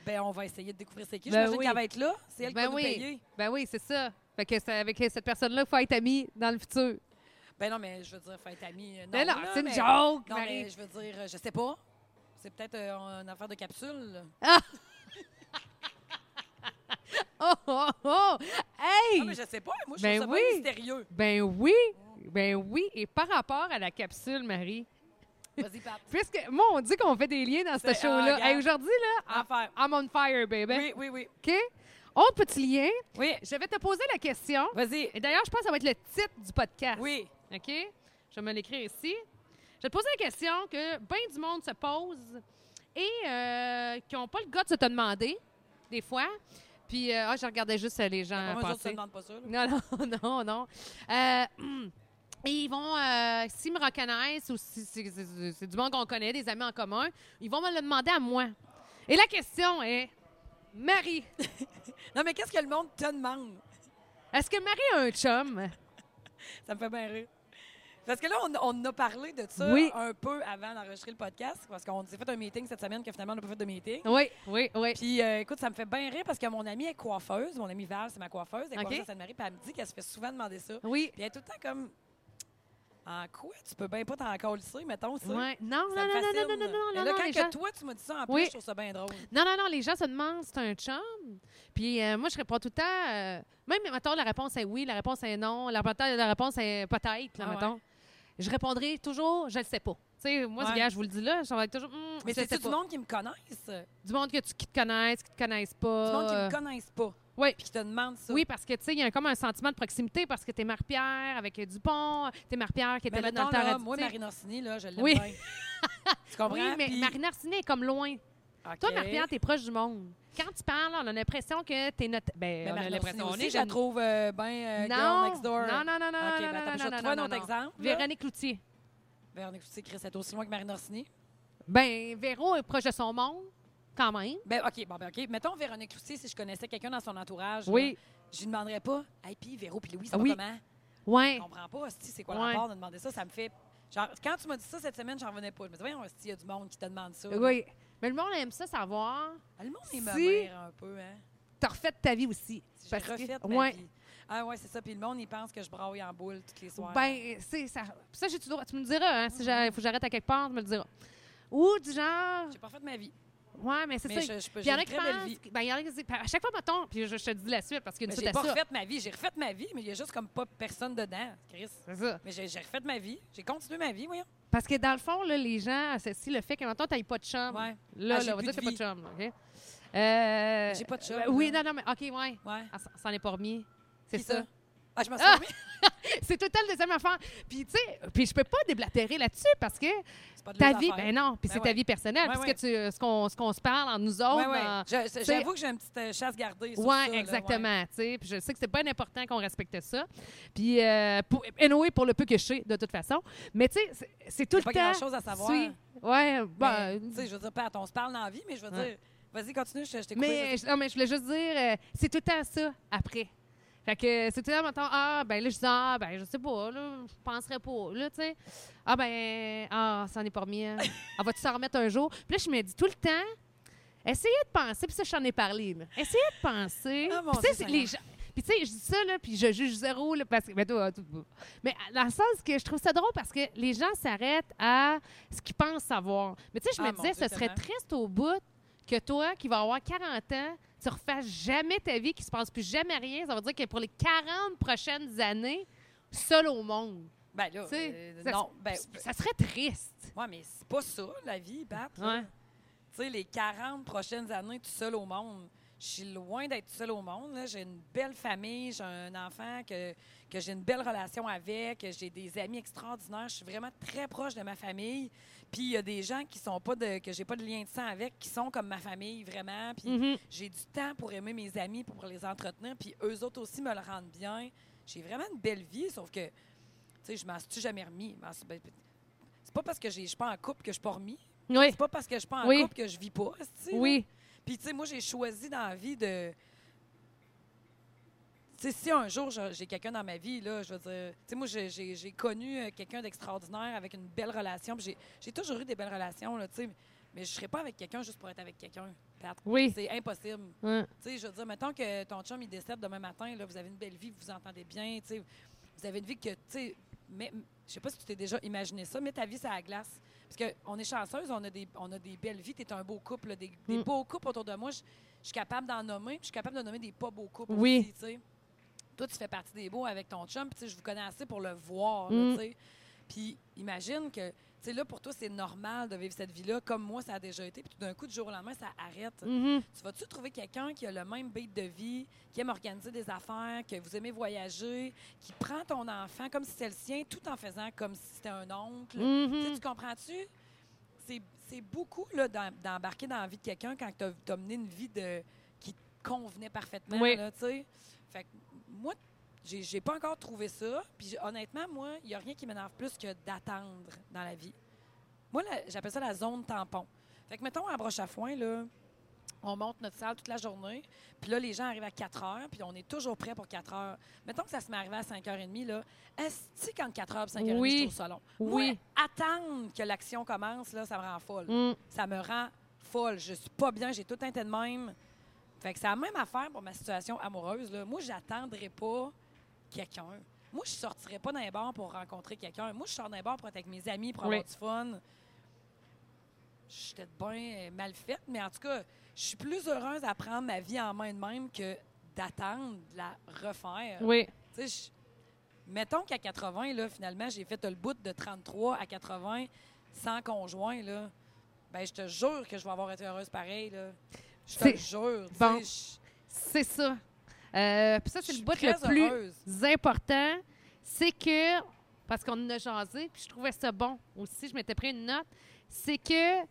[SPEAKER 1] Ben on va essayer de découvrir c'est qui.
[SPEAKER 2] Ben
[SPEAKER 1] J'imagine
[SPEAKER 2] oui.
[SPEAKER 1] qu'elle va être là. C'est elle qui
[SPEAKER 2] Ben
[SPEAKER 1] va
[SPEAKER 2] oui.
[SPEAKER 1] nous payer.
[SPEAKER 2] Ben oui, c'est ça. Fait que c'est- avec cette personne-là, il faut être ami dans le futur.
[SPEAKER 1] Ben non, mais je veux dire, faut être ami. euh, Non,
[SPEAKER 2] Ben non,
[SPEAKER 1] là,
[SPEAKER 2] c'est une
[SPEAKER 1] mais-
[SPEAKER 2] joke,
[SPEAKER 1] Non,
[SPEAKER 2] Marie.
[SPEAKER 1] mais je veux dire, euh, je sais pas. C'est peut-être euh, une affaire de capsule. là.
[SPEAKER 2] Ah, Oh, oh, oh! Hey!
[SPEAKER 1] Non, Ah, mais je sais pas. Moi, je
[SPEAKER 2] Ben
[SPEAKER 1] trouve ça
[SPEAKER 2] oui.
[SPEAKER 1] bien mystérieux.
[SPEAKER 2] Ben oui! Ben oui! Et par rapport à la capsule, Marie,
[SPEAKER 1] Vas-y, Pat.
[SPEAKER 2] puisque, moi, on dit qu'on fait des liens dans ce
[SPEAKER 1] C'est- ah,
[SPEAKER 2] show-là.
[SPEAKER 1] regarde.
[SPEAKER 2] Hey, aujourd'hui, là,
[SPEAKER 1] Enfer.
[SPEAKER 2] I'm on fire, baby.
[SPEAKER 1] Oui, oui, oui.
[SPEAKER 2] OK? Autre petit lien,
[SPEAKER 1] Oui,
[SPEAKER 2] je vais te poser la question.
[SPEAKER 1] vas-y.
[SPEAKER 2] Et d'ailleurs, je pense que ça va être le titre du podcast.
[SPEAKER 1] Oui.
[SPEAKER 2] OK? Je vais me l'écrire ici. Je vais te poser la question que bien du monde se pose et euh, qui n'ont pas le goût de se te demander, des fois. Puis, euh, ah, je regardais juste euh, les gens
[SPEAKER 1] Moi, eux autres, ça
[SPEAKER 2] passer.
[SPEAKER 1] me demande pas ça. là.
[SPEAKER 2] Non, non, non, non. Euh, et ils vont, euh, s'ils me reconnaissent ou si c'est- c'est c'est du monde qu'on connaît, des amis en commun, ils vont me le demander à moi. Et la question est, Marie,
[SPEAKER 1] Non, mais qu'est-ce que le monde te demande?
[SPEAKER 2] est-ce que Marie a un chum?
[SPEAKER 1] Ça me fait bien rire. Parce que là, on, on en a parlé de ça
[SPEAKER 2] Oui.
[SPEAKER 1] un peu avant d'enregistrer le podcast, parce qu'on s'est fait un meeting cette semaine que finalement, on n'a pas fait de meeting.
[SPEAKER 2] Oui, oui, oui.
[SPEAKER 1] Puis, euh, écoute, ça me fait bien rire parce que mon amie est coiffeuse. Mon amie Val, c'est ma coiffeuse. Elle est
[SPEAKER 2] OK.
[SPEAKER 1] coiffeuse à Sainte-Marie. Puis, elle me dit qu'elle se fait souvent demander ça. Puis,
[SPEAKER 2] Oui.
[SPEAKER 1] elle est tout le temps comme En quoi tu peux bien pas t'en colisser, mettons ça.
[SPEAKER 2] Ouais. Non,
[SPEAKER 1] Ça me
[SPEAKER 2] non, non, non,
[SPEAKER 1] fascine.
[SPEAKER 2] non, non, non,
[SPEAKER 1] Et là,
[SPEAKER 2] non, non,
[SPEAKER 1] quand
[SPEAKER 2] les
[SPEAKER 1] que
[SPEAKER 2] gens-
[SPEAKER 1] toi, tu m'as dit ça en plus,
[SPEAKER 2] Oui.
[SPEAKER 1] je trouve ça bien drôle.
[SPEAKER 2] non, non, non, les gens se demandent si c'est un chum. Puis euh, moi, je réponds tout le temps, euh, même, mettons, la réponse est oui, la réponse est non, la, la réponse est peut-être, là,
[SPEAKER 1] Ah ouais.
[SPEAKER 2] mettons. Je répondrai toujours, je le sais pas. Tu sais, moi,
[SPEAKER 1] Ouais.
[SPEAKER 2] ce gars, je vous le dis là, ça va être toujours, Hum,
[SPEAKER 1] Mais
[SPEAKER 2] je
[SPEAKER 1] c'est
[SPEAKER 2] sais
[SPEAKER 1] tout
[SPEAKER 2] pas.
[SPEAKER 1] du monde qui me connaissent. Du
[SPEAKER 2] Du monde que tu, qui te connaissent, qui te connaissent pas.
[SPEAKER 1] monde qui
[SPEAKER 2] euh,
[SPEAKER 1] me connaissent pas.
[SPEAKER 2] oui.
[SPEAKER 1] Puis qui te demande ça.
[SPEAKER 2] Oui, parce que, tu sais, il y a comme un sentiment de proximité parce que t'es Marie-Pierre avec euh, Dupont, t'es Marie-Pierre qui était
[SPEAKER 1] Mais
[SPEAKER 2] là dans
[SPEAKER 1] mettons,
[SPEAKER 2] le temps.
[SPEAKER 1] là,
[SPEAKER 2] radio-
[SPEAKER 1] moi,
[SPEAKER 2] tu sais.
[SPEAKER 1] Marine Orsini, là, je l'aime
[SPEAKER 2] Oui.
[SPEAKER 1] bien. tu comprends?
[SPEAKER 2] Oui, mais
[SPEAKER 1] Puis-
[SPEAKER 2] Marine Arsenet est comme loin.
[SPEAKER 1] OK.
[SPEAKER 2] Toi, Marie-Pierre, t'es proche du monde. Quand tu parles, on a l'impression que t'es notre. Ben,
[SPEAKER 1] Mais
[SPEAKER 2] on a
[SPEAKER 1] Marine
[SPEAKER 2] l'impression.
[SPEAKER 1] Orsini
[SPEAKER 2] On est
[SPEAKER 1] aussi, je la
[SPEAKER 2] jeune.
[SPEAKER 1] trouve euh, bien euh, girl
[SPEAKER 2] non.
[SPEAKER 1] next door.
[SPEAKER 2] non, non, non, non,
[SPEAKER 1] OK,
[SPEAKER 2] non,
[SPEAKER 1] ben, attends, je
[SPEAKER 2] non,
[SPEAKER 1] vais
[SPEAKER 2] non,
[SPEAKER 1] te trouver
[SPEAKER 2] non,
[SPEAKER 1] un
[SPEAKER 2] non,
[SPEAKER 1] autre
[SPEAKER 2] non.
[SPEAKER 1] exemple, là.
[SPEAKER 2] Véronique Loutier.
[SPEAKER 1] Ben, on écoute, c'est Chris, elle est aussi loin que Marine Orsini.
[SPEAKER 2] Ben, Véro est proche de son monde, quand même.
[SPEAKER 1] Ben, OK, bon, ben, OK. Mettons Véronique Loutier, si je connaissais quelqu'un dans son entourage, là, je lui demanderais pas, hey, puis Véro, puis Louis, c'est
[SPEAKER 2] Oui.
[SPEAKER 1] comment?
[SPEAKER 2] Ouais.
[SPEAKER 1] Je comprends pas, hostie, c'est quoi
[SPEAKER 2] Ouais.
[SPEAKER 1] le rapport de demander ça? Ça me fait. Genre, quand tu m'as dit ça cette semaine, j'en revenais pas. Je me disais, voyons, hostie, il y a du monde qui te demande ça. Ah,
[SPEAKER 2] Oui. Mais le monde aime ça savoir.
[SPEAKER 1] Le monde est
[SPEAKER 2] Si-
[SPEAKER 1] ma mère un peu, hein?
[SPEAKER 2] T'as refait ta vie aussi.
[SPEAKER 1] Si J'ai
[SPEAKER 2] Parce que-
[SPEAKER 1] refait ma
[SPEAKER 2] ouais.
[SPEAKER 1] vie. Ah, ouais, c'est ça. Puis le monde, il pense que je braille en boule toutes les soirs.
[SPEAKER 2] Ben, c'est ça. Ça, j'ai tout droit. Tu me le diras, hein,
[SPEAKER 1] Mm-hmm.
[SPEAKER 2] si j'a- faut que j'arrête à quelque part, tu me le diras. Ou du genre,
[SPEAKER 1] J'ai pas fait ma vie.
[SPEAKER 2] ouais, mais c'est
[SPEAKER 1] Mais
[SPEAKER 2] ça.
[SPEAKER 1] je, je, peux-
[SPEAKER 2] Puis
[SPEAKER 1] j'ai
[SPEAKER 2] y en
[SPEAKER 1] une
[SPEAKER 2] a qui
[SPEAKER 1] très belle vie.
[SPEAKER 2] pensent, ben, y en a qui disent, à chaque fois, mettons, puis je, je te dis la suite parce qu'il y
[SPEAKER 1] Mais
[SPEAKER 2] a une
[SPEAKER 1] Ben, j'ai
[SPEAKER 2] suite
[SPEAKER 1] pas
[SPEAKER 2] à ça.
[SPEAKER 1] refait ma vie. J'ai refait ma vie, mais il y a juste comme pas personne dedans, Chris.
[SPEAKER 2] C'est ça.
[SPEAKER 1] Mais j'ai j'ai refait ma vie. J'ai continué ma vie, voyons.
[SPEAKER 2] Parce que dans le fond, là, les gens associent le fait que maintenant, tu pas de chum.
[SPEAKER 1] Ouais.
[SPEAKER 2] Là,
[SPEAKER 1] Ah, j'ai
[SPEAKER 2] là, on va
[SPEAKER 1] plus de
[SPEAKER 2] dire que tu pas de
[SPEAKER 1] vie.
[SPEAKER 2] chum. là, OK? Euh,
[SPEAKER 1] J'ai pas de chum,
[SPEAKER 2] ben oui,
[SPEAKER 1] là.
[SPEAKER 2] non, non, mais OK, ouais.
[SPEAKER 1] Ouais.
[SPEAKER 2] Ah, ça- ça en est pas remis. C'est
[SPEAKER 1] Qui ça?
[SPEAKER 2] ça.
[SPEAKER 1] Ah, je me suis
[SPEAKER 2] Ah!
[SPEAKER 1] remis.
[SPEAKER 2] C'est tout le temps le deuxième affaire. Puis, tu sais, puis je peux pas déblatérer là-dessus parce que
[SPEAKER 1] C'est pas de
[SPEAKER 2] ta
[SPEAKER 1] leurs
[SPEAKER 2] vie,
[SPEAKER 1] affaires.
[SPEAKER 2] ben non, puis
[SPEAKER 1] Ben
[SPEAKER 2] c'est
[SPEAKER 1] ouais.
[SPEAKER 2] ta vie personnelle.
[SPEAKER 1] Ouais,
[SPEAKER 2] puisque
[SPEAKER 1] ouais.
[SPEAKER 2] tu- euh, ce qu'on ce qu'on se parle entre nous autres,
[SPEAKER 1] Ouais, ouais.
[SPEAKER 2] dans-
[SPEAKER 1] Je-
[SPEAKER 2] Oh sais-
[SPEAKER 1] je- J'avoue que j'ai une petite euh, chasse gardée. sur
[SPEAKER 2] Ouais,
[SPEAKER 1] ça, là, ouais.
[SPEAKER 2] exactement. tu sais. Puis je sais que c'est bien important qu'on respecte ça. Puis, euh, pour, anyway, pour le peu que je sais, de toute façon. Mais tu sais, c'est- c'est tout
[SPEAKER 1] Y a
[SPEAKER 2] le
[SPEAKER 1] pas
[SPEAKER 2] temps.
[SPEAKER 1] grand-chose à savoir.
[SPEAKER 2] Oui. Ouais,
[SPEAKER 1] Mais,
[SPEAKER 2] ben,
[SPEAKER 1] tu sais, je veux dire, Pat, on se parle dans la vie, mais je veux
[SPEAKER 2] Ouais.
[SPEAKER 1] dire, vas-y, continue, je, je t'ai coupé.
[SPEAKER 2] mais,
[SPEAKER 1] vas-y.
[SPEAKER 2] je- non, mais je voulais juste dire, euh, c'est tout le temps ça après. Fait que euh, c'est tout le temps, mettons, ah, ben là, je dis, ah, ben je sais pas, là, je penserais pas, là, tu sais. Ah, ben, ah, ça en est pas remis. hein. Ah, vas-tu s'en remettre un jour? Puis là, je me dis tout le temps, essayez de penser, puis ça, j'en ai parlé, là. Essayez de penser.
[SPEAKER 1] Ah, mon
[SPEAKER 2] Puis tu sais,
[SPEAKER 1] Dieu
[SPEAKER 2] c'est- les gens. Puis tu sais, je dis ça, là, puis je juge zéro, là, parce que, ben, toi, tout- mais dans le sens que je trouve ça drôle parce que les gens s'arrêtent à ce qu'ils pensent savoir. Mais tu sais, je
[SPEAKER 1] Ah,
[SPEAKER 2] me
[SPEAKER 1] mon
[SPEAKER 2] disais,
[SPEAKER 1] Dieu,
[SPEAKER 2] ce serait
[SPEAKER 1] tellement.
[SPEAKER 2] triste au bout que toi, qui vas avoir 40 ans, tu refasses jamais ta vie, qu'il se passe plus jamais rien. Ça veut dire que pour les 40 prochaines années, seul au monde.
[SPEAKER 1] Ben là,
[SPEAKER 2] Tu sais,
[SPEAKER 1] euh,
[SPEAKER 2] ça-
[SPEAKER 1] non. Ben,
[SPEAKER 2] Ça serait triste.
[SPEAKER 1] ouais, mais c'est pas ça, la vie, Bat. là.
[SPEAKER 2] Ouais.
[SPEAKER 1] Tu sais, les 40 prochaines années, tout seul au monde. Je suis loin d'être seule au monde. là. J'ai une belle famille, j'ai un enfant que, que j'ai une belle relation avec, j'ai des amis extraordinaires. Je suis vraiment très proche de ma famille. Puis il y a des gens qui sont pas de, que j'ai pas de lien de sang avec, qui sont comme ma famille vraiment. Puis
[SPEAKER 2] Mhm.
[SPEAKER 1] j'ai du temps pour aimer mes amis, pour les entretenir, puis eux autres aussi me le rendent bien. J'ai vraiment une belle vie, sauf que, tu sais, je m'en suis jamais remis. Je m'en suis- ben, C'est pas parce que j'ai- je suis pas en couple que je suis pas remis.
[SPEAKER 2] Oui.
[SPEAKER 1] C'est pas parce que je suis pas en
[SPEAKER 2] Oui.
[SPEAKER 1] couple que je vis pas. esti, là.
[SPEAKER 2] Oui.
[SPEAKER 1] Puis, tu sais, moi, j'ai choisi dans la vie de. Tu sais, si un jour je- j'ai quelqu'un dans ma vie, là, je veux dire. Tu sais, moi, j'ai- j'ai j'ai connu euh, quelqu'un d'extraordinaire avec une belle relation. puis j'ai- j'ai toujours eu des belles relations, là, tu sais. Mais je serais pas avec quelqu'un juste pour être avec quelqu'un. Pat.
[SPEAKER 2] Oui.
[SPEAKER 1] C'est impossible.
[SPEAKER 2] Hein.
[SPEAKER 1] Tu sais, je veux dire, mettons que ton chum, il décède demain matin, là, vous avez une belle vie, vous vous entendez bien, tu sais, vous avez une vie que, tu sais, mais je sais pas si tu t'es déjà imaginé ça, mais ta vie, c'est à la glace. Parce qu'on est chanceuse, on a des, on a des belles vies, t'es un beau couple, là, des, des
[SPEAKER 2] Mm.
[SPEAKER 1] beaux couples autour de moi, je je suis capable d'en nommer, puis je suis capable de nommer des pas beaux couples
[SPEAKER 2] Oui.
[SPEAKER 1] aussi, tu sais. Toi, tu fais partie des beaux avec ton chum, puis tu sais, je vous connais assez pour le voir, là,
[SPEAKER 2] Mm.
[SPEAKER 1] tu sais. Puis imagine que, tu sais, là, pour toi, c'est normal de vivre cette vie-là, comme moi, ça a déjà été, puis tout d'un coup, du jour au lendemain, ça arrête.
[SPEAKER 2] Mhm.
[SPEAKER 1] Tu vas-tu trouver quelqu'un qui a le même beat de vie, qui aime organiser des affaires, que vous aimez voyager, qui prend ton enfant comme si c'était le sien, tout en faisant comme si c'était un oncle? Tu sais,
[SPEAKER 2] Mhm.
[SPEAKER 1] Tu comprends-tu? C'est- C'est beaucoup là, d'em- d'embarquer dans la vie de quelqu'un quand tu as, mené une vie de, qui te convenait parfaitement.
[SPEAKER 2] Oui.
[SPEAKER 1] Là, tu sais. fait que moi, j'ai j'ai pas encore trouvé ça. Puis j'ai- honnêtement, moi, il n'y a rien qui m'énerve plus que d'attendre dans la vie. Moi, la- j'appelle ça la zone tampon. Fait que mettons à broche à foin, là, on monte notre salle toute la journée. Puis là, les gens arrivent à 4 heures, puis on est toujours prêt pour 4 heures. Mettons que ça se met arrivé à 5h30, là. Est-ce que quand 4 heures, 5h30,
[SPEAKER 2] Oui.
[SPEAKER 1] je trouve ça long? Moi,
[SPEAKER 2] Oui.
[SPEAKER 1] attendre que l'action commence, là, ça me rend folle.
[SPEAKER 2] Mm.
[SPEAKER 1] Ça me rend folle. Je suis pas bien, j'ai tout un tas de même. Fait que c'est la même affaire pour ma situation amoureuse, là. Moi, j'attendrai pas quelqu'un. Moi, je sortirais pas d'un bar pour rencontrer quelqu'un. Moi, je sors d'un bar pour être avec mes amis, pour avoir
[SPEAKER 2] Oui.
[SPEAKER 1] du fun. Je suis peut-être bien euh, mal faite, mais en tout cas, je suis plus heureuse à prendre ma vie en main de même que d'attendre de la refaire.
[SPEAKER 2] Oui.
[SPEAKER 1] Tu sais, je- mettons qu'à 80, là, finalement, j'ai fait le bout de 33 à 80 sans conjoint, là. Ben, je te jure que je vais avoir été heureuse pareil, là. Je te
[SPEAKER 2] C'est-
[SPEAKER 1] le jure. tu
[SPEAKER 2] bon.
[SPEAKER 1] sais,
[SPEAKER 2] C'est ça. Euh, puis ça,
[SPEAKER 1] je- je
[SPEAKER 2] c'est
[SPEAKER 1] suis
[SPEAKER 2] le bout
[SPEAKER 1] très
[SPEAKER 2] le plus
[SPEAKER 1] heureuse.
[SPEAKER 2] important. C'est que, parce qu'on en a jasé, puis je trouvais ça bon aussi, je m'étais pris une note, c'est que, tu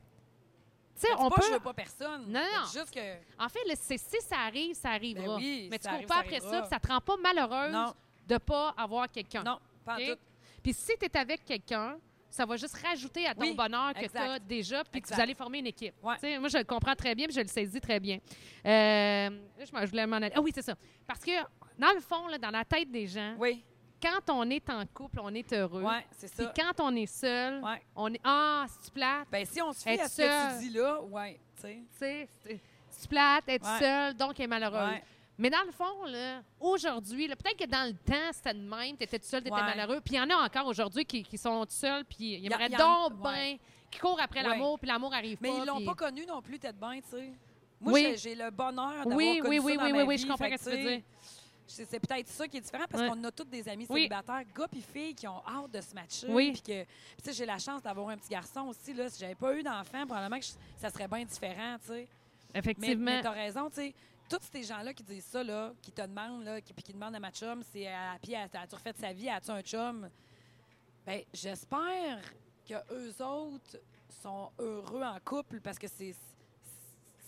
[SPEAKER 1] Je
[SPEAKER 2] sais,
[SPEAKER 1] dis
[SPEAKER 2] on
[SPEAKER 1] pas
[SPEAKER 2] peut.
[SPEAKER 1] que je veux pas personne.
[SPEAKER 2] Non, non.
[SPEAKER 1] Je dis Juste que...
[SPEAKER 2] En fait, le- c'est si ça arrive, ça
[SPEAKER 1] Ben
[SPEAKER 2] arrivera.
[SPEAKER 1] oui,
[SPEAKER 2] Mais
[SPEAKER 1] si ça
[SPEAKER 2] tu cours
[SPEAKER 1] arrive,
[SPEAKER 2] pas
[SPEAKER 1] ça
[SPEAKER 2] après ça,
[SPEAKER 1] arrivera.
[SPEAKER 2] puis ça te rend pas malheureuse
[SPEAKER 1] Non.
[SPEAKER 2] de pas avoir quelqu'un.
[SPEAKER 1] Non, pas en
[SPEAKER 2] OK?
[SPEAKER 1] tout.
[SPEAKER 2] Puis si tu es avec quelqu'un, ça va juste rajouter à ton
[SPEAKER 1] Oui,
[SPEAKER 2] bonheur que tu
[SPEAKER 1] exact.
[SPEAKER 2] as déjà, puis que
[SPEAKER 1] Exact.
[SPEAKER 2] vous allez former une équipe.
[SPEAKER 1] Ouais.
[SPEAKER 2] Tu sais, Moi, je le comprends très bien, puis je le saisis très bien. Euh, là, je, m'en- je voulais m'en aller. Ah oui, c'est ça. Parce que, dans le fond, là, dans la tête des gens,
[SPEAKER 1] Oui,
[SPEAKER 2] quand on est en couple, on est heureux.
[SPEAKER 1] ouais, c'est
[SPEAKER 2] Puis
[SPEAKER 1] ça.
[SPEAKER 2] quand on est seul,
[SPEAKER 1] Ouais.
[SPEAKER 2] on est Ah, c'est plate.
[SPEAKER 1] Ben, si on se fie
[SPEAKER 2] Être
[SPEAKER 1] à ce que
[SPEAKER 2] seule.
[SPEAKER 1] tu dis là, ouais, tu sais.
[SPEAKER 2] Tu sais, c'est c'est plate, être
[SPEAKER 1] Ouais.
[SPEAKER 2] seul, donc elle est malheureuse.
[SPEAKER 1] Ouais.
[SPEAKER 2] Mais dans le fond, là, aujourd'hui, là, peut-être que dans le temps, c'était de même, t'étais tout seul, t'étais
[SPEAKER 1] Ouais.
[SPEAKER 2] malheureux. Puis il y en a encore aujourd'hui qui, qui sont tout seuls, puis ils
[SPEAKER 1] Y a-
[SPEAKER 2] aimeraient
[SPEAKER 1] y en-
[SPEAKER 2] donc
[SPEAKER 1] ouais.
[SPEAKER 2] bien, qui courent après
[SPEAKER 1] Ouais.
[SPEAKER 2] l'amour, puis l'amour arrive
[SPEAKER 1] Mais
[SPEAKER 2] pas.
[SPEAKER 1] ils l'ont
[SPEAKER 2] puis-
[SPEAKER 1] pas connu non plus, tête bien, tu sais. Moi,
[SPEAKER 2] Oui.
[SPEAKER 1] j'ai- j'ai le bonheur d'avoir
[SPEAKER 2] Oui,
[SPEAKER 1] connu
[SPEAKER 2] oui,
[SPEAKER 1] ça
[SPEAKER 2] oui,
[SPEAKER 1] dans
[SPEAKER 2] oui,
[SPEAKER 1] ma
[SPEAKER 2] oui, oui,
[SPEAKER 1] vie,
[SPEAKER 2] je comprends
[SPEAKER 1] fait
[SPEAKER 2] ce que tu veux
[SPEAKER 1] sais,
[SPEAKER 2] dire.
[SPEAKER 1] C'est c'est peut-être ça qui est différent parce
[SPEAKER 2] Ouais.
[SPEAKER 1] qu'on a tous des amis
[SPEAKER 2] Oui.
[SPEAKER 1] célibataires, gars puis filles, qui ont hâte de se matcher.
[SPEAKER 2] Oui.
[SPEAKER 1] Puis que, puis tu sais, j'ai la chance d'avoir un petit garçon aussi. Là. Si j'avais pas eu d'enfant, probablement que je- ça serait bien différent, tu sais. Mais,
[SPEAKER 2] Effectivement.
[SPEAKER 1] mais t'as raison, tu sais. Tous ces gens-là qui disent ça, là, qui te demandent, là, qui, puis qui demandent à ma chum, c'est à pied, as-tu refait de sa vie, as-tu un chum? Bien, j'espère que eux autres sont heureux en couple parce que c'est.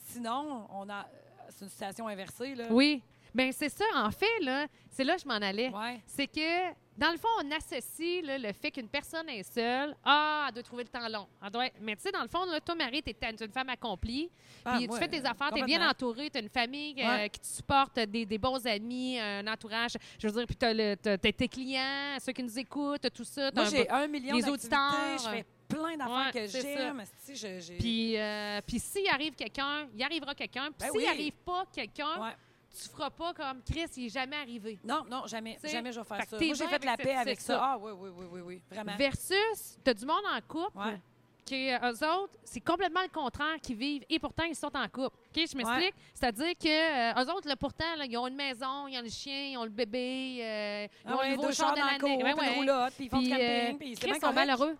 [SPEAKER 1] Sinon, on a. C'est une situation inversée, là.
[SPEAKER 2] Oui. Bien, c'est ça. En fait, là, c'est là que je m'en allais.
[SPEAKER 1] Ouais.
[SPEAKER 2] C'est que, dans le fond, on associe là, le fait qu'une personne est seule. Ah, elle doit trouver le temps long. Elle doit être- Mais tu sais, dans le fond, là, toi, Marie, t'es t'es une femme accomplie.
[SPEAKER 1] Ah,
[SPEAKER 2] puis
[SPEAKER 1] moi,
[SPEAKER 2] tu fais tes
[SPEAKER 1] euh,
[SPEAKER 2] affaires, t'es bien
[SPEAKER 1] complètement.
[SPEAKER 2] entourée, t'as une famille euh,
[SPEAKER 1] Ouais.
[SPEAKER 2] qui te supporte, t'as des, des bons amis, un entourage. Je veux dire, puis t'as le- t'as- t'as tes clients, ceux qui nous écoutent, t'as tout ça. t'as
[SPEAKER 1] Moi,
[SPEAKER 2] un
[SPEAKER 1] j'ai
[SPEAKER 2] bon-
[SPEAKER 1] un million
[SPEAKER 2] les
[SPEAKER 1] d'activités,
[SPEAKER 2] auditeurs.
[SPEAKER 1] je fais plein d'affaires
[SPEAKER 2] Ouais,
[SPEAKER 1] que
[SPEAKER 2] c'est ça.
[SPEAKER 1] j'aime. esti, je- j'ai-
[SPEAKER 2] Puis euh, puis s'il arrive quelqu'un, il arrivera quelqu'un. Puis
[SPEAKER 1] Ben
[SPEAKER 2] s'il
[SPEAKER 1] oui.
[SPEAKER 2] arrive pas quelqu'un,
[SPEAKER 1] Ouais.
[SPEAKER 2] tu feras pas comme Chris, il est jamais arrivé.
[SPEAKER 1] Non, non, jamais,
[SPEAKER 2] Tu sais,
[SPEAKER 1] jamais je vais
[SPEAKER 2] fait
[SPEAKER 1] faire
[SPEAKER 2] que
[SPEAKER 1] ça. Ah,
[SPEAKER 2] t'es
[SPEAKER 1] Moi, j'ai
[SPEAKER 2] bien
[SPEAKER 1] fait la
[SPEAKER 2] avec
[SPEAKER 1] paix
[SPEAKER 2] cette-
[SPEAKER 1] avec
[SPEAKER 2] c'est
[SPEAKER 1] ça.
[SPEAKER 2] ça.
[SPEAKER 1] Ah oui, oui, oui, oui, oui, vraiment.
[SPEAKER 2] Versus, t'as du monde en couple.
[SPEAKER 1] Ouais.
[SPEAKER 2] que eux autres, c'est complètement le contraire qu'ils vivent et pourtant ils sont en couple. OK, je m'explique. C'est-à-dire que euh, eux autres, là, pourtant, là, ils ont une maison, ils ont le chien, ils ont le bébé, euh, ils
[SPEAKER 1] Ah
[SPEAKER 2] ont
[SPEAKER 1] ouais,
[SPEAKER 2] le nouveau
[SPEAKER 1] deux
[SPEAKER 2] char
[SPEAKER 1] chars
[SPEAKER 2] de
[SPEAKER 1] dans la cour,
[SPEAKER 2] l'année.
[SPEAKER 1] puis
[SPEAKER 2] Ben
[SPEAKER 1] une
[SPEAKER 2] ouais.
[SPEAKER 1] roulotte, puis ils font du
[SPEAKER 2] Puis, euh,
[SPEAKER 1] camping, puis c'est
[SPEAKER 2] Chris,
[SPEAKER 1] bien
[SPEAKER 2] ils sont
[SPEAKER 1] correct.
[SPEAKER 2] malheureux.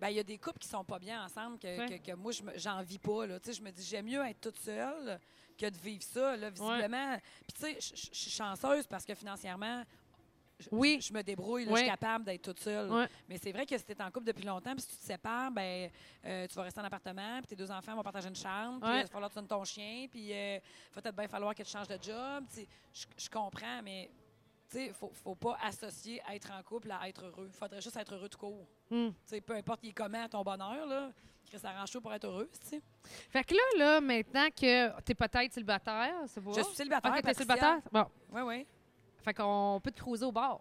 [SPEAKER 1] Ben, il y a des couples qui sont pas bien ensemble que,
[SPEAKER 2] Ouais.
[SPEAKER 1] que, que moi, je me- j'en vis pas. Là. Tu sais, Je me dis, j'aime mieux être toute seule que de vivre ça, là, visiblement. Puis, tu sais, je- je je suis chanceuse parce que financièrement, je-
[SPEAKER 2] Oui.
[SPEAKER 1] je je me débrouille, là,
[SPEAKER 2] Ouais.
[SPEAKER 1] je suis capable d'être toute seule.
[SPEAKER 2] Ouais.
[SPEAKER 1] Mais c'est vrai que si tu es en couple depuis longtemps, puis si tu te sépares, ben, euh, tu vas rester en appartement, puis tes deux enfants vont partager une chambre, puis
[SPEAKER 2] Ouais.
[SPEAKER 1] euh, il va falloir que tu donnes ton chien, puis euh, il va peut-être bien falloir que tu changes de job. Tu sais, Je je comprends, mais tu sais, faut, faut pas associer être en couple à être heureux. faudrait juste être heureux tout court.
[SPEAKER 2] Hmm.
[SPEAKER 1] Tu sais, peu importe il est comment ton bonheur, là. Chris arrange-toi pour être heureuse, tu sais.
[SPEAKER 2] Fait que là, là, maintenant que t'es peut-être célibataire, c'est bon.
[SPEAKER 1] Je suis célibataire,
[SPEAKER 2] Ah, Ok, t'es
[SPEAKER 1] Patricia.
[SPEAKER 2] célibataire. Bon.
[SPEAKER 1] Oui, oui.
[SPEAKER 2] Fait qu'on peut te croiser au bar.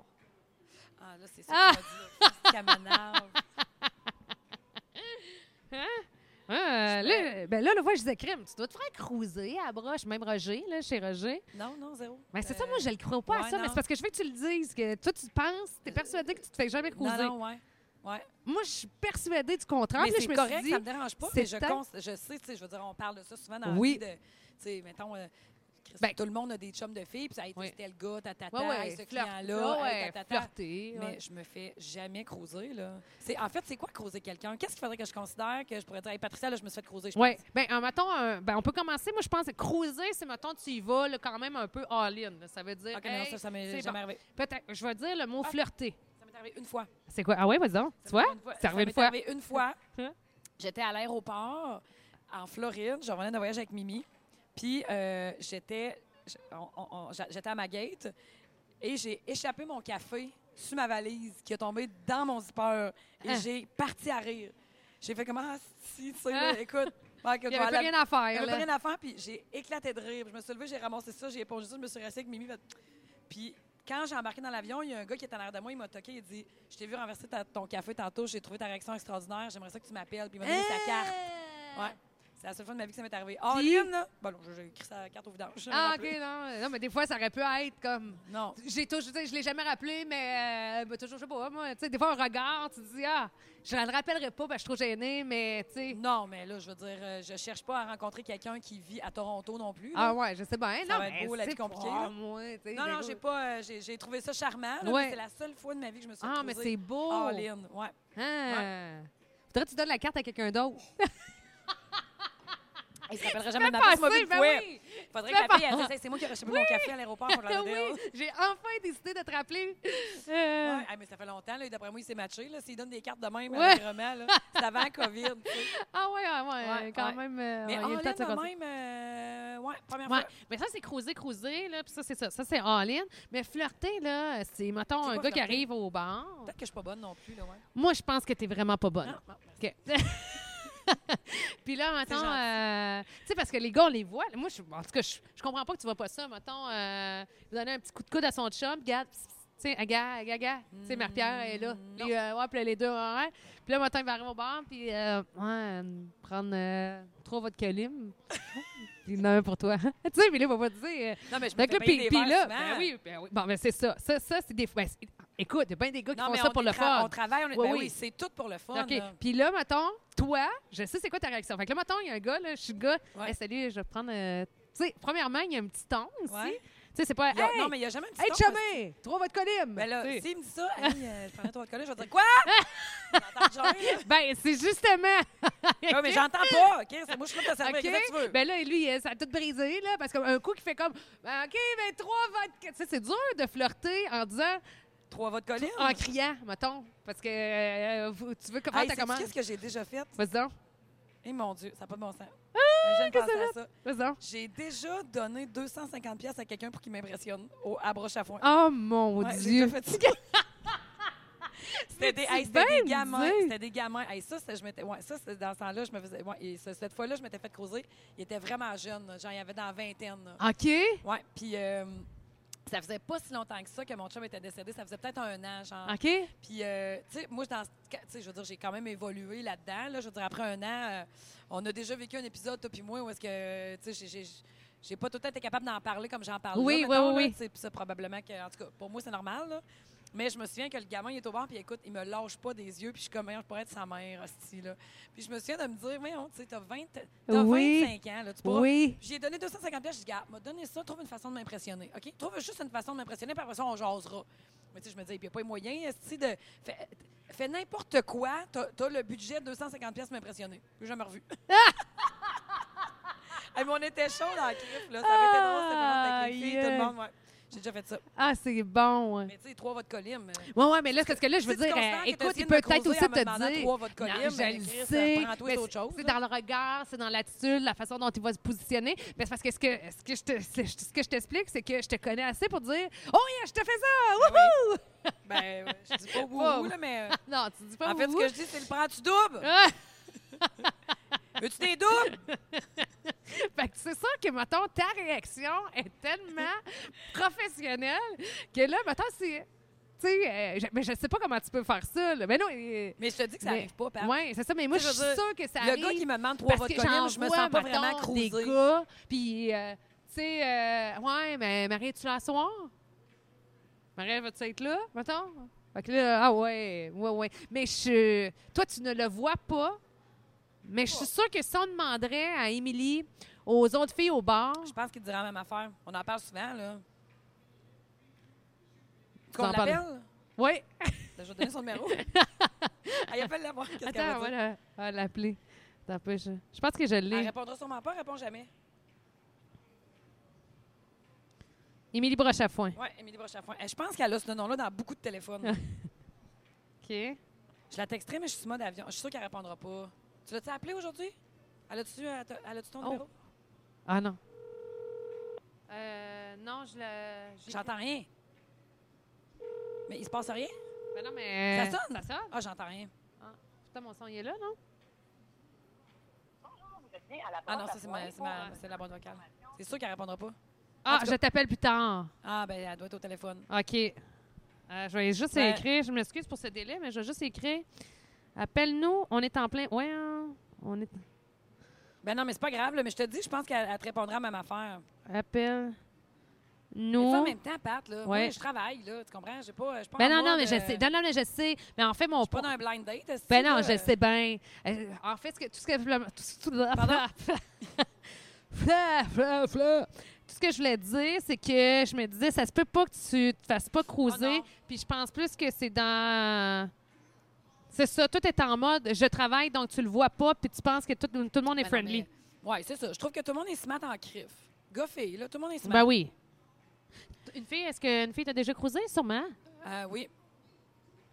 [SPEAKER 1] Ah, là, c'est ça que tu m'as dit, là. Ça m'énerve.
[SPEAKER 2] Ah,
[SPEAKER 1] Je-
[SPEAKER 2] là, ben là, le vois, je disais, crime, tu dois te faire cruiser à la broche, même Roger, là, chez Roger.
[SPEAKER 1] Non, non, zéro.
[SPEAKER 2] Mais c'est
[SPEAKER 1] Euh,
[SPEAKER 2] ça, moi, je le crois pas à
[SPEAKER 1] ouais,
[SPEAKER 2] ça, mais
[SPEAKER 1] non. Euh,
[SPEAKER 2] c'est parce que je veux que tu le dises, que toi, tu penses, t'es persuadé que tu te fais jamais
[SPEAKER 1] Non,
[SPEAKER 2] cruiser.
[SPEAKER 1] non, ouais. Ouais.
[SPEAKER 2] Moi, je suis persuadée du contraire.
[SPEAKER 1] mais
[SPEAKER 2] Puis là,
[SPEAKER 1] c'est
[SPEAKER 2] je me
[SPEAKER 1] correct,
[SPEAKER 2] suis dit,
[SPEAKER 1] ça me dérange pas,
[SPEAKER 2] c'est
[SPEAKER 1] mais je,
[SPEAKER 2] tant-
[SPEAKER 1] cons- je sais, tu sais, je veux dire, on parle de ça souvent dans
[SPEAKER 2] Oui.
[SPEAKER 1] la vie de, tu sais, mettons, euh, Chris,
[SPEAKER 2] Ben-
[SPEAKER 1] tout le monde a des chums de filles, puis ça a été
[SPEAKER 2] Oui.
[SPEAKER 1] tel gars, tatata,
[SPEAKER 2] ouais, ouais,
[SPEAKER 1] hey, ce
[SPEAKER 2] flirt-
[SPEAKER 1] client-là,
[SPEAKER 2] ouais,
[SPEAKER 1] hey,
[SPEAKER 2] ouais,
[SPEAKER 1] tatata.
[SPEAKER 2] flirter.
[SPEAKER 1] Mais
[SPEAKER 2] ouais.
[SPEAKER 1] je me fais jamais croiser, là. C'est, en fait, c'est quoi croiser quelqu'un? Qu'est-ce qu'il faudrait que je considère que je pourrais dire, hey, Patricia, là, je me suis fait croiser, je
[SPEAKER 2] Oui. Ben, un, mettons, un- ben, on peut commencer. Moi, je pense que cruiser, c'est, mettons, tu y vas là, quand même un peu all-in. là. Ça veut dire.
[SPEAKER 1] pense. OK, mais non,
[SPEAKER 2] hey,
[SPEAKER 1] ça, ça m'est
[SPEAKER 2] c'est
[SPEAKER 1] jamais
[SPEAKER 2] bon.
[SPEAKER 1] arrivé.
[SPEAKER 2] Peut-être, je vais dire le mot
[SPEAKER 1] Ah.
[SPEAKER 2] flirter.
[SPEAKER 1] Ça m'est arrivé une fois.
[SPEAKER 2] C'est quoi? Ah ouais, vas-y donc. Tu vois? C'est
[SPEAKER 1] Ça
[SPEAKER 2] arrivé
[SPEAKER 1] m'est
[SPEAKER 2] une fois.
[SPEAKER 1] arrivé une fois.
[SPEAKER 2] Hein?
[SPEAKER 1] J'étais à l'aéroport en Floride. Je revenais d'un voyage avec Mimi. Puis euh, j'étais j'- on- on- on- j'a- j'étais à ma gate et j'ai échappé mon café sur ma valise qui est tombée dans mon zipper. Et
[SPEAKER 2] Hein?
[SPEAKER 1] j'ai parti à rire. J'ai fait comment si tu sais, là,
[SPEAKER 2] Hein?
[SPEAKER 1] écoute, Michael,
[SPEAKER 2] Il n'y
[SPEAKER 1] je vais
[SPEAKER 2] avait
[SPEAKER 1] à
[SPEAKER 2] plus
[SPEAKER 1] la-
[SPEAKER 2] rien à faire.
[SPEAKER 1] j'avais
[SPEAKER 2] là.
[SPEAKER 1] plus rien à faire, puis j'ai éclaté de rire. Je me suis levée, j'ai ramassé ça, j'ai épongé ça, je me suis rassée avec Mimi. fait- Puis quand j'ai embarqué dans l'avion, il y a un gars qui est en arrière de moi, il m'a toqué, il dit Je t'ai vu renverser ta- ton café tantôt, j'ai trouvé ta réaction extraordinaire, j'aimerais ça que tu m'appelles. Puis il m'a donné sa carte.
[SPEAKER 2] Eh!
[SPEAKER 1] Ouais. C'est la seule fois de ma vie que ça m'est arrivé. Oh,
[SPEAKER 2] Hein? Puis-
[SPEAKER 1] Lynn, là Bon, non, j'ai écrit sa carte au vidange. je me
[SPEAKER 2] Ah, OK,
[SPEAKER 1] rappelle.
[SPEAKER 2] non. Non, mais des fois, ça aurait pu être comme.
[SPEAKER 1] Non.
[SPEAKER 2] J'ai toujours, je l'ai jamais rappelé, mais euh, ben, toujours, je sais pas, moi, tu sais, des fois, un regard, tu te dis, ah, je ne le rappellerai pas, ben, je suis trop gênée, mais, tu sais,
[SPEAKER 1] Non, mais là, je veux dire, euh, je cherche pas à rencontrer quelqu'un qui vit à Toronto non plus. là.
[SPEAKER 2] ah ouais, je sais bien,
[SPEAKER 1] Ça
[SPEAKER 2] non,
[SPEAKER 1] va être
[SPEAKER 2] mais
[SPEAKER 1] beau, la
[SPEAKER 2] c'est
[SPEAKER 1] vie compliquée,
[SPEAKER 2] pas
[SPEAKER 1] là.
[SPEAKER 2] moi, tu sais,
[SPEAKER 1] non,
[SPEAKER 2] des
[SPEAKER 1] non,
[SPEAKER 2] gros-
[SPEAKER 1] j'ai pas. euh, j'ai j'ai trouvé ça charmant. là,
[SPEAKER 2] Ouais.
[SPEAKER 1] mais C'est la seule fois de ma vie que je me suis
[SPEAKER 2] Ah, mais
[SPEAKER 1] retrouvée
[SPEAKER 2] c'est beau.
[SPEAKER 1] all in. Ouais.
[SPEAKER 2] Ah. Faudrait que tu donnes la carte à quelqu'un d'autre.
[SPEAKER 1] Il se rappellera jamais de ma
[SPEAKER 2] Fais
[SPEAKER 1] place, moi,
[SPEAKER 2] passer,
[SPEAKER 1] vu de
[SPEAKER 2] ben
[SPEAKER 1] fouet.
[SPEAKER 2] oui.
[SPEAKER 1] Faudrait
[SPEAKER 2] Tu
[SPEAKER 1] que
[SPEAKER 2] vas
[SPEAKER 1] la fille, elle
[SPEAKER 2] pas-
[SPEAKER 1] dise, Hey, c'est moi qui ai reçu mon café à l'aéroport pour
[SPEAKER 2] Ah
[SPEAKER 1] la
[SPEAKER 2] oui, j'ai enfin décidé de te rappeler. Euh,
[SPEAKER 1] Ouais, ah, mais ça fait longtemps, là. D'après moi, il s'est matché, là. S'il donne des cartes de même,
[SPEAKER 2] Ouais.
[SPEAKER 1] allègrement, là. C'est avant la COVID, tu sais.
[SPEAKER 2] Ah ouais, ah ouais,
[SPEAKER 1] Ouais,
[SPEAKER 2] quand
[SPEAKER 1] ouais.
[SPEAKER 2] même. euh,
[SPEAKER 1] Mais
[SPEAKER 2] ouais,
[SPEAKER 1] en
[SPEAKER 2] il y a le temps de se
[SPEAKER 1] ligne,
[SPEAKER 2] casser.
[SPEAKER 1] de même, euh, ouais, première
[SPEAKER 2] Ouais.
[SPEAKER 1] fois.
[SPEAKER 2] Mais ça, c'est cruiser, cruiser, là, puis ça, c'est ça. Ça, c'est en ligne. Mais flirter, là, c'est, mettons,
[SPEAKER 1] C'est
[SPEAKER 2] un
[SPEAKER 1] quoi
[SPEAKER 2] gars qui
[SPEAKER 1] flirter?
[SPEAKER 2] arrive au bar.
[SPEAKER 1] Peut-être que je suis pas bonne non plus, là, ouais.
[SPEAKER 2] Moi, je pense que t'es vraiment pas bonne.
[SPEAKER 1] Non, bon, merci.
[SPEAKER 2] OK. Puis là, mettons,
[SPEAKER 1] gentil.
[SPEAKER 2] euh, tu sais, parce que les gars, on les voit. Moi, je, en tout cas, je, je comprends pas que tu vois pas ça. Mettons, euh, vous donnez un petit coup de coude à son chum, regarde, pss, pss, tu sais, aga, aga, aga. Tu sais, Marie-Pierre elle est là.
[SPEAKER 1] Non.
[SPEAKER 2] Puis, euh, ouais, puis là, les deux, ouais, ouais. Puis là, matin, il va arriver au bar, puis, euh, ouais, euh, prendre euh, trois votre colim. puis, il y en a un pour toi. tu sais, mais là, on va te dire. euh,
[SPEAKER 1] Non, mais je me
[SPEAKER 2] donc
[SPEAKER 1] fais
[SPEAKER 2] là, puis
[SPEAKER 1] payer des
[SPEAKER 2] puis
[SPEAKER 1] verres
[SPEAKER 2] là,
[SPEAKER 1] souvent.
[SPEAKER 2] ben oui, ben oui. Bon, ben c'est ça. Ça, ça c'est des. ben, c'est- écoute, il y a bien des gars qui
[SPEAKER 1] Non,
[SPEAKER 2] font
[SPEAKER 1] mais
[SPEAKER 2] ça
[SPEAKER 1] on
[SPEAKER 2] pour le
[SPEAKER 1] est tra-
[SPEAKER 2] fun.
[SPEAKER 1] On travaille, on est-
[SPEAKER 2] Oui,
[SPEAKER 1] ben
[SPEAKER 2] oui.
[SPEAKER 1] oui, c'est tout pour le fun,
[SPEAKER 2] OK.
[SPEAKER 1] là.
[SPEAKER 2] Puis là, mettons, toi, je sais c'est quoi ta réaction. Fait que là, mettons, il y a un gars, là, je suis le gars.
[SPEAKER 1] Ouais.
[SPEAKER 2] Hey, salut, je vais prendre. euh, Tu sais, premièrement, il y a un petit ton aussi.
[SPEAKER 1] Ouais.
[SPEAKER 2] Tu sais, c'est pas.
[SPEAKER 1] Il y a-
[SPEAKER 2] hey,
[SPEAKER 1] Non, mais il y a jamais une
[SPEAKER 2] hey,
[SPEAKER 1] petite tombe,
[SPEAKER 2] chumé, trouve votre colim.
[SPEAKER 1] Ben là,
[SPEAKER 2] Tu sais.
[SPEAKER 1] s'il me dit ça, hey, euh, je prendrais toi de collège, je vais dire quoi? J'entends jamais, là.
[SPEAKER 2] Ben, c'est justement.
[SPEAKER 1] Ouais, mais j'entends pas, OK? C'est moi, je suis là pour te servir.
[SPEAKER 2] OK?
[SPEAKER 1] Qu'est-ce que tu veux?
[SPEAKER 2] Ben là, lui, euh, ça a tout brisé, là, parce qu'un coup qui fait comme, ben, OK, ben, trois votre... Tu sais, c'est dur de flirter en disant,
[SPEAKER 1] Trois votes collines?
[SPEAKER 2] en criant, mettons, parce que euh, vous- tu veux comment
[SPEAKER 1] Hey,
[SPEAKER 2] ta
[SPEAKER 1] sais-tu
[SPEAKER 2] commande.
[SPEAKER 1] Qu'est-ce que j'ai déjà fait?
[SPEAKER 2] Vas-y donc,
[SPEAKER 1] Eh mon Dieu, ça n'a pas de bon sens. Ah,
[SPEAKER 2] qu'est-ce que
[SPEAKER 1] ça.
[SPEAKER 2] vas-y donc.
[SPEAKER 1] J'ai déjà donné 250 pièces à quelqu'un pour qu'il m'impressionne au à broche à foin.
[SPEAKER 2] Oh mon
[SPEAKER 1] Ouais, j'ai
[SPEAKER 2] Dieu.
[SPEAKER 1] déjà fait ça. C'était des, hey, c'était
[SPEAKER 2] bien
[SPEAKER 1] des gamins.
[SPEAKER 2] dit.
[SPEAKER 1] C'était des gamins. Hey, ça, c'est- je m'étais, ouais, ça, c'est dans ce temps-là, je me faisais. ouais, et ce- cette fois-là, je m'étais fait creuser. Il était vraiment jeune. là. Genre, il avait dans la vingtaine.
[SPEAKER 2] Ah.
[SPEAKER 1] là.
[SPEAKER 2] OK.
[SPEAKER 1] Ouais. Puis euh, ça faisait pas si longtemps que ça que mon chum était décédé. Ça faisait peut-être un an, genre.
[SPEAKER 2] OK.
[SPEAKER 1] Puis, euh, tu sais, moi, dans, ce ca- tu sais, je veux dire, j'ai quand même évolué là-dedans. Là, je veux dire, après un an, euh, on a déjà vécu un épisode, toi puis moi, où est-ce que, tu sais, j'ai- j'ai- j'ai pas tout le temps été capable d'en parler comme j'en parle
[SPEAKER 2] Oui,
[SPEAKER 1] là,
[SPEAKER 2] oui,
[SPEAKER 1] mettons,
[SPEAKER 2] oui,
[SPEAKER 1] là,
[SPEAKER 2] oui.
[SPEAKER 1] tu sais, Puis ça, probablement que, en tout cas, pour moi, c'est normal, là. Mais je me souviens que le gamin, il est au bar, puis écoute, il me lâche pas des yeux, puis je suis comme, Merde, je pourrais être sa mère, hostie, là. Puis je me souviens de me dire, mais tu sais, t'as 20 t'as
[SPEAKER 3] Oui.
[SPEAKER 1] 25 ans, là, tu pourras
[SPEAKER 3] Oui.
[SPEAKER 1] j'ai donné 250 pièces, je dis, gars, m'a donné ça, trouve une façon de m'impressionner. OK? Trouve juste une façon de m'impressionner, puis après ça, on jasera. Mais tu sais, je me dis, il n'y a pas moyen, esti, de. Fais, fais n'importe quoi, t'as as le budget de 250 pièces m'impressionner. Plus jamais revu. Ah, mais on était chaud dans la clip, là. Ça avait été drôle, c'était vraiment avec les filles,
[SPEAKER 3] Aïe.
[SPEAKER 1] tout le monde, ouais. J'ai déjà fait ça.
[SPEAKER 2] Ah, c'est bon.
[SPEAKER 1] Mais tu sais, trois votes euh, colim.
[SPEAKER 2] Oui, oui, mais là, parce que là, je veux
[SPEAKER 1] Si tu
[SPEAKER 2] dire,
[SPEAKER 1] considères
[SPEAKER 2] euh,
[SPEAKER 1] que t'as
[SPEAKER 2] écoute,
[SPEAKER 1] essayé
[SPEAKER 2] il
[SPEAKER 1] de
[SPEAKER 2] peut
[SPEAKER 1] me
[SPEAKER 2] peut-être
[SPEAKER 1] creuser
[SPEAKER 2] aussi
[SPEAKER 1] en me
[SPEAKER 2] te
[SPEAKER 1] demandant
[SPEAKER 2] dire.
[SPEAKER 1] trois votre colline,
[SPEAKER 2] Non,
[SPEAKER 1] ben,
[SPEAKER 2] je le
[SPEAKER 1] Chris, euh,
[SPEAKER 2] sais.
[SPEAKER 1] prends-toi
[SPEAKER 2] mais
[SPEAKER 1] d'autres
[SPEAKER 2] c'est-
[SPEAKER 1] choses,
[SPEAKER 2] C'est
[SPEAKER 1] là.
[SPEAKER 2] dans le regard, c'est dans l'attitude, la façon dont il va se positionner. Mais c'est parce que ce que, ce que je te- ce- ce que je t'explique, c'est que je te connais assez pour dire Oh, yeah, je te fais ça! Wouhou!
[SPEAKER 1] Ben, ouais, je dis pas
[SPEAKER 2] Wow.
[SPEAKER 1] wouhou, là, mais. euh,
[SPEAKER 2] Non, tu dis pas
[SPEAKER 1] En fait, ce
[SPEAKER 2] wouhou.
[SPEAKER 1] que je dis, c'est le prends-tu double?
[SPEAKER 2] Ah!
[SPEAKER 1] Veux-tu des doubles?
[SPEAKER 2] Fait que c'est sûr que, mettons, ta réaction est tellement professionnelle que là, mettons, si. Tu sais, euh, je- mais je sais pas comment tu peux faire ça. là. Mais non. euh,
[SPEAKER 1] Mais je te dis que ça
[SPEAKER 2] mais-
[SPEAKER 1] n'arrive pas, Pat.
[SPEAKER 2] Ouais, c'est ça. Mais moi,
[SPEAKER 1] Tu
[SPEAKER 2] je
[SPEAKER 1] sais,
[SPEAKER 2] suis
[SPEAKER 1] je veux dire,
[SPEAKER 2] sûre que ça
[SPEAKER 1] le
[SPEAKER 2] arrive.
[SPEAKER 1] gars qui me demande trois
[SPEAKER 2] Parce
[SPEAKER 1] votes
[SPEAKER 2] que j'en
[SPEAKER 1] colim, je me
[SPEAKER 2] vois,
[SPEAKER 1] sens pas
[SPEAKER 2] mettons,
[SPEAKER 1] vraiment
[SPEAKER 2] des
[SPEAKER 1] cruisée.
[SPEAKER 2] gars, puis, euh, tu sais, euh, ouais, mais Marie, es-tu là ce soir? Marie, vas-tu être là, mettons? Fait que là, ah ouais, ouais, ouais. Mais je, toi, tu ne le vois pas, mais je suis sûre que si on demanderait à Émilie, aux autres filles au bar,
[SPEAKER 1] Je pense qu'il dira la même affaire. On en parle souvent, là.
[SPEAKER 2] Tu
[SPEAKER 1] Qu'on
[SPEAKER 2] en parles.
[SPEAKER 1] l'appelle? Ben,
[SPEAKER 2] ouais,
[SPEAKER 1] Je vais donner son numéro. Elle appelle la voir. Qu'est-ce qu'elle va
[SPEAKER 2] attends,
[SPEAKER 1] dire?
[SPEAKER 2] on va la- on va l'appeler. Attends un peu, je, je pense que je
[SPEAKER 1] Elle
[SPEAKER 2] l'ai.
[SPEAKER 1] répondra sûrement pas, elle répond jamais.
[SPEAKER 2] Émilie Brochafoin.
[SPEAKER 1] Oui, Émilie Brochafoin. Eh, Je pense qu'elle a ce nom-là dans beaucoup de téléphones.
[SPEAKER 2] OK.
[SPEAKER 1] je la texterai, mais je suis sur mode avion. Je suis sûre qu'elle répondra pas. Tu l'as-tu appelée aujourd'hui? Elle a-tu euh, t- elle a-tu ton
[SPEAKER 2] Oh.
[SPEAKER 1] numéro?
[SPEAKER 2] Ah non. Euh, non, je le... j'ai-
[SPEAKER 1] J'entends rien. Mais il se passe rien?
[SPEAKER 2] Ben non, mais...
[SPEAKER 1] Ça sonne?
[SPEAKER 2] Ça sonne?
[SPEAKER 1] Ah, j'entends rien.
[SPEAKER 2] Putain, mon son, il est là, non?
[SPEAKER 1] Ah non, ça, c'est ma- c'est ma- c'est la boîte vocale. C'est sûr qu'elle répondra pas.
[SPEAKER 2] Ah,
[SPEAKER 1] tout cas-
[SPEAKER 2] je t'appelle plus tard.
[SPEAKER 1] Ah, ben, elle doit être au téléphone.
[SPEAKER 2] OK. Euh, je vais juste
[SPEAKER 1] Ouais.
[SPEAKER 2] écrire. Je m'excuse pour ce délai, mais je vais juste écrire. Appelle-nous. On est en plein... Ouais, hein, on est...
[SPEAKER 1] Ben non, mais c'est pas grave, là, mais je te dis, je pense qu'elle elle te répondra à la même affaire.
[SPEAKER 2] Oh. Appelle-nous.
[SPEAKER 1] Mais ça, en même temps, Pat, là, moi,
[SPEAKER 2] Ouais.
[SPEAKER 1] je travaille, là, tu comprends? J'ai pas, je suis pas
[SPEAKER 2] Ben
[SPEAKER 1] en
[SPEAKER 2] non, non,
[SPEAKER 1] mode,
[SPEAKER 2] mais je
[SPEAKER 1] euh,
[SPEAKER 2] sais. Non, non, mais je sais. Mais en fait, mon...
[SPEAKER 1] Je suis pas
[SPEAKER 2] point-
[SPEAKER 1] dans un blind date. esti,
[SPEAKER 2] Ben non,
[SPEAKER 1] là.
[SPEAKER 2] je sais bien. Euh, en fait, ce que, tout ce que je voulais- tout ce- tout-
[SPEAKER 1] Pardon?
[SPEAKER 2] Fla, fla, fla. Tout ce que je voulais dire, c'est que je me disais, ça se peut pas que tu te fasses pas
[SPEAKER 1] Oh
[SPEAKER 2] cruiser.
[SPEAKER 1] non.
[SPEAKER 2] Puis je pense plus que c'est dans. C'est ça, tout est en mode je travaille, donc tu le vois pas, puis tu penses que tout, tout le monde
[SPEAKER 1] Ben non,
[SPEAKER 2] est friendly.
[SPEAKER 1] mais- Ouais, c'est ça. Je trouve que tout le monde est smart en crif. Goffé, là, tout le monde est smart.
[SPEAKER 2] Ben oui. Une fille, est-ce qu'une fille t'a déjà cruisé? Sûrement.
[SPEAKER 1] Euh, oui.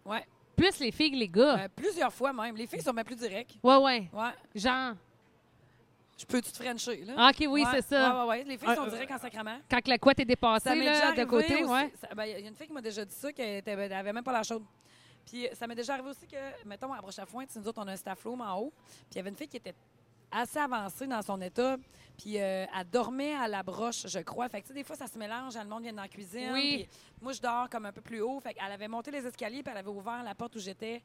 [SPEAKER 1] Ouais.
[SPEAKER 2] Plus les filles que les gars.
[SPEAKER 1] Euh, plusieurs fois même. Les filles sont même plus directes.
[SPEAKER 2] Ouais, ouais.
[SPEAKER 1] Ouais.
[SPEAKER 2] Genre.
[SPEAKER 1] Je peux-tu te frencher, là?
[SPEAKER 2] Ah, OK, oui,
[SPEAKER 1] Ouais,
[SPEAKER 2] c'est ça.
[SPEAKER 1] Ouais, ouais, ouais. Les filles sont
[SPEAKER 2] Euh,
[SPEAKER 1] directes en sacrament.
[SPEAKER 2] Quand la couette est dépassée,
[SPEAKER 1] Ça m'est déjà
[SPEAKER 2] là, de
[SPEAKER 1] arrivé
[SPEAKER 2] côté,
[SPEAKER 1] aussi-
[SPEAKER 2] ouais.
[SPEAKER 1] ça- ben, Il y a une fille qui m'a déjà dit ça, qu'elle était- ben, elle avait même pas la chaude. Puis euh, ça m'est déjà arrivé aussi que, mettons, à broche à foin, tu sais, nous autres, on a un staff room en haut. Puis il y avait une fille qui était assez avancée dans son état. Puis euh, elle dormait à la broche, je crois. Fait que, tu sais, des fois, ça se mélange. Le monde vient dans la cuisine.
[SPEAKER 2] Oui.
[SPEAKER 1] puis moi, je dors comme un peu plus haut. Fait qu'elle avait monté les escaliers, puis elle avait ouvert la porte où j'étais,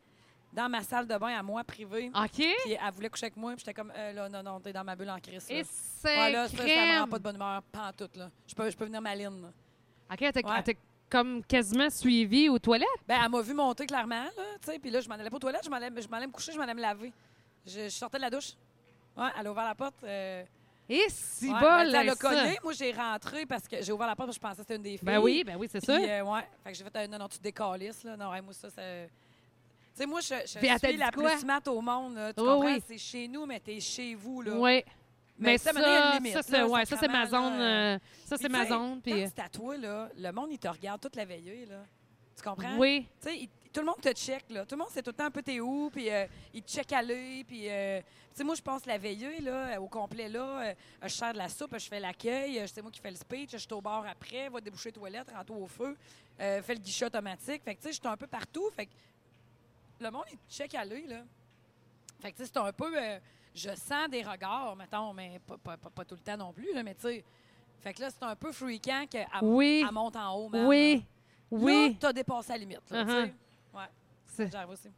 [SPEAKER 1] dans ma salle de bain à moi, privée.
[SPEAKER 2] OK.
[SPEAKER 1] Puis elle voulait coucher avec moi. Puis j'étais comme, Euh, là, non, non, t'es dans ma bulle en crise. là.
[SPEAKER 2] Et c'est
[SPEAKER 1] Ouais, là, ça, ça me rend
[SPEAKER 2] crème.
[SPEAKER 1] pas de bonne humeur, pas en tout, là. Je peux, je peux venir maline, là.
[SPEAKER 2] OK, elle t'a
[SPEAKER 1] Ouais.
[SPEAKER 2] elle t'a comme quasiment suivi aux toilettes.
[SPEAKER 1] Ben, elle m'a vu monter clairement, là, tu sais. Puis là, je m'en allais pas aux toilettes, je m'en allais, je m'en allais me coucher, je m'en allais me laver. Je, je sortais de la douche. Ouais, elle a ouvert la porte. euh,
[SPEAKER 2] Et si
[SPEAKER 1] ouais,
[SPEAKER 2] bon,
[SPEAKER 1] ben, tu sais, elle
[SPEAKER 2] là,
[SPEAKER 1] a
[SPEAKER 2] ça.
[SPEAKER 1] cogné. Moi, j'ai rentré parce que j'ai ouvert la porte parce que je pensais que c'était une des filles.
[SPEAKER 2] Ben oui, ben oui, c'est
[SPEAKER 1] Puis,
[SPEAKER 2] ça.
[SPEAKER 1] euh, ouais. Fait que j'ai fait, euh, non, non, tu décalisses, là. Non, ouais, moi, ça, ça. Tu sais, moi, je, je
[SPEAKER 2] Puis elle t'a
[SPEAKER 1] suis
[SPEAKER 2] dit
[SPEAKER 1] la
[SPEAKER 2] quoi?
[SPEAKER 1] plus smart au monde, là. Tu
[SPEAKER 2] Oui,
[SPEAKER 1] comprends?
[SPEAKER 2] oui.
[SPEAKER 1] C'est chez nous, mais t'es chez vous, là.
[SPEAKER 2] Oui.
[SPEAKER 1] Mais
[SPEAKER 2] Mais
[SPEAKER 1] ça,
[SPEAKER 2] ça,
[SPEAKER 1] maintenant, il y a une
[SPEAKER 2] ça,
[SPEAKER 1] limite,
[SPEAKER 2] c'est
[SPEAKER 1] là,
[SPEAKER 2] ouais, ça, c'est ma
[SPEAKER 1] sacrément,
[SPEAKER 2] zone.
[SPEAKER 1] là,
[SPEAKER 2] euh, ça,
[SPEAKER 1] Puis,
[SPEAKER 2] c'est ma
[SPEAKER 1] tu sais,
[SPEAKER 2] zone.
[SPEAKER 1] Quand
[SPEAKER 2] Puis, euh,
[SPEAKER 1] tu tatoues, là, le monde, il te regarde toute la veillée, là. Tu comprends?
[SPEAKER 2] oui.
[SPEAKER 1] Tu sais, il- tout le monde te check, là. Tout le monde sait tout le temps un peu t'es où, puis euh, il te check à l'œil, puis... euh, tu sais, moi, je passe la veilleuse, là, euh, au complet, là. euh, je sers de la soupe, je fais l'accueil, euh, c'est moi qui fais le speech, je suis au bar après, va déboucher les toilettes, rentre au feu, euh, fais le guichet automatique. Fait que, tu sais, je suis un peu partout, fait que le monde, il te check à l'œil, là. Fait que, tu sais, c'est un peu... euh, je sens des regards, mettons, mais pas, pas- pas- pas tout le temps non plus, là, mais tu sais... Fait que là, c'est un peu fréquent qu'elle
[SPEAKER 2] Oui.
[SPEAKER 1] elle monte en haut, man, là.
[SPEAKER 2] Oui.
[SPEAKER 1] Oui.
[SPEAKER 2] Oui.
[SPEAKER 1] t'as dépassé la limite. Là,
[SPEAKER 2] Uh-huh.
[SPEAKER 1] tu sais. Ouais,
[SPEAKER 2] C'est-
[SPEAKER 1] j'arrive aussi.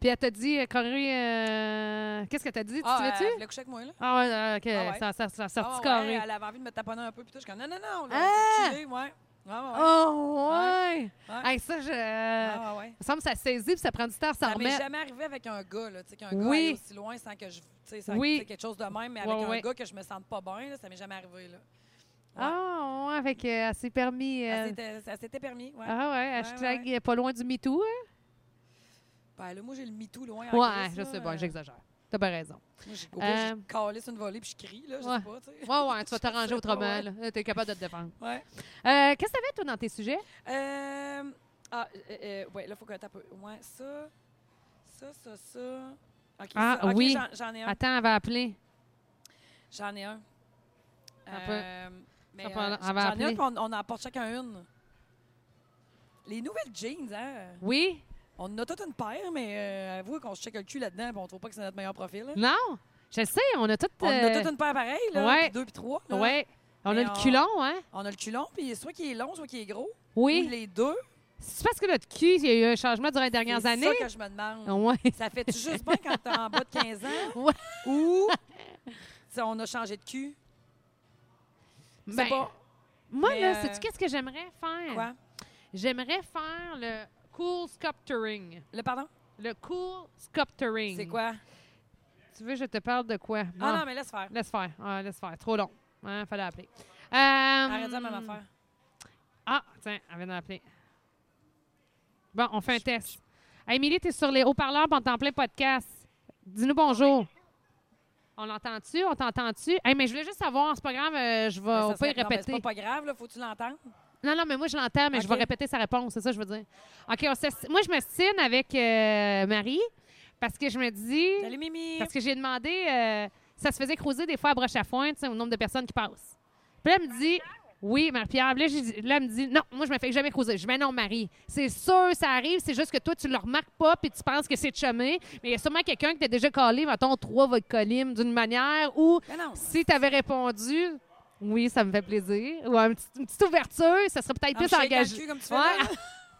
[SPEAKER 2] Puis elle t'a dit, euh, Corée, euh, qu'est-ce que t'as dit? Tu
[SPEAKER 1] Ah,
[SPEAKER 2] te
[SPEAKER 1] elle
[SPEAKER 2] souviens-tu?
[SPEAKER 1] voulait coucher avec moi, là.
[SPEAKER 2] Ah, ouais, euh, OK.
[SPEAKER 1] Ah ouais.
[SPEAKER 2] Ça, ça, ça a sorti
[SPEAKER 1] Ah, ouais,
[SPEAKER 2] Corée.
[SPEAKER 1] elle avait envie de me taponner un peu, puis tout. Je suis comme, non, non, non, là,
[SPEAKER 2] Ah!
[SPEAKER 1] chiller, ouais. Ah, ouais, ouais.
[SPEAKER 2] Oh, euh, ouais!
[SPEAKER 1] Ouais.
[SPEAKER 2] Hey, ça, je. Ça
[SPEAKER 1] Ah, ouais, ouais.
[SPEAKER 2] me semble que ça saisit puis ça prend du temps à s'en
[SPEAKER 1] Ça m'est
[SPEAKER 2] remettre.
[SPEAKER 1] jamais arrivé avec un gars, là, tu sais, qu'un gars
[SPEAKER 2] Oui.
[SPEAKER 1] aille aussi loin sans que je, tu sais, sans
[SPEAKER 2] Oui.
[SPEAKER 1] tu sais, quelque chose de même, mais
[SPEAKER 2] Ouais,
[SPEAKER 1] avec un
[SPEAKER 2] ouais. Euh,
[SPEAKER 1] gars que je me sente pas bien, là, ça m'est jamais arrivé, là.
[SPEAKER 2] Ah, ouais, avec. euh, elle s'est permis. euh,
[SPEAKER 1] Ça s'était- Ça s'était permis, ouais.
[SPEAKER 2] Ah, ouais,
[SPEAKER 1] Ouais,
[SPEAKER 2] hashtag
[SPEAKER 1] ouais,
[SPEAKER 2] pas loin du MeToo. hein?
[SPEAKER 1] Ben, là, moi, j'ai le MeToo loin. en
[SPEAKER 2] Ouais,
[SPEAKER 1] crise,
[SPEAKER 2] je
[SPEAKER 1] là,
[SPEAKER 2] sais
[SPEAKER 1] euh,
[SPEAKER 2] pas, j'exagère. T'as bien raison.
[SPEAKER 1] Moi, j'ai au pire,
[SPEAKER 2] Euh,
[SPEAKER 1] j'ai calé sur une volée puis je crie, là, je
[SPEAKER 2] ouais.
[SPEAKER 1] sais pas, tu sais.
[SPEAKER 2] Ouais, ouais, tu vas
[SPEAKER 1] Je sais
[SPEAKER 2] t'arranger autrement.
[SPEAKER 1] pas, ouais.
[SPEAKER 2] là. T'es capable de te défendre.
[SPEAKER 1] Ouais.
[SPEAKER 2] Euh, Qu'est-ce que t'avais, toi, dans tes sujets?
[SPEAKER 1] Euh, ah, euh, euh, ouais, là, il faut que tu peu. Ouais, ça, ça, ça, ça. OK,
[SPEAKER 2] Ah,
[SPEAKER 1] ça. OK,
[SPEAKER 2] oui.
[SPEAKER 1] j'en- j'en ai un.
[SPEAKER 2] Attends, elle va appeler.
[SPEAKER 1] J'en ai un.
[SPEAKER 2] Un peu.
[SPEAKER 1] Euh, mais
[SPEAKER 2] Ça
[SPEAKER 1] euh,
[SPEAKER 2] peut- on va
[SPEAKER 1] j'en ai
[SPEAKER 2] appeler.
[SPEAKER 1] un, puis on, on en porte chacun une. Les nouvelles jeans, hein?
[SPEAKER 2] Oui?
[SPEAKER 1] On en a toute une paire, mais euh, avouez qu'on se check le cul là-dedans, puis on trouve pas que c'est notre meilleur profil. hein.
[SPEAKER 2] Non? Je le sais, on a tout.
[SPEAKER 1] On en a
[SPEAKER 2] euh,
[SPEAKER 1] toute une paire pareille, là,
[SPEAKER 2] ouais.
[SPEAKER 1] puis deux puis trois. là.
[SPEAKER 2] Ouais. On a
[SPEAKER 1] Mais
[SPEAKER 2] le
[SPEAKER 1] on-
[SPEAKER 2] culon, hein?
[SPEAKER 1] On a le cul long, puis soit qui est long, soit qui est gros. Ou
[SPEAKER 2] Oui.
[SPEAKER 1] les deux.
[SPEAKER 2] C'est parce que notre cul, il y a eu un changement durant les dernières
[SPEAKER 1] C'est
[SPEAKER 2] années.
[SPEAKER 1] ça que je me demande.
[SPEAKER 2] Ouais.
[SPEAKER 1] Ça fait-tu juste bien quand t'es en bas de 15 ans?
[SPEAKER 2] Ouais.
[SPEAKER 1] Ou tu sais, on a changé de cul? Je sais
[SPEAKER 2] Ben,
[SPEAKER 1] pas.
[SPEAKER 2] Moi,
[SPEAKER 1] Mais,
[SPEAKER 2] là,
[SPEAKER 1] euh,
[SPEAKER 2] sais-tu qu'est-ce que j'aimerais faire?
[SPEAKER 1] Quoi?
[SPEAKER 2] J'aimerais faire le cool sculpturing.
[SPEAKER 1] Le pardon?
[SPEAKER 2] Le cool sculpturing.
[SPEAKER 1] C'est quoi?
[SPEAKER 2] Tu veux, je te parle de quoi?
[SPEAKER 1] Ah non, mais laisse faire.
[SPEAKER 2] Laisse faire. Ah, laisse faire. Trop long. Hein, fallait appeler. Euh,
[SPEAKER 1] Arrête de la même affaire.
[SPEAKER 2] Ah, tiens, elle vient d'appeler. Bon, on fait un test. Hey, Émilie, t'es sur les haut-parleurs, puis on t'entend plein podcast. Dis-nous bonjour. On l'entend-tu? On t'entend-tu? Hey, mais je voulais juste savoir, c'est pas grave, euh, je vais
[SPEAKER 1] Ben, ça
[SPEAKER 2] au pire
[SPEAKER 1] serait- non, mais
[SPEAKER 2] répéter.
[SPEAKER 1] C'est pas, pas grave, là, faut-tu l'entendre?
[SPEAKER 2] Non, non, mais moi, je l'entends, mais je vais
[SPEAKER 1] OK.
[SPEAKER 2] répéter sa réponse. C'est ça que je veux dire. OK, on s'est- moi, je m'estime avec euh, Marie parce que je me dis...
[SPEAKER 1] Salut Mimi!
[SPEAKER 2] Parce que j'ai demandé... euh, ça se faisait creuser des fois à broche à foin, tu sais, au nombre de personnes qui passent. Puis là, elle me dit... Oui, Marie-Pierre. Puis Là, j'ai dit- là, elle me dit, non, moi, je me fais jamais creuser. Je dis, mais non, Marie, c'est sûr, ça arrive. C'est juste que toi, tu le remarques pas puis tu penses que c'est chumé. Mais il y a sûrement quelqu'un qui t'a déjà collé, mettons, trois votre colline d'une manière ou
[SPEAKER 1] Ben non.
[SPEAKER 2] si tu avais répondu, oui, ça me fait plaisir, ou un petit- une petite ouverture, ça serait peut-être
[SPEAKER 1] En me
[SPEAKER 2] plus
[SPEAKER 1] shakant le
[SPEAKER 2] engagé.
[SPEAKER 1] cul comme tu fais,
[SPEAKER 2] Ouais.
[SPEAKER 1] là.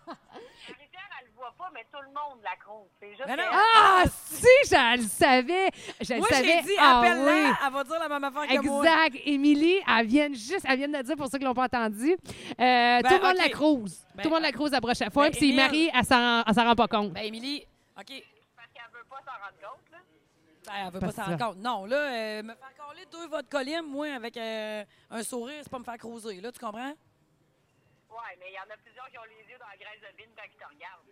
[SPEAKER 3] Marie-Pierre, elle le voit pas, mais tout le monde la croque. C'est juste
[SPEAKER 1] Mais Ben non.
[SPEAKER 3] que-
[SPEAKER 2] Ah, si, je le savais. Je le
[SPEAKER 1] Moi,
[SPEAKER 2] savais.
[SPEAKER 1] j'ai dit,
[SPEAKER 2] Ah
[SPEAKER 1] appelle-la,
[SPEAKER 2] oui.
[SPEAKER 1] elle va dire la même affaire que moi.
[SPEAKER 2] Exact. Émilie, elle vient juste, elle vient de le dire pour ceux qui l'ont pas entendu. Euh, tout le monde
[SPEAKER 1] Ben, OK.
[SPEAKER 2] la crouse.
[SPEAKER 1] Ben,
[SPEAKER 2] tout le monde la crouse à broche à foin.
[SPEAKER 1] ben,
[SPEAKER 2] Puis c'est
[SPEAKER 1] Émile.
[SPEAKER 2] Marie, elle s'en rend- elle s'en rend pas compte.
[SPEAKER 1] Ben, Émilie, OK,
[SPEAKER 3] parce qu'elle veut pas s'en rendre compte. Là.
[SPEAKER 1] ben, elle veut pas
[SPEAKER 2] Parce que-
[SPEAKER 1] s'en rendre compte. Non, là, euh, me faire coller deux votre colline, moi, avec euh, un sourire, c'est pas me faire croiser, là, tu comprends?
[SPEAKER 3] Ouais, mais il y en a plusieurs qui ont les yeux dans la graisse de bine quand ils te regardent.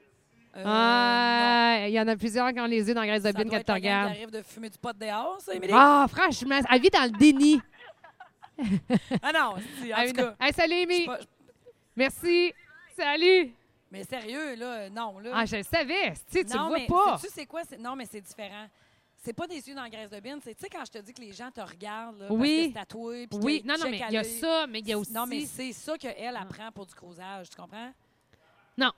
[SPEAKER 1] Euh, non.
[SPEAKER 2] Ah, Il y en a plusieurs qui ont les yeux dans la graisse de
[SPEAKER 1] Ça
[SPEAKER 2] bine
[SPEAKER 1] doit
[SPEAKER 2] quand
[SPEAKER 1] être
[SPEAKER 2] tu
[SPEAKER 1] la gang qui
[SPEAKER 2] regardes.
[SPEAKER 1] arrive de fumer du pot dehors, ça, Émilie? Ah,
[SPEAKER 2] Ah, franchement, elle vit dans le déni.
[SPEAKER 1] Ah, non, c'est- en
[SPEAKER 2] Elle
[SPEAKER 1] tout
[SPEAKER 2] vit dans-
[SPEAKER 1] cas,
[SPEAKER 2] Hey, salut,
[SPEAKER 1] je sais
[SPEAKER 2] Émilie.
[SPEAKER 1] pas- je-
[SPEAKER 2] Merci. Salut.
[SPEAKER 1] mais sérieux, là, euh, non, là.
[SPEAKER 2] Ah, je le savais. Tu sais, tu
[SPEAKER 1] non,
[SPEAKER 2] le vois
[SPEAKER 1] mais
[SPEAKER 2] pas.
[SPEAKER 1] sais-tu c'est quoi? C'est- Non, mais c'est différent. C'est pas des yeux dans la graisse de bine. c'est- Tu sais, quand je te dis que les gens te regardent, là,
[SPEAKER 2] Oui.
[SPEAKER 1] parce que c'est tatoué, puis
[SPEAKER 2] Oui,
[SPEAKER 1] qu'ils
[SPEAKER 2] non,
[SPEAKER 1] te
[SPEAKER 2] non, mais
[SPEAKER 1] checkent
[SPEAKER 2] il y a
[SPEAKER 1] à l'œil.
[SPEAKER 2] ça, mais il y a aussi. Ah.
[SPEAKER 1] Non, mais c'est ça qu'elle apprend pour du crousage, tu comprends?
[SPEAKER 2] Non.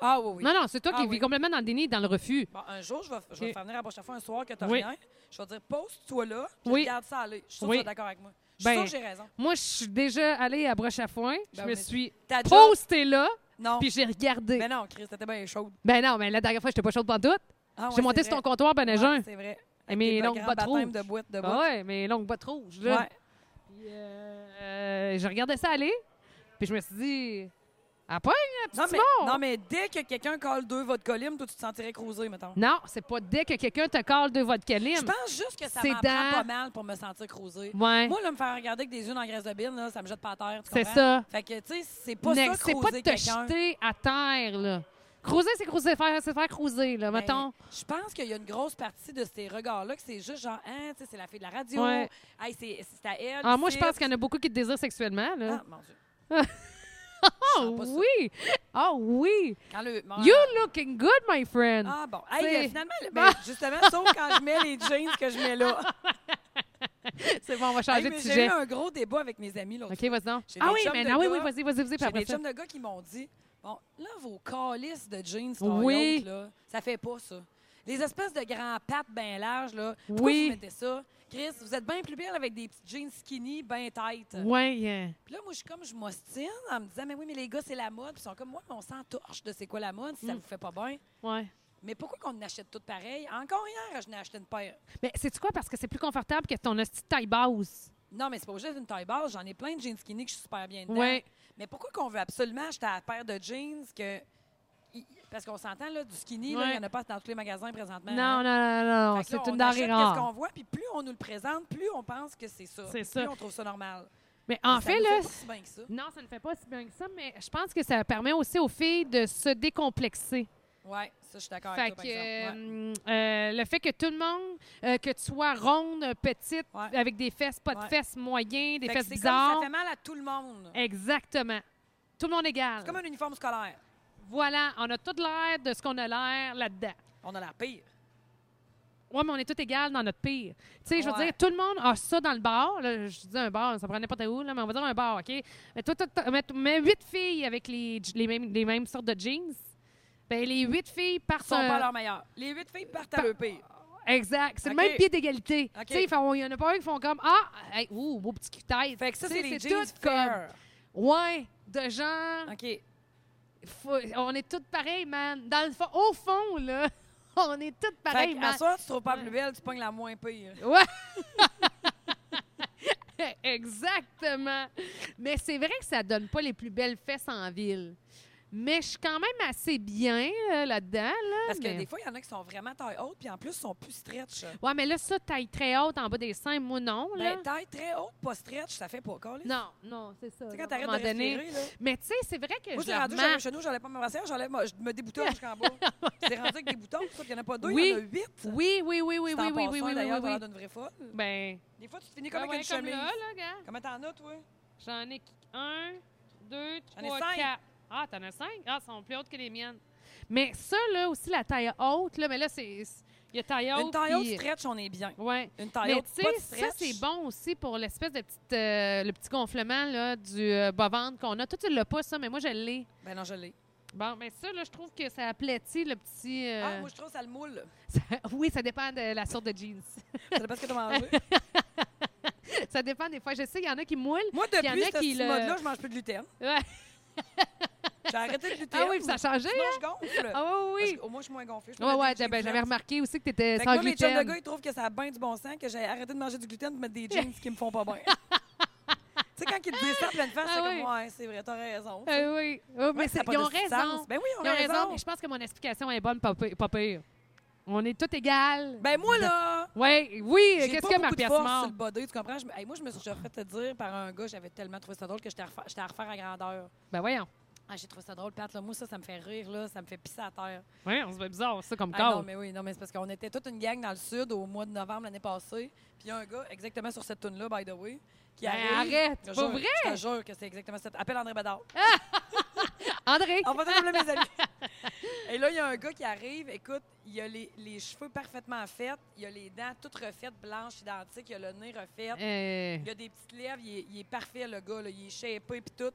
[SPEAKER 1] Ah oui, oui.
[SPEAKER 2] Non, non, c'est toi
[SPEAKER 1] Ah
[SPEAKER 2] qui
[SPEAKER 1] oui.
[SPEAKER 2] vis complètement dans le déni, dans le refus.
[SPEAKER 1] Bon, un jour, je vais, je vais
[SPEAKER 2] Ok.
[SPEAKER 1] faire venir à Broche à Foin un soir que t'as
[SPEAKER 2] Oui.
[SPEAKER 1] rien. Je vais dire, pose-toi là, puis
[SPEAKER 2] Oui.
[SPEAKER 1] regarde ça aller. Je suis sûre
[SPEAKER 2] Oui.
[SPEAKER 1] que tu es d'accord avec moi. Je suis
[SPEAKER 2] Ben,
[SPEAKER 1] sûre que j'ai raison.
[SPEAKER 2] Moi, je suis déjà allée à broche à foin. Je
[SPEAKER 1] Ben
[SPEAKER 2] me
[SPEAKER 1] oui.
[SPEAKER 2] suis
[SPEAKER 1] Ta job-
[SPEAKER 2] postée là,
[SPEAKER 1] Non.
[SPEAKER 2] puis j'ai regardé.
[SPEAKER 1] Mais non, Chris, t'étais bien chaude.
[SPEAKER 2] Ben non, mais la dernière fois, j'étais pas chaude pantoute.
[SPEAKER 1] Ah,
[SPEAKER 2] j'ai
[SPEAKER 1] ouais,
[SPEAKER 2] monté
[SPEAKER 1] c'est
[SPEAKER 2] sur ton
[SPEAKER 1] vrai.
[SPEAKER 2] comptoir, ben à jeun.
[SPEAKER 1] Ouais, C'est vrai.
[SPEAKER 2] Eh, mais
[SPEAKER 1] Tes
[SPEAKER 2] longues
[SPEAKER 1] grands
[SPEAKER 2] bottes
[SPEAKER 1] baptêmes
[SPEAKER 2] rouges.
[SPEAKER 1] de boîte, de
[SPEAKER 2] Ah
[SPEAKER 1] boîte.
[SPEAKER 2] ouais, mais longue botte rouge, là.
[SPEAKER 1] Ouais.
[SPEAKER 2] Puis, euh, euh, je regardais ça aller, puis je me suis dit, ah, pogne, la
[SPEAKER 1] Non
[SPEAKER 2] petite
[SPEAKER 1] mais,
[SPEAKER 2] mort.
[SPEAKER 1] non, mais dès que quelqu'un colle deux votre colline, toi, tu te sentirais croisé, mettons.
[SPEAKER 2] Non, c'est pas dès que quelqu'un te colle de votre
[SPEAKER 1] Je
[SPEAKER 2] calim.
[SPEAKER 1] pense juste que ça
[SPEAKER 2] C'est
[SPEAKER 1] m'en prend
[SPEAKER 2] dans-
[SPEAKER 1] pas mal pour me sentir croisé.
[SPEAKER 2] Ouais.
[SPEAKER 1] Moi, là, me faire regarder avec des yeux dans la graisse de bine, là, ça me jette pas à terre. tu
[SPEAKER 2] C'est
[SPEAKER 1] comprends?
[SPEAKER 2] ça.
[SPEAKER 1] Fait que, tu sais, c'est pas
[SPEAKER 2] Mais
[SPEAKER 1] ça,
[SPEAKER 2] c'est pas de
[SPEAKER 1] croiser
[SPEAKER 2] te
[SPEAKER 1] quelqu'un.
[SPEAKER 2] jeter à terre, là. Cruiser, c'est cruiser, faire, c'est faire cruiser, là,
[SPEAKER 1] Ben,
[SPEAKER 2] mettons.
[SPEAKER 1] Je pense qu'il y a une grosse partie de ces regards-là que c'est juste genre, hein, tu sais, c'est la fille de la radio.
[SPEAKER 2] Ouais.
[SPEAKER 1] Hey, c'est c'est à elle.
[SPEAKER 2] Ah, moi, je
[SPEAKER 1] ici.
[SPEAKER 2] pense qu'il y en a beaucoup qui te désirent sexuellement, là.
[SPEAKER 1] Ah, mon Dieu.
[SPEAKER 2] Ah,
[SPEAKER 1] sens pas ça.
[SPEAKER 2] oui! Ah oui!
[SPEAKER 1] Quand le. mon-
[SPEAKER 2] You looking good, my friend!
[SPEAKER 1] Ah, bon. Hey,
[SPEAKER 2] C'est-
[SPEAKER 1] euh, finalement, le- ben, justement, sauf quand je mets les jeans que je mets là.
[SPEAKER 2] C'est bon, on va
[SPEAKER 1] Hey,
[SPEAKER 2] changer de
[SPEAKER 1] mais J'ai
[SPEAKER 2] sujet.
[SPEAKER 1] eu un gros débat avec mes amis l'autre
[SPEAKER 2] OK, vas-y donc.
[SPEAKER 1] J'ai
[SPEAKER 2] Ah
[SPEAKER 1] des
[SPEAKER 2] oui,
[SPEAKER 1] chums
[SPEAKER 2] mais
[SPEAKER 1] de
[SPEAKER 2] non, oui,
[SPEAKER 1] gars.
[SPEAKER 2] oui, vas-y, vas-y, vas-y, puis
[SPEAKER 1] J'ai
[SPEAKER 2] après
[SPEAKER 1] des
[SPEAKER 2] ça.
[SPEAKER 1] chums de gars qui m'ont dit Bon, là, vos calices de jeans sont
[SPEAKER 2] Oui.
[SPEAKER 1] là, ça fait pas ça. Les espèces de grands pattes bien larges, là, pourquoi
[SPEAKER 2] Oui.
[SPEAKER 1] vous mettez ça? Chris, vous êtes bien plus belle avec des petits jeans skinny, bien tight.
[SPEAKER 2] Oui, euh,
[SPEAKER 1] Puis là, moi, je suis comme, je m'ostine en me disant, mais oui, mais les gars, c'est la mode. Puis ils sont comme, moi, mais on s'entorche de c'est quoi la mode si
[SPEAKER 2] Mm.
[SPEAKER 1] ça vous fait pas bien.
[SPEAKER 2] euh, ouais.
[SPEAKER 1] Mais pourquoi qu'on en achète toutes pareilles? Encore hier, je n'ai acheté une paire.
[SPEAKER 2] Mais c'est quoi? Parce que c'est plus confortable que ton hostie de taille basse.
[SPEAKER 1] Non, mais c'est pas obligé d'une taille basse. J'en ai plein de jeans skinny que je suis super bien dedans.
[SPEAKER 2] Oui.
[SPEAKER 1] Mais pourquoi qu'on veut absolument acheter la paire de jeans que. Parce qu'on s'entend, là, du skinny, là, il
[SPEAKER 2] Ouais.
[SPEAKER 1] n'y en a pas dans tous les magasins présentement. hein.
[SPEAKER 2] Non, non, non, non, non,
[SPEAKER 1] Ben Fait que là,
[SPEAKER 2] c'est une
[SPEAKER 1] on achète
[SPEAKER 2] denrée
[SPEAKER 1] Qu'est-ce qu'on
[SPEAKER 2] rare.
[SPEAKER 1] voit, puis plus on nous le présente, plus on pense que c'est ça.
[SPEAKER 2] C'est
[SPEAKER 1] Plus
[SPEAKER 2] ça.
[SPEAKER 1] on trouve ça normal.
[SPEAKER 2] Mais en
[SPEAKER 1] Ça
[SPEAKER 2] fait,
[SPEAKER 1] nous
[SPEAKER 2] là,
[SPEAKER 1] pas si bien que ça.
[SPEAKER 2] non, ça ne fait pas si bien que ça, mais je pense que ça permet aussi aux filles de se décomplexer.
[SPEAKER 1] Ouais, ça, je suis d'accord
[SPEAKER 2] Fait
[SPEAKER 1] avec
[SPEAKER 2] que
[SPEAKER 1] toi, par exemple. Ouais.
[SPEAKER 2] euh, euh, le fait que tout le monde, euh, que tu sois ronde, petite,
[SPEAKER 1] Ouais.
[SPEAKER 2] avec des fesses, pas de
[SPEAKER 1] Ouais.
[SPEAKER 2] fesses moyennes, des
[SPEAKER 1] Fait que
[SPEAKER 2] fesses
[SPEAKER 1] c'est comme-
[SPEAKER 2] bizarres.
[SPEAKER 1] Ça fait mal à tout le monde.
[SPEAKER 2] Exactement. Tout le monde égal.
[SPEAKER 1] C'est comme un uniforme scolaire.
[SPEAKER 2] Voilà, on a tout l'air de ce qu'on a l'air là-dedans.
[SPEAKER 1] On a la pire.
[SPEAKER 2] Ouais, mais on est tout égal dans notre pire. Tu sais, je veux
[SPEAKER 1] Ouais.
[SPEAKER 2] dire, tout le monde a ça dans le bar. Là, je dis un bar, ça prend n'importe où, là, mais on va dire un bar, OK? Mais toi, toi, toi, mais- mais huit filles avec les, j- les, mêmes, les mêmes sortes de jeans. Ben, les huit filles partent.
[SPEAKER 1] Ils sont
[SPEAKER 2] euh,
[SPEAKER 1] pas leurs meilleurs. Les huit filles partent à
[SPEAKER 2] Par-
[SPEAKER 1] le pire.
[SPEAKER 2] Exact. C'est
[SPEAKER 1] OK.
[SPEAKER 2] le même pied d'égalité.
[SPEAKER 1] OK.
[SPEAKER 2] Tu sais, fait, on- il y en a pas un qui font comme Ah, hey, ouh, beau petit cul-tête.
[SPEAKER 1] Fait que ça,
[SPEAKER 2] Tu
[SPEAKER 1] c'est
[SPEAKER 2] sais,
[SPEAKER 1] les
[SPEAKER 2] c'est
[SPEAKER 1] jeans
[SPEAKER 2] tout
[SPEAKER 1] fair.
[SPEAKER 2] Ouais, de genre.
[SPEAKER 1] OK.
[SPEAKER 2] faut- on est toutes pareilles, man. Dans le fond, au fond, là, on est toutes
[SPEAKER 1] Fait
[SPEAKER 2] pareilles,
[SPEAKER 1] que,
[SPEAKER 2] man.
[SPEAKER 1] à soir, tu trouves pas plus belle, tu pognes la moins pire.
[SPEAKER 2] Ouais. Exactement. Mais c'est vrai que ça donne pas les plus belles fesses en ville. Mais je suis quand même assez bien euh, là-dedans. Là,
[SPEAKER 1] Parce que
[SPEAKER 2] mais-
[SPEAKER 1] des fois, il y en a qui sont vraiment taille haute, puis en plus, ils sont plus stretch.
[SPEAKER 2] Ouais, mais là, ça, taille très haute en bas des seins, moi, non. Oh, Là.
[SPEAKER 1] Ben, taille très haute, pas stretch, ça fait pas coller.
[SPEAKER 2] non, non, c'est ça.
[SPEAKER 1] Tu sais,
[SPEAKER 2] là,
[SPEAKER 1] quand
[SPEAKER 2] à
[SPEAKER 1] t'arrêtes
[SPEAKER 2] un
[SPEAKER 1] de
[SPEAKER 2] moment donné.
[SPEAKER 1] respirer, là.
[SPEAKER 2] Mais tu sais, c'est vrai que
[SPEAKER 1] Moi,
[SPEAKER 2] je
[SPEAKER 1] j'ai
[SPEAKER 2] le
[SPEAKER 1] rendu,
[SPEAKER 2] remarque.
[SPEAKER 1] j'allais chez nous, j'allais pas me brasser, j'allais, moi, je me déboutonne jusqu'en bas. C'est rendu avec des boutons, tout ça, puis il y en a pas deux, il y en a
[SPEAKER 2] Oui.
[SPEAKER 1] huit.
[SPEAKER 2] Oui, oui, oui, oui, oui,
[SPEAKER 1] C'est en
[SPEAKER 2] oui, oui, oui,
[SPEAKER 1] passant,
[SPEAKER 2] oui,
[SPEAKER 1] d'ailleurs, t'as
[SPEAKER 2] oui.
[SPEAKER 1] l'air d'une vraie folle.
[SPEAKER 2] Ben,
[SPEAKER 1] Des fois, tu te finis comme
[SPEAKER 2] ben
[SPEAKER 1] avec
[SPEAKER 2] ouais,
[SPEAKER 1] une
[SPEAKER 2] comme
[SPEAKER 1] chemise.
[SPEAKER 2] là, là, gars.
[SPEAKER 1] Comment t'en as, toi?
[SPEAKER 2] J'en ai un, deux,
[SPEAKER 1] J'en ai
[SPEAKER 2] trois,
[SPEAKER 1] cinq.
[SPEAKER 2] quatre. Ah, t'en as cinq? Ah, elles sont plus hautes que les miennes. Mais ça, là, aussi, la taille haute, là, mais là, c'est. c'est- Il y a taille haute.
[SPEAKER 1] Une taille haute,
[SPEAKER 2] Oh, puis-
[SPEAKER 1] stretch, on est bien.
[SPEAKER 2] Ouais.
[SPEAKER 1] Une taille
[SPEAKER 2] Mais
[SPEAKER 1] haute,
[SPEAKER 2] tu
[SPEAKER 1] Ah, pas de
[SPEAKER 2] sais, ça,
[SPEAKER 1] stretch.
[SPEAKER 2] c'est bon aussi pour l'espèce de petite, euh, le petit gonflement là, du euh, bas-ventre qu'on a. Toi, tu l'as pas, ça, mais moi, je l'ai.
[SPEAKER 1] Ben non, je l'ai.
[SPEAKER 2] Bon, mais ça, là, je trouve que ça aplatit le petit. euh,
[SPEAKER 1] Ah, moi, je trouve ça le moule.
[SPEAKER 2] ça- oui, ça dépend de la sorte de jeans.
[SPEAKER 1] Ça dépend ce que t'as mangé.
[SPEAKER 2] ça dépend des fois. Je sais, il y en a qui moulent.
[SPEAKER 1] Moi,
[SPEAKER 2] Il y en a
[SPEAKER 1] depuis ce
[SPEAKER 2] qui
[SPEAKER 1] petit
[SPEAKER 2] le-
[SPEAKER 1] mode-là, je mange plus de gluten.
[SPEAKER 2] Ouais.
[SPEAKER 1] J'ai arrêté le gluten.
[SPEAKER 2] Ah oui, puis ça a changé.
[SPEAKER 1] Sinon, je gonfle.
[SPEAKER 2] Ah oui, oui.
[SPEAKER 1] Parce que Au moins, je suis moins gonflée. Je peux
[SPEAKER 2] Ouais,
[SPEAKER 1] mettre
[SPEAKER 2] ouais, ben,
[SPEAKER 1] des jeans
[SPEAKER 2] j'avais j'avais
[SPEAKER 1] plates.
[SPEAKER 2] remarqué aussi que tu étais
[SPEAKER 1] Fait que
[SPEAKER 2] sans
[SPEAKER 1] moi, mes chums de
[SPEAKER 2] gluten.
[SPEAKER 1] gars, ils trouvent que ça a bien du bon sens que j'ai arrêté de manger du gluten pour mettre des jeans qui me font pas bien. tu sais, quand ils te disent ça à pleine face,
[SPEAKER 2] Ah
[SPEAKER 1] c'est
[SPEAKER 2] oui.
[SPEAKER 1] comme, ouais, c'est vrai, t'as raison.
[SPEAKER 2] Ah oui. Ah, mais
[SPEAKER 1] Ouais, ça
[SPEAKER 2] c'est-
[SPEAKER 1] a pas
[SPEAKER 2] ils ont
[SPEAKER 1] de
[SPEAKER 2] raison.
[SPEAKER 1] substance. Ben oui, ils ont
[SPEAKER 2] Ils ont raison,
[SPEAKER 1] raison.
[SPEAKER 2] mais je pense que mon explication est bonne, pas pi- pas pire. On est tous égales.
[SPEAKER 1] Ben moi, là,
[SPEAKER 2] ouais, oui,
[SPEAKER 1] j'ai
[SPEAKER 2] Euh, qu'est-ce
[SPEAKER 1] pas
[SPEAKER 2] que ma
[SPEAKER 1] beaucoup de
[SPEAKER 2] pièce
[SPEAKER 1] force
[SPEAKER 2] mort?
[SPEAKER 1] sur le body, tu comprends? Je me- hey, moi, je me suis déjà fait te dire par un gars, j'avais tellement trouvé ça drôle que j'étais à refaire- j'étais à refaire à grandeur.
[SPEAKER 2] Ben voyons.
[SPEAKER 1] Ah, j'ai trouvé ça drôle, Pat. Là, moi, ça, ça me fait rire, là, ça me fait pisser à terre.
[SPEAKER 2] Ouais, on se fait bizarre, ça, comme
[SPEAKER 1] Ah,
[SPEAKER 2] corps.
[SPEAKER 1] non, mais oui, non, mais c'est parce qu'on était toute une gang dans le sud au mois de novembre l'année passée. Puis il y a un gars, exactement sur cette tune là by the way, qui
[SPEAKER 2] Ben,
[SPEAKER 1] arrive.
[SPEAKER 2] arrête,
[SPEAKER 1] Je te
[SPEAKER 2] pas
[SPEAKER 1] jure,
[SPEAKER 2] vrai?
[SPEAKER 1] Je te jure que c'est exactement ça. Appelle André Badard.
[SPEAKER 2] André,
[SPEAKER 1] On va t'appeler mes amis. Et là, il y a un gars qui arrive. Écoute, il a les, les cheveux parfaitement faits. Il a les dents toutes refaites, blanches, identiques. Il a le nez refait.
[SPEAKER 2] euh,
[SPEAKER 1] Il a des petites lèvres, il est, il est parfait, le gars, là. il est shapé puis tout.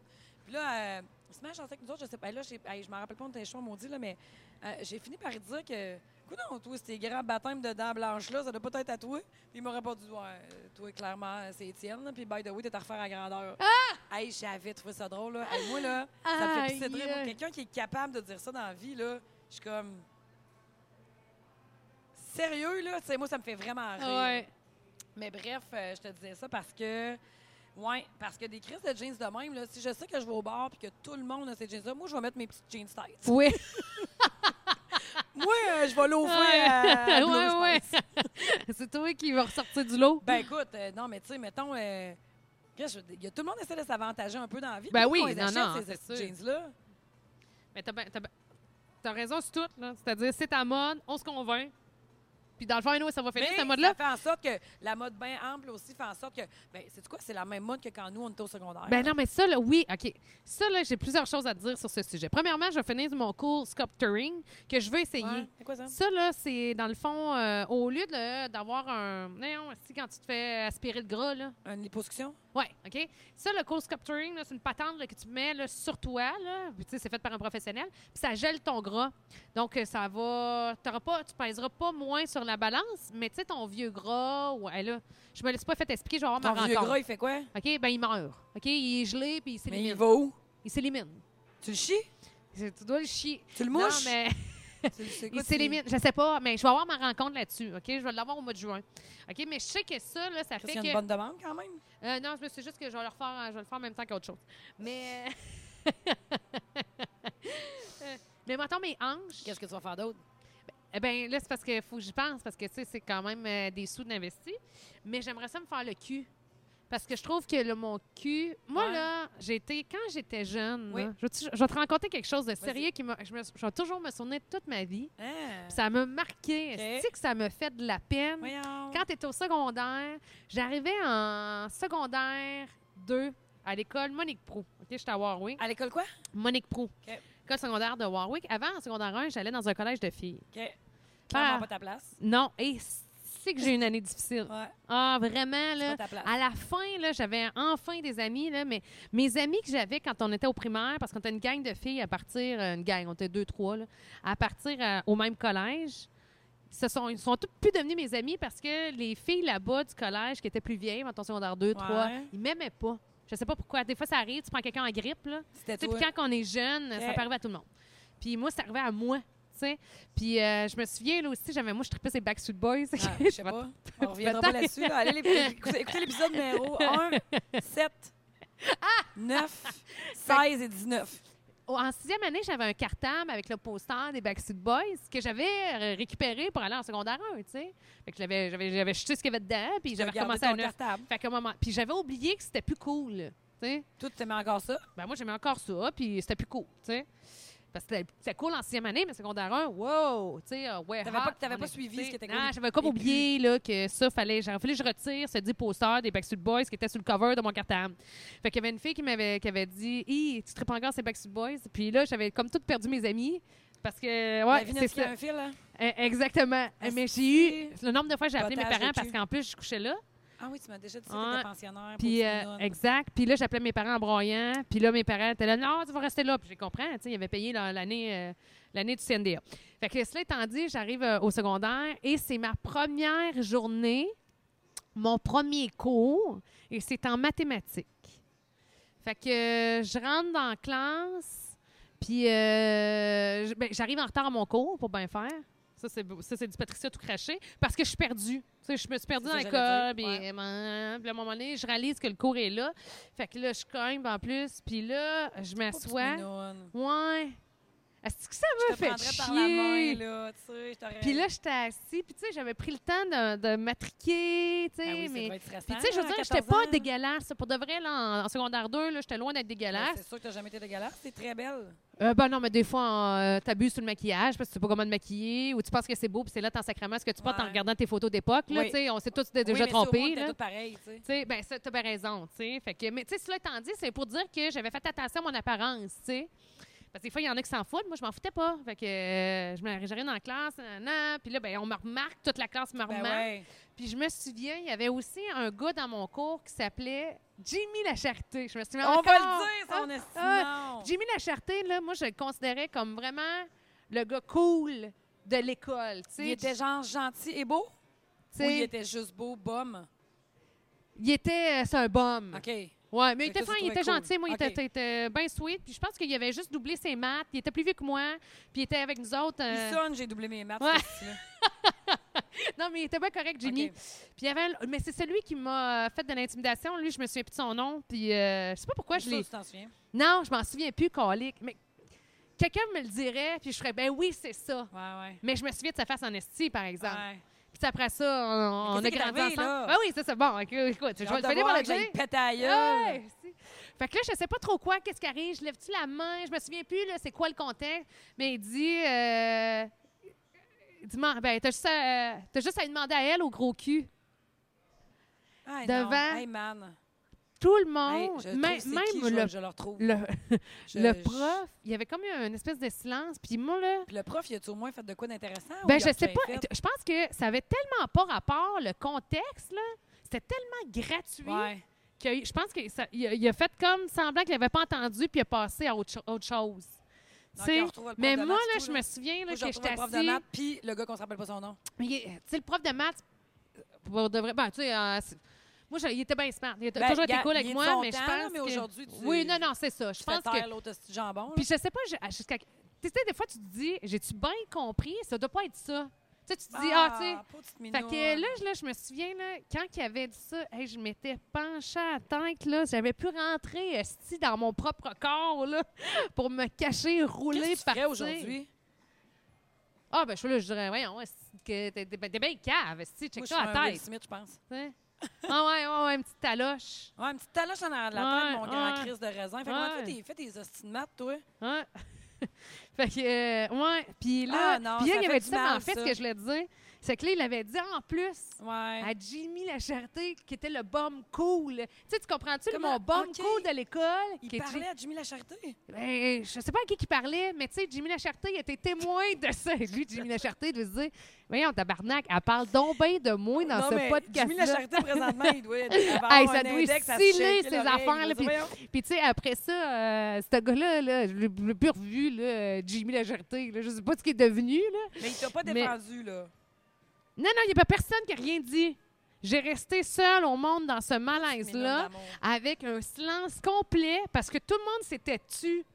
[SPEAKER 1] Puis là, euh, il se met à chanter avec nous autres, je sais pas. Là, j'ai- hey, je me rappelle pas, on était chaud, maudit, là, mais euh, j'ai fini par dire que. Coudon, toi, ces grands baptêmes de dents blanches-là, ça doit pas être à toi. Puis il m'a répondu, ouais, toi, clairement, c'est Étienne. là. Puis by the way, t'es à refaire à grandeur. Hey, j'avais trouvé ça drôle, là. Hey, moi, là, ça me fait pisser de rire.
[SPEAKER 2] Ah! Aïe.
[SPEAKER 1] Moi, Quelqu'un qui est capable de dire ça dans la vie, là, je suis comme. Sérieux, là, tu sais, moi, ça me fait vraiment rire.
[SPEAKER 2] ouais.
[SPEAKER 1] Mais bref, euh, je te disais ça parce que. Ouais, parce que des crises de jeans de même, là, si je sais que je vais au bar et que tout le monde a ces jeans-là, moi, je vais mettre mes petites jeans tight.
[SPEAKER 2] Oui,
[SPEAKER 1] Moi, euh, je vais l'offrir à, à Blue, je
[SPEAKER 2] ouais, ouais.
[SPEAKER 1] pense.
[SPEAKER 2] C'est toi qui va ressortir du lot.
[SPEAKER 1] Ben écoute, euh, non, mais tu sais, mettons, euh, qu'est-ce que je veux dire? Il y a- tout le monde essaie de s'avantager un peu dans la vie.
[SPEAKER 2] Ben
[SPEAKER 1] Pourquoi
[SPEAKER 2] oui,
[SPEAKER 1] on les
[SPEAKER 2] non,
[SPEAKER 1] achète,
[SPEAKER 2] non,
[SPEAKER 1] ces
[SPEAKER 2] c'est
[SPEAKER 1] petits
[SPEAKER 2] sûr.
[SPEAKER 1] jeans-là.
[SPEAKER 2] Mais t'as ben- t'as ben- t'as raison sur tout, là. C'est-à-dire, c'est ta mode, on se convainc. Puis dans le fond, nous, ça va finir,
[SPEAKER 1] Mais
[SPEAKER 2] cette mode-là.
[SPEAKER 1] ça fait en sorte que la mode bien ample aussi fait en sorte que, ben, c'est quoi, c'est la même mode que quand nous, on était au secondaire.
[SPEAKER 2] Ben non, mais ça, là, oui, OK. Ça, là, j'ai plusieurs choses à te dire sur ce sujet. Premièrement, je vais finir mon cours sculpturing que je veux essayer.
[SPEAKER 1] Ouais, c'est quoi ça?
[SPEAKER 2] Ça, là, c'est dans le fond, euh, au lieu de- d'avoir un. Non, si quand tu te fais aspirer le gras, là.
[SPEAKER 1] Une liposuction?
[SPEAKER 2] Oui, OK? Ça, le cold sculpturing, là, c'est une patente là, que tu mets là, sur toi. Là. Puis, tu sais, c'est fait par un professionnel. Puis ça gèle ton gras. Donc, euh, ça va. t'auras pas, tu pèseras pas moins sur la balance, mais tu sais, ton vieux gras. Ouais, là, je me laisse pas fait expliquer, je vais avoir
[SPEAKER 1] Ton
[SPEAKER 2] ma
[SPEAKER 1] vieux
[SPEAKER 2] rencontre.
[SPEAKER 1] gras, il fait quoi?
[SPEAKER 2] OK? Ben, il meurt. OK? Il est gelé, puis
[SPEAKER 1] Mais il
[SPEAKER 2] il s'élimine.
[SPEAKER 1] va où?
[SPEAKER 2] Il s'élimine.
[SPEAKER 1] Tu le chies?
[SPEAKER 2] C'est- Tu dois le chier.
[SPEAKER 1] Tu le
[SPEAKER 2] Non,
[SPEAKER 1] mouches?
[SPEAKER 2] mais.
[SPEAKER 1] Tu le- c'est quoi,
[SPEAKER 2] Il
[SPEAKER 1] tu-
[SPEAKER 2] s'élimine. Je sais pas, mais je vais avoir ma rencontre là-dessus. OK? Je vais l'avoir au mois de juin. OK? Mais je sais que ça, là, ça
[SPEAKER 1] Parce
[SPEAKER 2] fait
[SPEAKER 1] qu'il y a
[SPEAKER 2] que.
[SPEAKER 1] une bonne demande quand même.
[SPEAKER 2] Euh, non, mais c'est juste que je vais le refaire, euh, je vais le faire en même temps qu'autre chose. Mais. mais mettons mes hanches.
[SPEAKER 1] Qu'est-ce que tu vas faire d'autre?
[SPEAKER 2] Eh bien, là, c'est parce qu'il faut que j'y pense, parce que, tu sais, c'est quand même euh, des sous d'investi. Mais j'aimerais ça me faire le cul. Parce que je trouve que le mon cul. Moi,
[SPEAKER 1] Ouais.
[SPEAKER 2] là, j'ai été. Quand j'étais jeune,
[SPEAKER 1] Oui.
[SPEAKER 2] là, je, vais te- je vais te raconter quelque chose de sérieux qui m'a. Je, me- je vais toujours me souvenir de toute ma vie.
[SPEAKER 1] Ah,
[SPEAKER 2] Ça m'a marqué.
[SPEAKER 1] Ok.
[SPEAKER 2] Tu que ça me fait de la peine.
[SPEAKER 1] voyons.
[SPEAKER 2] Quand tu étais au secondaire, j'arrivais en secondaire 2 à l'école Monique Prou. OK, j'étais à Warwick.
[SPEAKER 1] À l'école quoi?
[SPEAKER 2] Monique Prou.
[SPEAKER 1] OK.
[SPEAKER 2] École secondaire de Warwick. Avant, en secondaire 1, j'allais dans un collège de filles.
[SPEAKER 1] OK. Clairement
[SPEAKER 2] Ah.
[SPEAKER 1] pas ta place.
[SPEAKER 2] Non, et c'est que j'ai eu une année difficile.
[SPEAKER 1] Ouais,
[SPEAKER 2] Ah, vraiment,
[SPEAKER 1] c'est
[SPEAKER 2] là.
[SPEAKER 1] pas ta place.
[SPEAKER 2] À la fin, là, j'avais enfin des amis, là, mais mes amis que j'avais quand on était au primaire, parce qu'on était une gang de filles à partir, euh, une gang, on était deux, trois, là, à partir euh, au même collège, ce sont, ils sont tous plus devenus mes amis parce que les filles là-bas du collège qui étaient plus vieilles, en secondaire 2, 3,
[SPEAKER 1] Ouais.
[SPEAKER 2] ils m'aimaient pas. Je sais pas pourquoi. Des fois, ça arrive, tu prends quelqu'un en grippe, là.
[SPEAKER 1] C'était
[SPEAKER 2] Tu sais,
[SPEAKER 1] toi.
[SPEAKER 2] puis quand on est jeune, ça
[SPEAKER 1] Ok.
[SPEAKER 2] peut arriver à tout le monde. Puis moi, ça arrivait à moi, tu sais. Puis euh, je me souviens, là aussi, j'avais moi, je trippais ces Backstreet Boys.
[SPEAKER 1] Ah, je sais pas. On reviendra pas là-dessus. là. Allez les- écoutez écoutez l'épisode numéro 1, 7,
[SPEAKER 2] Ah!
[SPEAKER 1] 9, 16 et 19.
[SPEAKER 2] Au- En sixième année, j'avais un cartable avec le poster des Backstreet Boys que j'avais euh, récupéré pour aller en secondaire 1, tu sais. Fait que je l'avais- j'avais j'avais jeté ce qu'il y avait dedans, puis j'avais
[SPEAKER 1] Tu as gardé
[SPEAKER 2] recommencé à
[SPEAKER 1] ton
[SPEAKER 2] neuf.
[SPEAKER 1] cartable.
[SPEAKER 2] Fait qu'à un moment- Puis j'avais oublié que c'était plus cool, tu sais.
[SPEAKER 1] Toi, tu t'aimais encore ça?
[SPEAKER 2] Ben moi, j'aimais encore ça, puis c'était plus cool, tu sais. Parce que c'était- c'était cool en sixième année, mais secondaire 1, wow! Tu sais, euh, ouais,
[SPEAKER 1] T'avais
[SPEAKER 2] hot,
[SPEAKER 1] pas- t'avais
[SPEAKER 2] on
[SPEAKER 1] pas
[SPEAKER 2] est-
[SPEAKER 1] suivi
[SPEAKER 2] tu sais,
[SPEAKER 1] ce qui était
[SPEAKER 2] Non,
[SPEAKER 1] cool.
[SPEAKER 2] j'avais comme
[SPEAKER 1] Et
[SPEAKER 2] oublié là, que ça, fallait, j'aurais fallu que je retire ce 10 poster des Backstreet Boys qui était sur le cover de mon cartable. Fait qu'il y avait une fille qui m'avait qui avait dit Hi, tu tripes encore ces Backstreet Boys? Puis là, j'avais comme tout perdu mes amis. Parce que,
[SPEAKER 1] La
[SPEAKER 2] ouais,
[SPEAKER 1] vie n'a
[SPEAKER 2] c'est
[SPEAKER 1] plus
[SPEAKER 2] ça.
[SPEAKER 1] qu'un fil, hein?
[SPEAKER 2] Euh, Exactement.
[SPEAKER 1] Asti.
[SPEAKER 2] Mais j'ai eu. Le nombre de fois que j'ai appelé mes
[SPEAKER 1] Potage de
[SPEAKER 2] parents
[SPEAKER 1] cul.
[SPEAKER 2] parce qu'en plus, je couchais là.
[SPEAKER 1] Ah oui, tu m'as déjà dit que
[SPEAKER 2] Ouais.
[SPEAKER 1] t'étais pensionnaire.
[SPEAKER 2] Puis, euh,
[SPEAKER 1] exactement.
[SPEAKER 2] exact. Puis là, j'appelais mes parents en broyant. Puis là, mes parents étaient là, non, tu vas rester là. Puis je les comprends, tu sais, ils avaient payé leur- l'année, euh, l'année du CNDA. Fait que cela étant dit, j'arrive euh, au secondaire et c'est ma première journée, mon premier cours, et c'est en mathématiques. Fait que euh, je rentre dans la classe, puis euh, je- ben, j'arrive en retard à mon cours pour bien faire. Ça, c'est beau. Ça, c'est du Patricia tout craché. Parce que je suis perdue. Tu sais, je me suis perdue dans
[SPEAKER 1] C'est ça que
[SPEAKER 2] l'école.
[SPEAKER 1] j'allais dire,
[SPEAKER 2] Puis, euh, puis à un moment donné, je réalise que le cours est là. Fait que là, je cogne en plus. Puis là, je m'assois. Ouais. Est-ce que ça
[SPEAKER 1] Je
[SPEAKER 2] me
[SPEAKER 1] te
[SPEAKER 2] fait
[SPEAKER 1] prendrais par la
[SPEAKER 2] chier?
[SPEAKER 1] main, là, tu sais, je t'aurais...
[SPEAKER 2] Puis là, j'étais assise. Puis tu sais, j'avais pris le temps de, de m'attriquer. Tu sais,
[SPEAKER 1] Ah oui, ça
[SPEAKER 2] mais...
[SPEAKER 1] devait être stressant,
[SPEAKER 2] Puis tu sais, je veux
[SPEAKER 1] à
[SPEAKER 2] dire,
[SPEAKER 1] 14
[SPEAKER 2] j'étais pas
[SPEAKER 1] ans.
[SPEAKER 2] dégueulasse. Pour de vrai, là, en, en secondaire 2, là, j'étais loin d'être
[SPEAKER 1] Ben,
[SPEAKER 2] dégueulasse.
[SPEAKER 1] C'est sûr que t'as jamais été de galère. C'est très belle.
[SPEAKER 2] Euh, ben non, mais des fois, euh, t'abuses sur le maquillage parce que tu sais pas comment te maquiller ou tu penses que c'est beau puis c'est là ton sacrement ce que tu portes en
[SPEAKER 1] Ouais.
[SPEAKER 2] regardant tes photos d'époque. là,
[SPEAKER 1] Oui.
[SPEAKER 2] tu sais, On s'est tous dé-
[SPEAKER 1] Oui,
[SPEAKER 2] déjà
[SPEAKER 1] mais ça, au moins,
[SPEAKER 2] trompés.
[SPEAKER 1] t'es
[SPEAKER 2] là.
[SPEAKER 1] toutes pareilles, tu sais.
[SPEAKER 2] Tu sais, ben ça, t'as bien raison, tu sais. Fait que, mais tu sais, cela étant dit, c'est pour dire que j'avais fait attention à mon apparence, tu sais. Parce que des fois, il y en a qui s'en foutent. Moi, je m'en foutais pas. Fait que euh, je me j'arrive dans la classe, nanana, puis là, ben, on me remarque, toute la classe me
[SPEAKER 1] Ben
[SPEAKER 2] remarque.
[SPEAKER 1] ouais.
[SPEAKER 2] Puis je me souviens, il y avait aussi un gars dans mon cours qui s'appelait Jimmy La Charité. Je me souviens
[SPEAKER 1] On va
[SPEAKER 2] encore.
[SPEAKER 1] le dire, son
[SPEAKER 2] Ah,
[SPEAKER 1] estimant.
[SPEAKER 2] Jimmy Lacharté, là, moi, je le considérais comme vraiment le gars cool de l'école. tu sais.
[SPEAKER 1] Il était genre gentil et beau?
[SPEAKER 2] Tu
[SPEAKER 1] Ou
[SPEAKER 2] sais,
[SPEAKER 1] il était juste beau, bum?
[SPEAKER 2] il était, euh, c'est un bum.
[SPEAKER 1] OK.
[SPEAKER 2] Ouais, mais il
[SPEAKER 1] Fait que
[SPEAKER 2] était
[SPEAKER 1] toi,
[SPEAKER 2] fin,
[SPEAKER 1] tu
[SPEAKER 2] il
[SPEAKER 1] trouvais
[SPEAKER 2] était
[SPEAKER 1] cool.
[SPEAKER 2] gentil. Moi, il
[SPEAKER 1] OK.
[SPEAKER 2] était, il était euh, bien sweet. Puis je pense qu'il avait juste doublé ses maths. Il était plus vieux que moi. Puis il était avec nous autres.
[SPEAKER 1] Il
[SPEAKER 2] euh,
[SPEAKER 1] sonne, j'ai doublé mes maths.
[SPEAKER 2] Ouais.
[SPEAKER 1] ce petit-là.
[SPEAKER 2] Non, mais il était bien correct, Jimmy.
[SPEAKER 1] OK.
[SPEAKER 2] Puis il y avait, un- mais c'est celui qui m'a fait de l'intimidation. Lui, je me souviens plus de son nom. Puis euh, je sais pas pourquoi je
[SPEAKER 1] Ça,
[SPEAKER 2] l'ai.
[SPEAKER 1] Tu t'en souviens?
[SPEAKER 2] Non, je m'en souviens plus, colique. Mais quelqu'un me le dirait, puis je ferais, ben oui, c'est ça.
[SPEAKER 1] Ouais, ouais.
[SPEAKER 2] Mais je me souviens de sa face en esti, par exemple.
[SPEAKER 1] Ouais.
[SPEAKER 2] Puis après ça, on, on
[SPEAKER 1] Mais qu'est-ce
[SPEAKER 2] a
[SPEAKER 1] qui est
[SPEAKER 2] grandi
[SPEAKER 1] arrivé,
[SPEAKER 2] ensemble.
[SPEAKER 1] là?
[SPEAKER 2] Ah oui, ça, c'est bon. ok, Écoute, je
[SPEAKER 1] J'ai
[SPEAKER 2] vais
[SPEAKER 1] hâte
[SPEAKER 2] le
[SPEAKER 1] de
[SPEAKER 2] finir
[SPEAKER 1] voir
[SPEAKER 2] par le
[SPEAKER 1] que j'aille
[SPEAKER 2] dire.
[SPEAKER 1] me péter à gueule.
[SPEAKER 2] Ouais, si. Fait que là, je sais pas trop quoi, qu'est-ce qui arrive, je lève-tu la main, je me souviens plus, là, c'est quoi le contexte, mais il dit, euh, dis-moi, ben, t'as juste, à- euh, t'as juste à lui demander à elle au gros cul.
[SPEAKER 1] Hey, non.
[SPEAKER 2] Devant-
[SPEAKER 1] Hey, man.
[SPEAKER 2] Tout le
[SPEAKER 1] Hey,
[SPEAKER 2] monde,
[SPEAKER 1] je
[SPEAKER 2] mê-
[SPEAKER 1] même,
[SPEAKER 2] même
[SPEAKER 1] je,
[SPEAKER 2] le,
[SPEAKER 1] je le retrouve.
[SPEAKER 2] le,
[SPEAKER 1] Je-
[SPEAKER 2] le
[SPEAKER 1] je-
[SPEAKER 2] prof, il y avait comme eu une espèce de silence, puis moi, là,
[SPEAKER 1] Puis le prof, il a-tu au moins fait de quoi d'intéressant? ou
[SPEAKER 2] Ben,
[SPEAKER 1] il a
[SPEAKER 2] je sais
[SPEAKER 1] rien
[SPEAKER 2] pas.
[SPEAKER 1] fait?
[SPEAKER 2] Je pense que ça avait tellement pas rapport, le contexte, là. C'était tellement gratuit
[SPEAKER 1] Ouais.
[SPEAKER 2] que je pense qu'il a, il a fait comme semblant qu'il n'avait pas entendu puis il a passé à autre, cho- autre chose. Tu
[SPEAKER 1] Donc,
[SPEAKER 2] sais,
[SPEAKER 1] on retrouve le prof de
[SPEAKER 2] mais moi,
[SPEAKER 1] maths et
[SPEAKER 2] là,
[SPEAKER 1] tout,
[SPEAKER 2] je
[SPEAKER 1] là.
[SPEAKER 2] me souviens là,
[SPEAKER 1] Moi, je
[SPEAKER 2] que
[SPEAKER 1] retrouve
[SPEAKER 2] j'étais
[SPEAKER 1] le prof
[SPEAKER 2] assis.
[SPEAKER 1] de maths, puis le gars qu'on se rappelle pas son nom.
[SPEAKER 2] Mais il est- Tu sais, le prof de maths, pour de vrai, ben, tu sais, euh, c'est- moi, je- il était bien smart. Il a t-
[SPEAKER 1] Ben,
[SPEAKER 2] toujours été
[SPEAKER 1] gars,
[SPEAKER 2] cool
[SPEAKER 1] il est
[SPEAKER 2] avec
[SPEAKER 1] de
[SPEAKER 2] moi,
[SPEAKER 1] son
[SPEAKER 2] mais je
[SPEAKER 1] temps,
[SPEAKER 2] pense.
[SPEAKER 1] là, mais
[SPEAKER 2] que-
[SPEAKER 1] aujourd'hui, tu-
[SPEAKER 2] Oui, non, non, c'est ça. Je
[SPEAKER 1] Je fais
[SPEAKER 2] pense que.
[SPEAKER 1] taire l'autre hostie de jambon. là.
[SPEAKER 2] Puis je sais pas je- à- jusqu'à. Tu sais, des fois, tu te dis, j'ai-tu bien compris? Ça doit pas être ça. Tu sais, tu te dis, ah, tu sais.
[SPEAKER 1] tu sais.
[SPEAKER 2] Fait que là, je- là, je me souviens, là, quand il avait dit ça, hey, je m'étais penchée à la tête, là. J'avais pu rentrer esti, dans mon propre corps, là, pour me cacher, rouler,
[SPEAKER 1] qu'est-ce que tu ferais
[SPEAKER 2] partir.
[SPEAKER 1] aujourd'hui?
[SPEAKER 2] Ah, ben, je suis là, je dirais, voyons, esti, que t'es t'es- ben, t'es bien cave, esti, check
[SPEAKER 1] Moi, je
[SPEAKER 2] ça à
[SPEAKER 1] suis
[SPEAKER 2] la
[SPEAKER 1] un Will
[SPEAKER 2] tête.
[SPEAKER 1] Smith, je pense.
[SPEAKER 2] tu sais. ah, ouais, ouais, ouais, une petite taloche.
[SPEAKER 1] Ouais, un petit taloche en arrière de la tête,
[SPEAKER 2] Ouais,
[SPEAKER 1] mon grand
[SPEAKER 2] ouais.
[SPEAKER 1] crise de raisin. Fait que comment
[SPEAKER 2] Ouais.
[SPEAKER 1] toi, t'es- fais tes hosties de maths, toi?
[SPEAKER 2] Hein? fait que, euh, ouais. Puis là,
[SPEAKER 1] Ah, non,
[SPEAKER 2] puis là,
[SPEAKER 1] ça
[SPEAKER 2] il
[SPEAKER 1] fait
[SPEAKER 2] avait
[SPEAKER 1] du
[SPEAKER 2] dit ça, mais en
[SPEAKER 1] mal,
[SPEAKER 2] fait,
[SPEAKER 1] ça.
[SPEAKER 2] ce que je voulais dire, c'est que là, il avait dit en plus.
[SPEAKER 1] Ouais.
[SPEAKER 2] à Jimmy La Charité, qui était le bombe cool. Tu sais, tu comprends-tu, le-
[SPEAKER 1] Comment-
[SPEAKER 2] mon bombe
[SPEAKER 1] OK.
[SPEAKER 2] cool de l'école? qui
[SPEAKER 1] Il
[SPEAKER 2] est
[SPEAKER 1] parlait à Jimmy La Charité.
[SPEAKER 2] Ji- Ben, je sais pas à qui il parlait, mais tu sais, Jimmy La Charité, il était témoin de ça. Lui, Jimmy La Charité, devait se dire, voyons, tabarnak, elle parle donc bien de moi dans
[SPEAKER 1] Non,
[SPEAKER 2] ce
[SPEAKER 1] mais Jimmy La
[SPEAKER 2] podcast-là.
[SPEAKER 1] Charité, présentement, il doit être. elle va
[SPEAKER 2] Hey,
[SPEAKER 1] avoir
[SPEAKER 2] ça
[SPEAKER 1] un
[SPEAKER 2] doit
[SPEAKER 1] index à se
[SPEAKER 2] sciller
[SPEAKER 1] shaker
[SPEAKER 2] ses
[SPEAKER 1] l'oreille.
[SPEAKER 2] affaires, là,
[SPEAKER 1] Il va
[SPEAKER 2] puis-
[SPEAKER 1] dire, voyons.
[SPEAKER 2] Puis tu sais, après ça, euh, ce gars-là, là, je l'ai je l'ai plus revu, là, euh, Jimmy La Charité. là. je sais pas ce qu'il est devenu. Là.
[SPEAKER 1] Mais il t'a pas
[SPEAKER 2] Mais-
[SPEAKER 1] défendu, là.
[SPEAKER 2] Non, non, il n'y a pas personne qui a rien dit. J'ai resté seule au monde dans ce malaise-là. avec un silence complet parce que tout le monde s'était tu. Tu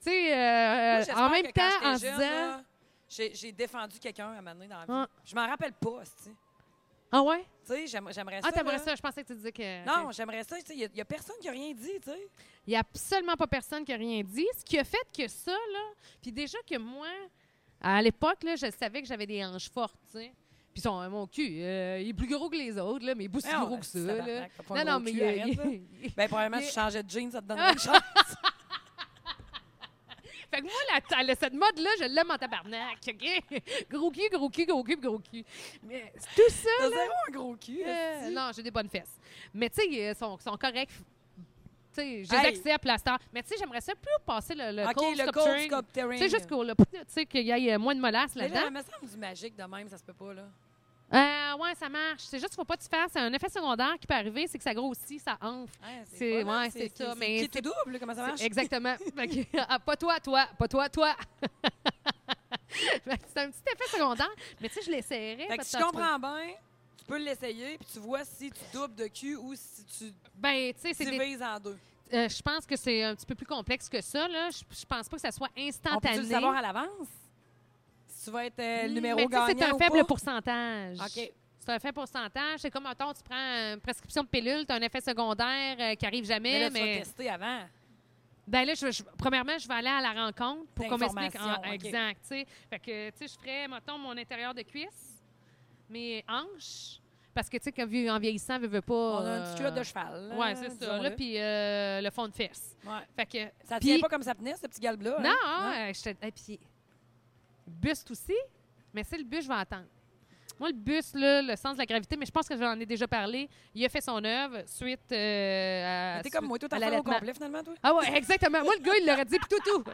[SPEAKER 2] sais, euh, en même temps, en se disant.
[SPEAKER 1] J'ai j'ai défendu quelqu'un à un moment donné dans la vie.
[SPEAKER 2] Ah.
[SPEAKER 1] Je m'en rappelle pas, hostie. tu
[SPEAKER 2] ah ouais?
[SPEAKER 1] sais. j'aime- J'aimerais ça.
[SPEAKER 2] Ah, t'aimerais
[SPEAKER 1] là.
[SPEAKER 2] ça? Je pensais que tu disais que.
[SPEAKER 1] Non,
[SPEAKER 2] ok.
[SPEAKER 1] j'aimerais ça. tu sais, Il n'y a, personne qui a rien dit, tu sais.
[SPEAKER 2] Il n'y a absolument pas personne qui a rien dit. Ce qui a fait que ça, là. Puis déjà que moi, à l'époque, là, je savais que j'avais des hanches fortes, tu sais. Puis son, mon cul, euh, il est plus gros que les autres, là, mais il est pas si
[SPEAKER 1] Mais on-
[SPEAKER 2] gros que ça.
[SPEAKER 1] Ah tabarnak,
[SPEAKER 2] Là.
[SPEAKER 1] t'as pas
[SPEAKER 2] Non,
[SPEAKER 1] un
[SPEAKER 2] non,
[SPEAKER 1] gros
[SPEAKER 2] mais
[SPEAKER 1] cul,
[SPEAKER 2] il, a-
[SPEAKER 1] arrête, là.
[SPEAKER 2] il-
[SPEAKER 1] Ben, probablement,
[SPEAKER 2] Mais-
[SPEAKER 1] si je changeais de jeans, ça te donnerait une chance.
[SPEAKER 2] Fait que moi, la, la- cette mode-là, je l'aime en tabarnak, OK? Gros cul, gros cul, gros cul, gros cul. Mais tout ça,
[SPEAKER 1] T'as zéro un gros cul.
[SPEAKER 2] Euh,
[SPEAKER 1] hostie.
[SPEAKER 2] non, j'ai des bonnes fesses. Mais tu sais, ils sont, sont corrects. Tu sais, je les
[SPEAKER 1] Hey!
[SPEAKER 2] accepte, la star. Mais tu sais, j'aimerais ça plus passer le, le
[SPEAKER 1] OK,
[SPEAKER 2] cold
[SPEAKER 1] le cold
[SPEAKER 2] sculpturing.
[SPEAKER 1] sculpturing.
[SPEAKER 2] Tu sais, juste qu'on le- tu sais, qu'il y ait euh, moins de molasses
[SPEAKER 1] Mais là,
[SPEAKER 2] là-dedans.
[SPEAKER 1] il me semble du magique de même, ça se peut pas, là.
[SPEAKER 2] Euh, ouais, ça marche. C'est juste qu'il faut pas que tu fasses. Un effet secondaire qui peut arriver, c'est que ça grossit, ça enfle.
[SPEAKER 1] Hein,
[SPEAKER 2] C'est-
[SPEAKER 1] pas mal,
[SPEAKER 2] ouais, c'est ça,
[SPEAKER 1] c'est-
[SPEAKER 2] mais
[SPEAKER 1] Qui tout double, là, comment ça marche?
[SPEAKER 2] C'est- Exactement. Fait que, ah, pas toi, toi, pas toi, toi. Fait que c'est un petit effet secondaire, mais tu sais, je l'essayerais.
[SPEAKER 1] Fait que si je comprends bien, tu peux l'essayer, puis tu vois si tu doubles de cul ou si tu
[SPEAKER 2] Ben, tu sais, c'est des-
[SPEAKER 1] divises en deux.
[SPEAKER 2] euh, je pense que c'est un petit peu plus complexe que ça. Là. Je, je pense pas que ça soit
[SPEAKER 1] On peut
[SPEAKER 2] instantané.
[SPEAKER 1] le savoir à l'avance? Si tu vas être euh, le
[SPEAKER 2] Mm,
[SPEAKER 1] numéro
[SPEAKER 2] mais tu sais,
[SPEAKER 1] gagnant
[SPEAKER 2] C'est un
[SPEAKER 1] ou
[SPEAKER 2] faible
[SPEAKER 1] pas?
[SPEAKER 2] pourcentage.
[SPEAKER 1] OK.
[SPEAKER 2] C'est un faible pourcentage. C'est comme, mettons, tu prends une prescription de pilule, tu as un effet secondaire euh, qui arrive
[SPEAKER 1] Mais
[SPEAKER 2] jamais.
[SPEAKER 1] là,
[SPEAKER 2] Mais,
[SPEAKER 1] tu vas tester avant.
[SPEAKER 2] ben là, je- je- premièrement, je vais aller à la rencontre pour qu'on m'explique. en-
[SPEAKER 1] D'information, OK.
[SPEAKER 2] Exact. tu sais. Fait que, tu sais, je ferais, mettons, mon intérieur de cuisse, mes hanches. Parce que, tu sais, quand vu- en vieillissant, ne veut pas.
[SPEAKER 1] On a un petit culotte de
[SPEAKER 2] euh,
[SPEAKER 1] cheval. là,
[SPEAKER 2] Ouais, c'est ça.
[SPEAKER 1] disons-le.
[SPEAKER 2] Là, puis euh, le fond de fesse.
[SPEAKER 1] Ouais.
[SPEAKER 2] Fait que.
[SPEAKER 1] Ça
[SPEAKER 2] puis-
[SPEAKER 1] tient pas comme ça tenait, ce petit galbe-là.
[SPEAKER 2] Non,
[SPEAKER 1] hein?
[SPEAKER 2] hein, je te- Et puis, buste aussi, mais c'est le buste, je vais attendre. Moi, le buste, là, le sens de la gravité, mais je pense que j'en ai déjà parlé. Il a fait son œuvre suite euh, à.
[SPEAKER 1] T'es comme
[SPEAKER 2] suite
[SPEAKER 1] moi, toi, t'as
[SPEAKER 2] à
[SPEAKER 1] fait au
[SPEAKER 2] l'allaitement.
[SPEAKER 1] complet, finalement, toi?
[SPEAKER 2] Ah ouais, exactement. Moi, le gars, il l'aurait dit, puis toutou.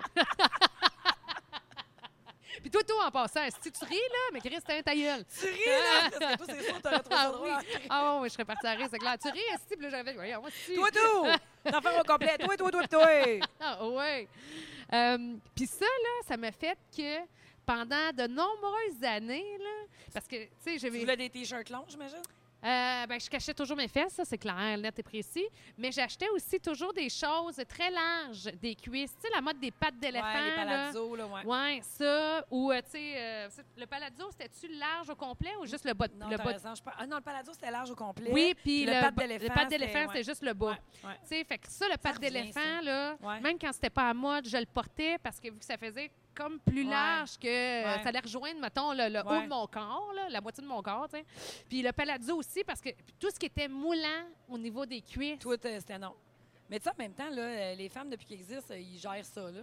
[SPEAKER 2] puis toutou en passant. Si tu ris, là, mais Chris, t'es un ta gueule.
[SPEAKER 1] Tu ris, là! hein, Parce que toi, c'est sûr, t'aurais trouvé ça
[SPEAKER 2] Ah
[SPEAKER 1] drôle. hein.
[SPEAKER 2] oui, ah ouais, ouais, je serais partie à rire, c'est clair. Tu ris, Esti, puis là, j'avais. Voyons, Esti.
[SPEAKER 1] Toi, tout! T'en fais au complet. Toi, toi, toi, toi!
[SPEAKER 2] Ah ouais. Euh, Puis ça, là, ça m'a fait que pendant de nombreuses années, là, parce que, tu sais,
[SPEAKER 1] Tu
[SPEAKER 2] j'avais...
[SPEAKER 1] voulais des t-shirts longs, j'imagine?
[SPEAKER 2] Euh, ben, je cachais toujours mes fesses, ça, c'est clair, net et précis. Mais j'achetais aussi toujours des choses très larges, des cuisses. Tu sais, la mode des pattes d'éléphant,
[SPEAKER 1] Ouais, les
[SPEAKER 2] là.
[SPEAKER 1] palazzos, là, ouais.
[SPEAKER 2] Ouais, ça. Ou, euh, tu sais, euh, c'est- le palazzo, c'était-tu large au complet ou juste le bas?
[SPEAKER 1] Non,
[SPEAKER 2] le
[SPEAKER 1] t'as
[SPEAKER 2] bas-
[SPEAKER 1] raison, je par- Ah non, le palazzo, c'était large au complet.
[SPEAKER 2] Oui, puis
[SPEAKER 1] le
[SPEAKER 2] le,
[SPEAKER 1] patte
[SPEAKER 2] ba-
[SPEAKER 1] d'éléphant,
[SPEAKER 2] le patte d'éléphant,
[SPEAKER 1] c'était-
[SPEAKER 2] c'est juste le bas.
[SPEAKER 1] Ouais, ouais.
[SPEAKER 2] Tu sais, fait que ça, le pâte
[SPEAKER 1] revient,
[SPEAKER 2] d'éléphant,
[SPEAKER 1] ça.
[SPEAKER 2] là,
[SPEAKER 1] Ouais.
[SPEAKER 2] même quand c'était pas à mode, je le portais parce que vu que ça faisait comme plus
[SPEAKER 1] Ouais.
[SPEAKER 2] large que euh,
[SPEAKER 1] Ouais.
[SPEAKER 2] ça allait rejoindre, mettons, le, le haut
[SPEAKER 1] Ouais.
[SPEAKER 2] de mon corps, là, la moitié de mon corps, tu sais. Puis le palazzo aussi parce que tout ce qui était moulant au niveau des cuisses,
[SPEAKER 1] Toi, t'es- euh, c'était non. Mais tu sais, en même temps, là, euh, les femmes, depuis qu'elles existent, euh, ils gèrent ça, là.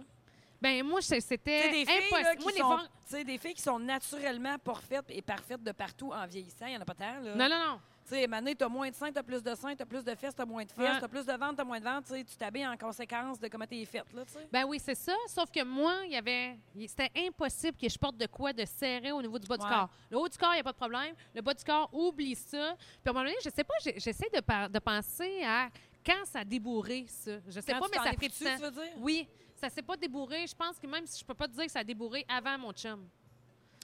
[SPEAKER 2] ben moi, c'est-
[SPEAKER 1] Tu sais,
[SPEAKER 2] c'était
[SPEAKER 1] des filles, là,
[SPEAKER 2] impossible.
[SPEAKER 1] qui
[SPEAKER 2] Moi, les
[SPEAKER 1] sont,
[SPEAKER 2] ventes-
[SPEAKER 1] tu sais, des filles qui sont naturellement parfaites et parfaites de partout en vieillissant, il n'y en a pas tant, là.
[SPEAKER 2] Non, non, non.
[SPEAKER 1] Tu sais, Mané, t'as moins de seins, t'as plus de seins, t'as plus de fesses, t'as moins de fesses,
[SPEAKER 2] Ouais.
[SPEAKER 1] t'as plus de ventre, t'as moins de ventre, tu sais, tu t'habilles en conséquence de comment t'es faite, là, tu sais.
[SPEAKER 2] Ben oui, c'est ça. Sauf que moi, il y avait. il- C'était impossible que je porte de quoi de serré au niveau du bas du
[SPEAKER 1] Ouais.
[SPEAKER 2] corps. Le haut du corps, il n'y a pas de problème. Le bas du corps, oublie ça. Puis à un moment donné, je sais pas, j'ai- j'essaie de, par- de penser à quand ça a débourré, ça. Je sais
[SPEAKER 1] Quand
[SPEAKER 2] pas,
[SPEAKER 1] tu
[SPEAKER 2] mais
[SPEAKER 1] t'en
[SPEAKER 2] ça a
[SPEAKER 1] es
[SPEAKER 2] pris du
[SPEAKER 1] foutu,
[SPEAKER 2] temps.
[SPEAKER 1] tu veux dire?
[SPEAKER 2] Oui, ça s'est pas débourré. Je pense que même si je peux pas te dire que ça a débourré avant mon chum.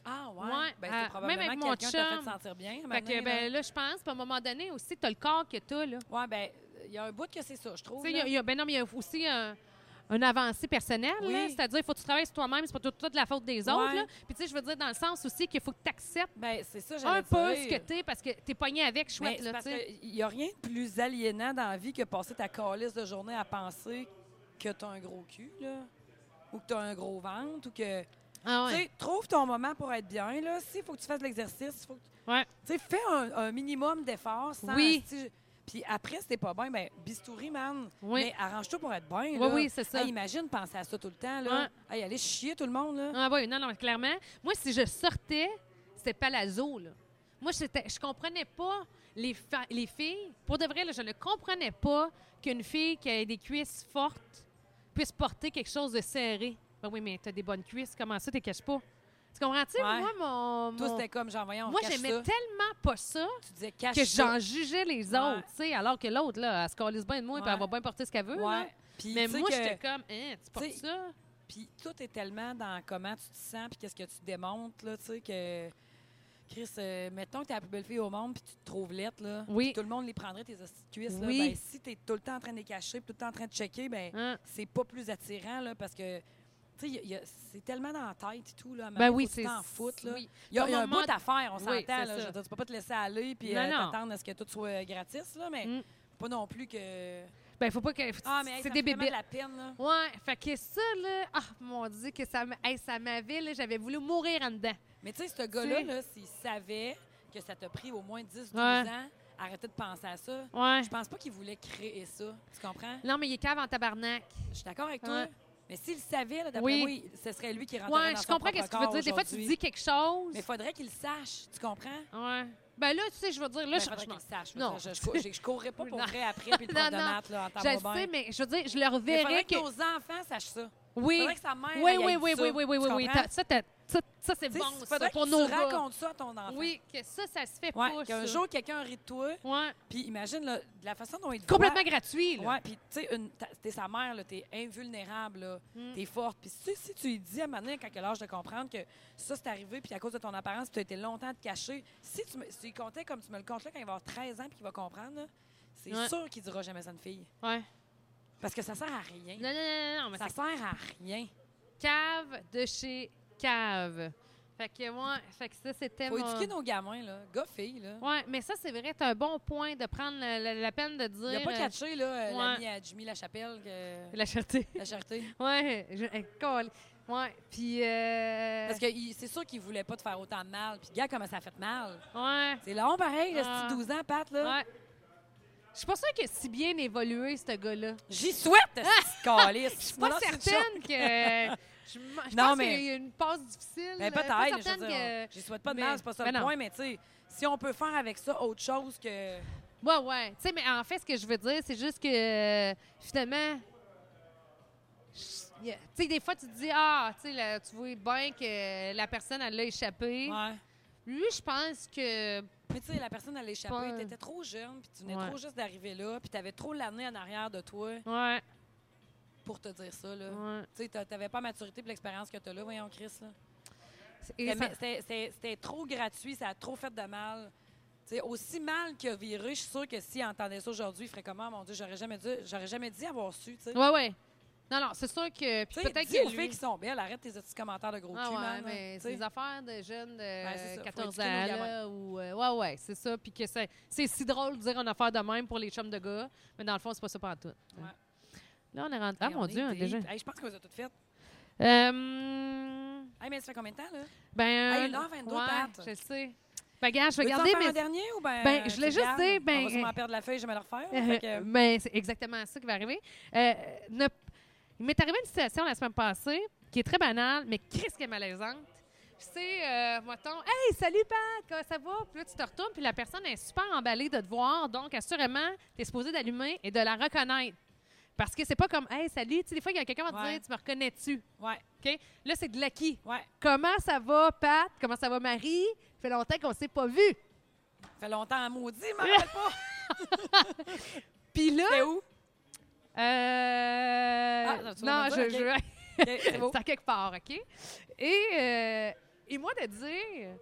[SPEAKER 1] Ah, ouais.
[SPEAKER 2] Ouais,
[SPEAKER 1] ben, c'est
[SPEAKER 2] euh, même avec
[SPEAKER 1] probablement quelqu'un
[SPEAKER 2] mon
[SPEAKER 1] qui t'a fait
[SPEAKER 2] chum.
[SPEAKER 1] te sentir bien,
[SPEAKER 2] Fait
[SPEAKER 1] Mané,
[SPEAKER 2] que, ben là, je pense, puis à un moment donné aussi, tu as le corps que tu as,
[SPEAKER 1] là.
[SPEAKER 2] là.
[SPEAKER 1] Ouais, ben, il y a un bout que c'est ça, je trouve.
[SPEAKER 2] Tu sais, il y a-
[SPEAKER 1] là.
[SPEAKER 2] il y a- ben non, mais il y a aussi un, une avancée personnelle.
[SPEAKER 1] Oui.
[SPEAKER 2] là. C'est-à-dire, il faut que tu travailles sur toi-même, c'est pas tout, toute la faute des
[SPEAKER 1] Ouais.
[SPEAKER 2] autres. là. Puis, tu sais, je veux dire, dans le sens aussi qu'il faut que tu acceptes
[SPEAKER 1] Ben, c'est ça, j'allais
[SPEAKER 2] un peu
[SPEAKER 1] dire.
[SPEAKER 2] ce que t'es parce que t'es pogné avec,
[SPEAKER 1] Mais
[SPEAKER 2] chouette,
[SPEAKER 1] c'est
[SPEAKER 2] là,
[SPEAKER 1] parce
[SPEAKER 2] tu sais.
[SPEAKER 1] qu'il n'y a rien de plus aliénant dans la vie que passer ta calice de journée à penser que t'as un gros cul, là. Ou que t'as un gros ventre, ou que...
[SPEAKER 2] Ah
[SPEAKER 1] Tu
[SPEAKER 2] ouais.
[SPEAKER 1] sais, trouve ton moment pour être bien, là. S'il faut que tu fasses de l'exercice, il faut que...
[SPEAKER 2] Ouais.
[SPEAKER 1] Tu sais, fais un, un minimum d'efforts sans...
[SPEAKER 2] Oui.
[SPEAKER 1] si- Puis après, si t'es pas bien, ben bistouri, man.
[SPEAKER 2] Oui.
[SPEAKER 1] Mais arrange-toi pour être bien,
[SPEAKER 2] Oui, oui, c'est ça.
[SPEAKER 1] imagine penser à ça tout le temps, là.
[SPEAKER 2] Ouais.
[SPEAKER 1] Hey, allez chier tout le monde, là.
[SPEAKER 2] Ah oui, non, non, clairement. Moi, si je sortais, c'était palazzo, là. Moi, c'était- je comprenais pas les, fa- les filles. Pour de vrai, là, je ne comprenais pas qu'une fille qui a des cuisses fortes puisse porter quelque chose de serré. Ben oui, mais t'as des bonnes cuisses, comment ça, t'es caches pas? Tu comprends-tu?
[SPEAKER 1] Ouais.
[SPEAKER 2] Moi, mon...
[SPEAKER 1] Tout
[SPEAKER 2] mon-
[SPEAKER 1] c'était comme, j'en voyons,
[SPEAKER 2] Moi,
[SPEAKER 1] cache
[SPEAKER 2] j'aimais
[SPEAKER 1] ça.
[SPEAKER 2] tellement pas ça
[SPEAKER 1] Tu disais, cache
[SPEAKER 2] que
[SPEAKER 1] ça.
[SPEAKER 2] j'en jugeais les
[SPEAKER 1] Ouais.
[SPEAKER 2] autres, tu sais, alors que l'autre, là, elle se calisse bien de moi et
[SPEAKER 1] Ouais.
[SPEAKER 2] elle va bien porter ce qu'elle veut. là.
[SPEAKER 1] Ouais. Puis,
[SPEAKER 2] Mais
[SPEAKER 1] tu sais
[SPEAKER 2] moi,
[SPEAKER 1] que-
[SPEAKER 2] j'étais comme, hein, tu portes
[SPEAKER 1] Tu sais,
[SPEAKER 2] ça?
[SPEAKER 1] Puis tout est tellement dans comment tu te sens puis qu'est-ce que tu démontres, là, tu sais, que... Chris, euh, mettons que t'es la plus belle fille au monde puis tu te trouves lettre, là.
[SPEAKER 2] Oui.
[SPEAKER 1] puis tout le monde les prendrait tes hosties de cuisses, là.
[SPEAKER 2] Oui.
[SPEAKER 1] Ben, si t'es tout le temps en train de les cacher puis tout le temps en train de checker, ben
[SPEAKER 2] Hein?
[SPEAKER 1] c'est pas plus attirant, là, parce que... Tu sais, il y a- il y a- c'est tellement dans la tête et tout, là. à un
[SPEAKER 2] Ben
[SPEAKER 1] moment
[SPEAKER 2] oui,
[SPEAKER 1] donné, faut que
[SPEAKER 2] c'est...
[SPEAKER 1] tu t'en foutes, là.
[SPEAKER 2] oui.
[SPEAKER 1] Il y a,
[SPEAKER 2] Ton
[SPEAKER 1] il y a un
[SPEAKER 2] moment-
[SPEAKER 1] bout à faire, on
[SPEAKER 2] Oui,
[SPEAKER 1] s'entend.
[SPEAKER 2] c'est
[SPEAKER 1] là.
[SPEAKER 2] ça.
[SPEAKER 1] Je veux dire, tu peux pas te laisser aller puis
[SPEAKER 2] Non,
[SPEAKER 1] euh,
[SPEAKER 2] non.
[SPEAKER 1] t'attendre à ce que tout soit gratis, là, mais
[SPEAKER 2] Mm.
[SPEAKER 1] pas non plus que...
[SPEAKER 2] Ben, faut pas que.
[SPEAKER 1] Ah, mais hey,
[SPEAKER 2] c'est
[SPEAKER 1] ça
[SPEAKER 2] des
[SPEAKER 1] me fait vraiment
[SPEAKER 2] bébés.
[SPEAKER 1] de la peine, là.
[SPEAKER 2] Ouais, fait que ça, là. Ah, mon Dieu, que ça, m- hey, ça m'avait, là. J'avais voulu mourir en dedans.
[SPEAKER 1] Mais tu sais, ce gars-là,
[SPEAKER 2] Tu sais.
[SPEAKER 1] là, s'il savait que ça t'a pris au moins 10-12
[SPEAKER 2] Ouais.
[SPEAKER 1] ans, arrêtez de penser à ça.
[SPEAKER 2] Ouais.
[SPEAKER 1] Je pense pas qu'il voulait créer ça. Tu comprends?
[SPEAKER 2] Non, mais il est cave en tabarnak.
[SPEAKER 1] Je suis d'accord avec toi.
[SPEAKER 2] Ouais.
[SPEAKER 1] Mais s'il le savait, là, d'après
[SPEAKER 2] Oui.
[SPEAKER 1] moi, il- ce serait lui qui rentrait
[SPEAKER 2] Ouais,
[SPEAKER 1] dans
[SPEAKER 2] je
[SPEAKER 1] son
[SPEAKER 2] comprends
[SPEAKER 1] propre
[SPEAKER 2] qu'est-ce que tu veux
[SPEAKER 1] corps
[SPEAKER 2] dire. Des fois, tu
[SPEAKER 1] aujourd'hui.
[SPEAKER 2] dis quelque chose.
[SPEAKER 1] Mais faudrait qu'il le sache. Tu comprends?
[SPEAKER 2] Ouais. Ben là, tu sais, je veux dire, là,
[SPEAKER 1] Mais
[SPEAKER 2] je,
[SPEAKER 1] faudrait
[SPEAKER 2] je
[SPEAKER 1] qu'il le sache.
[SPEAKER 2] Non.
[SPEAKER 1] Non. Je, je, je, je courrais pas pour
[SPEAKER 2] Non.
[SPEAKER 1] vrai après, puis le prof
[SPEAKER 2] Non,
[SPEAKER 1] de
[SPEAKER 2] non.
[SPEAKER 1] maths, là, en
[SPEAKER 2] je le
[SPEAKER 1] temps
[SPEAKER 2] sais,
[SPEAKER 1] bon.
[SPEAKER 2] mais je veux dire, je leur
[SPEAKER 1] Mais
[SPEAKER 2] verrais
[SPEAKER 1] faudrait
[SPEAKER 2] que.
[SPEAKER 1] que nos enfants sachent ça.
[SPEAKER 2] Oui.
[SPEAKER 1] Faudrait que sa mère.
[SPEAKER 2] Oui,
[SPEAKER 1] elle
[SPEAKER 2] oui,
[SPEAKER 1] ait
[SPEAKER 2] oui,
[SPEAKER 1] dit
[SPEAKER 2] oui,
[SPEAKER 1] ça.
[SPEAKER 2] oui, oui, oui,
[SPEAKER 1] Tu
[SPEAKER 2] oui.
[SPEAKER 1] comprends?
[SPEAKER 2] T'as- Ça, t'as- ça, ça, c'est
[SPEAKER 1] Tu sais,
[SPEAKER 2] bon, ça,
[SPEAKER 1] faudrait
[SPEAKER 2] pour
[SPEAKER 1] que
[SPEAKER 2] nos
[SPEAKER 1] tu
[SPEAKER 2] gars.
[SPEAKER 1] racontes ça à ton enfant.
[SPEAKER 2] Oui, que ça, ça se fait pas.
[SPEAKER 1] Ouais, qu'un
[SPEAKER 2] ça.
[SPEAKER 1] jour, quelqu'un rit de toi,
[SPEAKER 2] Ouais.
[SPEAKER 1] puis imagine là, de la façon dont il te voit,
[SPEAKER 2] Complètement gratuit, là.
[SPEAKER 1] Ouais, puis tu sais, une- ta- t'es sa mère, là, t'es invulnérable, là,
[SPEAKER 2] Mm.
[SPEAKER 1] t'es forte. Puis si, si tu lui dis à un moment donné, quand elle a l'âge de comprendre que ça, c'est arrivé, puis à cause de ton apparence, tu as été longtemps te cacher, si tu, me, si tu lui comptais comme tu me le comptes là quand il va avoir 13 ans puis qu'il va comprendre, là, c'est
[SPEAKER 2] Ouais.
[SPEAKER 1] sûr qu'il dira jamais ça à une fille.
[SPEAKER 2] Ouais.
[SPEAKER 1] Parce que ça sert à rien.
[SPEAKER 2] Non, non, non, non, non, mais
[SPEAKER 1] ça
[SPEAKER 2] c'est
[SPEAKER 1] sert à rien.
[SPEAKER 2] cave de chez cave. Fait que moi, fait que ça c'était
[SPEAKER 1] Faut
[SPEAKER 2] mon-
[SPEAKER 1] éduquer nos gamins, là. Gars, filles, là.
[SPEAKER 2] Ouais, mais ça c'est vrai, c'est un bon point de prendre la, la- la peine de dire
[SPEAKER 1] Il a pas
[SPEAKER 2] euh,
[SPEAKER 1] catché, là,
[SPEAKER 2] ouais. Euh.
[SPEAKER 1] l'ami à Jimmy Lachapelle, que...
[SPEAKER 2] la charité.
[SPEAKER 1] la charité.
[SPEAKER 2] ouais, je hey, colle. Ouais, puis euh,
[SPEAKER 1] Parce que il- c'est sûr qu'il voulait pas te faire autant de mal. Puis, gars, comment ça a fait mal.
[SPEAKER 2] ouais,
[SPEAKER 1] C'est long, pareil, le
[SPEAKER 2] Ah.
[SPEAKER 1] petit 12 ans, Pat, là.
[SPEAKER 2] ouais. Je suis pas sûre qu'il a si bien évolué ce gars-là.
[SPEAKER 1] J'y souhaite, ce calice.
[SPEAKER 2] Ah! Je suis pas certaine que je, m- je
[SPEAKER 1] Non,
[SPEAKER 2] pense
[SPEAKER 1] mais-
[SPEAKER 2] qu'il y a une passe difficile.
[SPEAKER 1] Ben,
[SPEAKER 2] euh, pas
[SPEAKER 1] peut-être, je
[SPEAKER 2] certaine
[SPEAKER 1] veux dire,
[SPEAKER 2] que-
[SPEAKER 1] j'y souhaite pas de
[SPEAKER 2] mais-
[SPEAKER 1] mal, c'est pas ça
[SPEAKER 2] ben
[SPEAKER 1] le
[SPEAKER 2] non.
[SPEAKER 1] point, mais tu sais, si on peut faire avec ça autre chose que...
[SPEAKER 2] Ouais, ouais. Tu sais, mais en fait, ce que je veux dire, c'est juste que euh, finalement. je- y a- Tu sais, des fois, tu te dis, ah, tu sais, là, tu vois bien que la personne, elle l'a échappé.
[SPEAKER 1] Ouais.
[SPEAKER 2] Lui, je pense que.
[SPEAKER 1] Mais tu sais, la personne, elle échappait,
[SPEAKER 2] Pas- euh,
[SPEAKER 1] t'étais trop jeune, puis tu venais
[SPEAKER 2] Ouais.
[SPEAKER 1] trop juste d'arriver là, puis t'avais trop l'année en arrière de toi
[SPEAKER 2] Ouais,
[SPEAKER 1] pour te dire ça, là.
[SPEAKER 2] ouais.
[SPEAKER 1] Tu sais, t'a- t'avais pas la maturité pour l'expérience que t'as là, voyons, Chris, là.
[SPEAKER 2] Et
[SPEAKER 1] C'était-
[SPEAKER 2] ça-
[SPEAKER 1] C'était c'était- c'était trop gratuit, ça a trop fait de mal. Tu sais, aussi mal qu'il a viré, je suis sûre que s'il entendait ça aujourd'hui, il ferait comment, mon Dieu, j'aurais jamais, dû- j'aurais jamais dit avoir su, tu sais.
[SPEAKER 2] Ouais, ouais. Non, non, c'est sûr que.
[SPEAKER 1] Tu
[SPEAKER 2] Puis
[SPEAKER 1] sais,
[SPEAKER 2] peut-être
[SPEAKER 1] dis
[SPEAKER 2] que.
[SPEAKER 1] aux
[SPEAKER 2] lui-
[SPEAKER 1] filles qui sont belles, arrête tes petits commentaires de gros
[SPEAKER 2] Ah
[SPEAKER 1] cul,
[SPEAKER 2] ouais,
[SPEAKER 1] man, là,
[SPEAKER 2] mais
[SPEAKER 1] tu
[SPEAKER 2] c'est
[SPEAKER 1] sais.
[SPEAKER 2] des affaires de jeunes de
[SPEAKER 1] c'est ça, faut
[SPEAKER 2] 14 ans,
[SPEAKER 1] éduquer nos gamins.
[SPEAKER 2] là, ou... euh, ouais, ouais, c'est ça. Puis que c'est, c'est si drôle de dire une affaire de même pour les chums de gars, mais dans le fond, c'est pas ça pas tout.
[SPEAKER 1] Ouais.
[SPEAKER 2] Là, on est rentré... Ah,
[SPEAKER 1] Hey,
[SPEAKER 2] mon
[SPEAKER 1] on
[SPEAKER 2] Dieu,
[SPEAKER 1] est
[SPEAKER 2] on est déjà...
[SPEAKER 1] deep. Hey, je pense qu'on les a toutes faites.
[SPEAKER 2] Euh...
[SPEAKER 1] Hey, mais ça fait combien de temps, là?
[SPEAKER 2] Ben,
[SPEAKER 1] Hey,
[SPEAKER 2] euh,
[SPEAKER 1] 1h22,
[SPEAKER 2] ouais,
[SPEAKER 1] Pat.
[SPEAKER 2] Je le sais. Ben, gars, je vais
[SPEAKER 1] Veux-tu en
[SPEAKER 2] garder
[SPEAKER 1] faire un
[SPEAKER 2] mes.
[SPEAKER 1] dernier ou ben,
[SPEAKER 2] Ben, je
[SPEAKER 1] tu
[SPEAKER 2] l'ai juste
[SPEAKER 1] gardes?
[SPEAKER 2] dit, ben,
[SPEAKER 1] On va
[SPEAKER 2] euh,
[SPEAKER 1] sûrement perdre la feuille, je vais me la refaire.
[SPEAKER 2] Euh,
[SPEAKER 1] fait que-
[SPEAKER 2] Mais c'est exactement ça qui va arriver. Euh, ne- Il m'est arrivé une situation la semaine passée qui est très banale, mais qu'est-ce qui est malaisante. C'est, euh, mettons, Hey, salut Pat, comment ça va? Puis là, tu te retournes, puis la personne est super emballée de te voir. Donc, assurément, tu es supposé d'allumer et de la reconnaître. Parce que c'est pas comme Hey, salut. Tu sais, des fois, il y a quelqu'un qui va te
[SPEAKER 1] Ouais.
[SPEAKER 2] dire Tu me reconnais-tu?
[SPEAKER 1] Ouais,
[SPEAKER 2] OK? Là, c'est de l'acquis.
[SPEAKER 1] ouais.
[SPEAKER 2] Comment ça va, Pat? Comment ça va, Marie? Ça fait longtemps qu'on s'est pas vu.
[SPEAKER 1] Ça fait longtemps, maudit, je m'en rappelle pas.
[SPEAKER 2] Puis là,
[SPEAKER 1] T'es où?
[SPEAKER 2] Euh,
[SPEAKER 1] Ah, non, tu vas
[SPEAKER 2] non,
[SPEAKER 1] me
[SPEAKER 2] je,
[SPEAKER 1] dire,
[SPEAKER 2] je-
[SPEAKER 1] Ok, c'est beau.
[SPEAKER 2] c'est à quelque part, OK? Et, euh, et moi, de dire,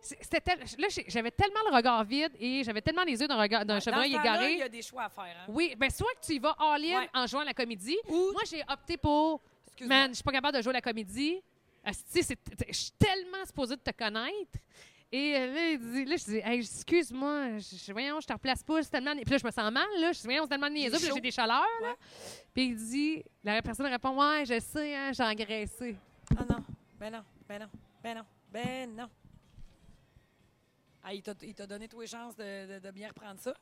[SPEAKER 2] C'est- c'était tel- Là, j'ai- j'avais tellement le regard vide et j'avais tellement les yeux d'un regard- d'un
[SPEAKER 1] Ah, Dans
[SPEAKER 2] chevreuil
[SPEAKER 1] ce temps-là,
[SPEAKER 2] égaré.
[SPEAKER 1] Il y a des choix à faire. hein.
[SPEAKER 2] Oui, bien, soit que tu y vas all-in
[SPEAKER 1] Ouais.
[SPEAKER 2] en jouant la comédie,
[SPEAKER 1] Ou-
[SPEAKER 2] moi, j'ai opté pour
[SPEAKER 1] Excuse-moi.
[SPEAKER 2] Man, je suis pas capable de jouer la comédie. Asti, c'est- t- Je suis tellement supposée de te connaître. Et euh, là, il dit- là, je dis, Hey, excuse-moi, je, je- voyons, je te replace pas, c'est tellement. Puis là, je me sens mal, là. Je dis, voyons, c'est tellement niaiseux, puis là,
[SPEAKER 1] chaud.
[SPEAKER 2] j'ai des chaleurs, là.
[SPEAKER 1] Ouais.
[SPEAKER 2] Puis il dit, la personne répond, ouais, je sais, hein, j'ai engraissé.
[SPEAKER 1] Ah non, ben non, ben non, ben non, ben non. Ah, il t'a il t'a donné toutes les chances de, de- de bien reprendre ça.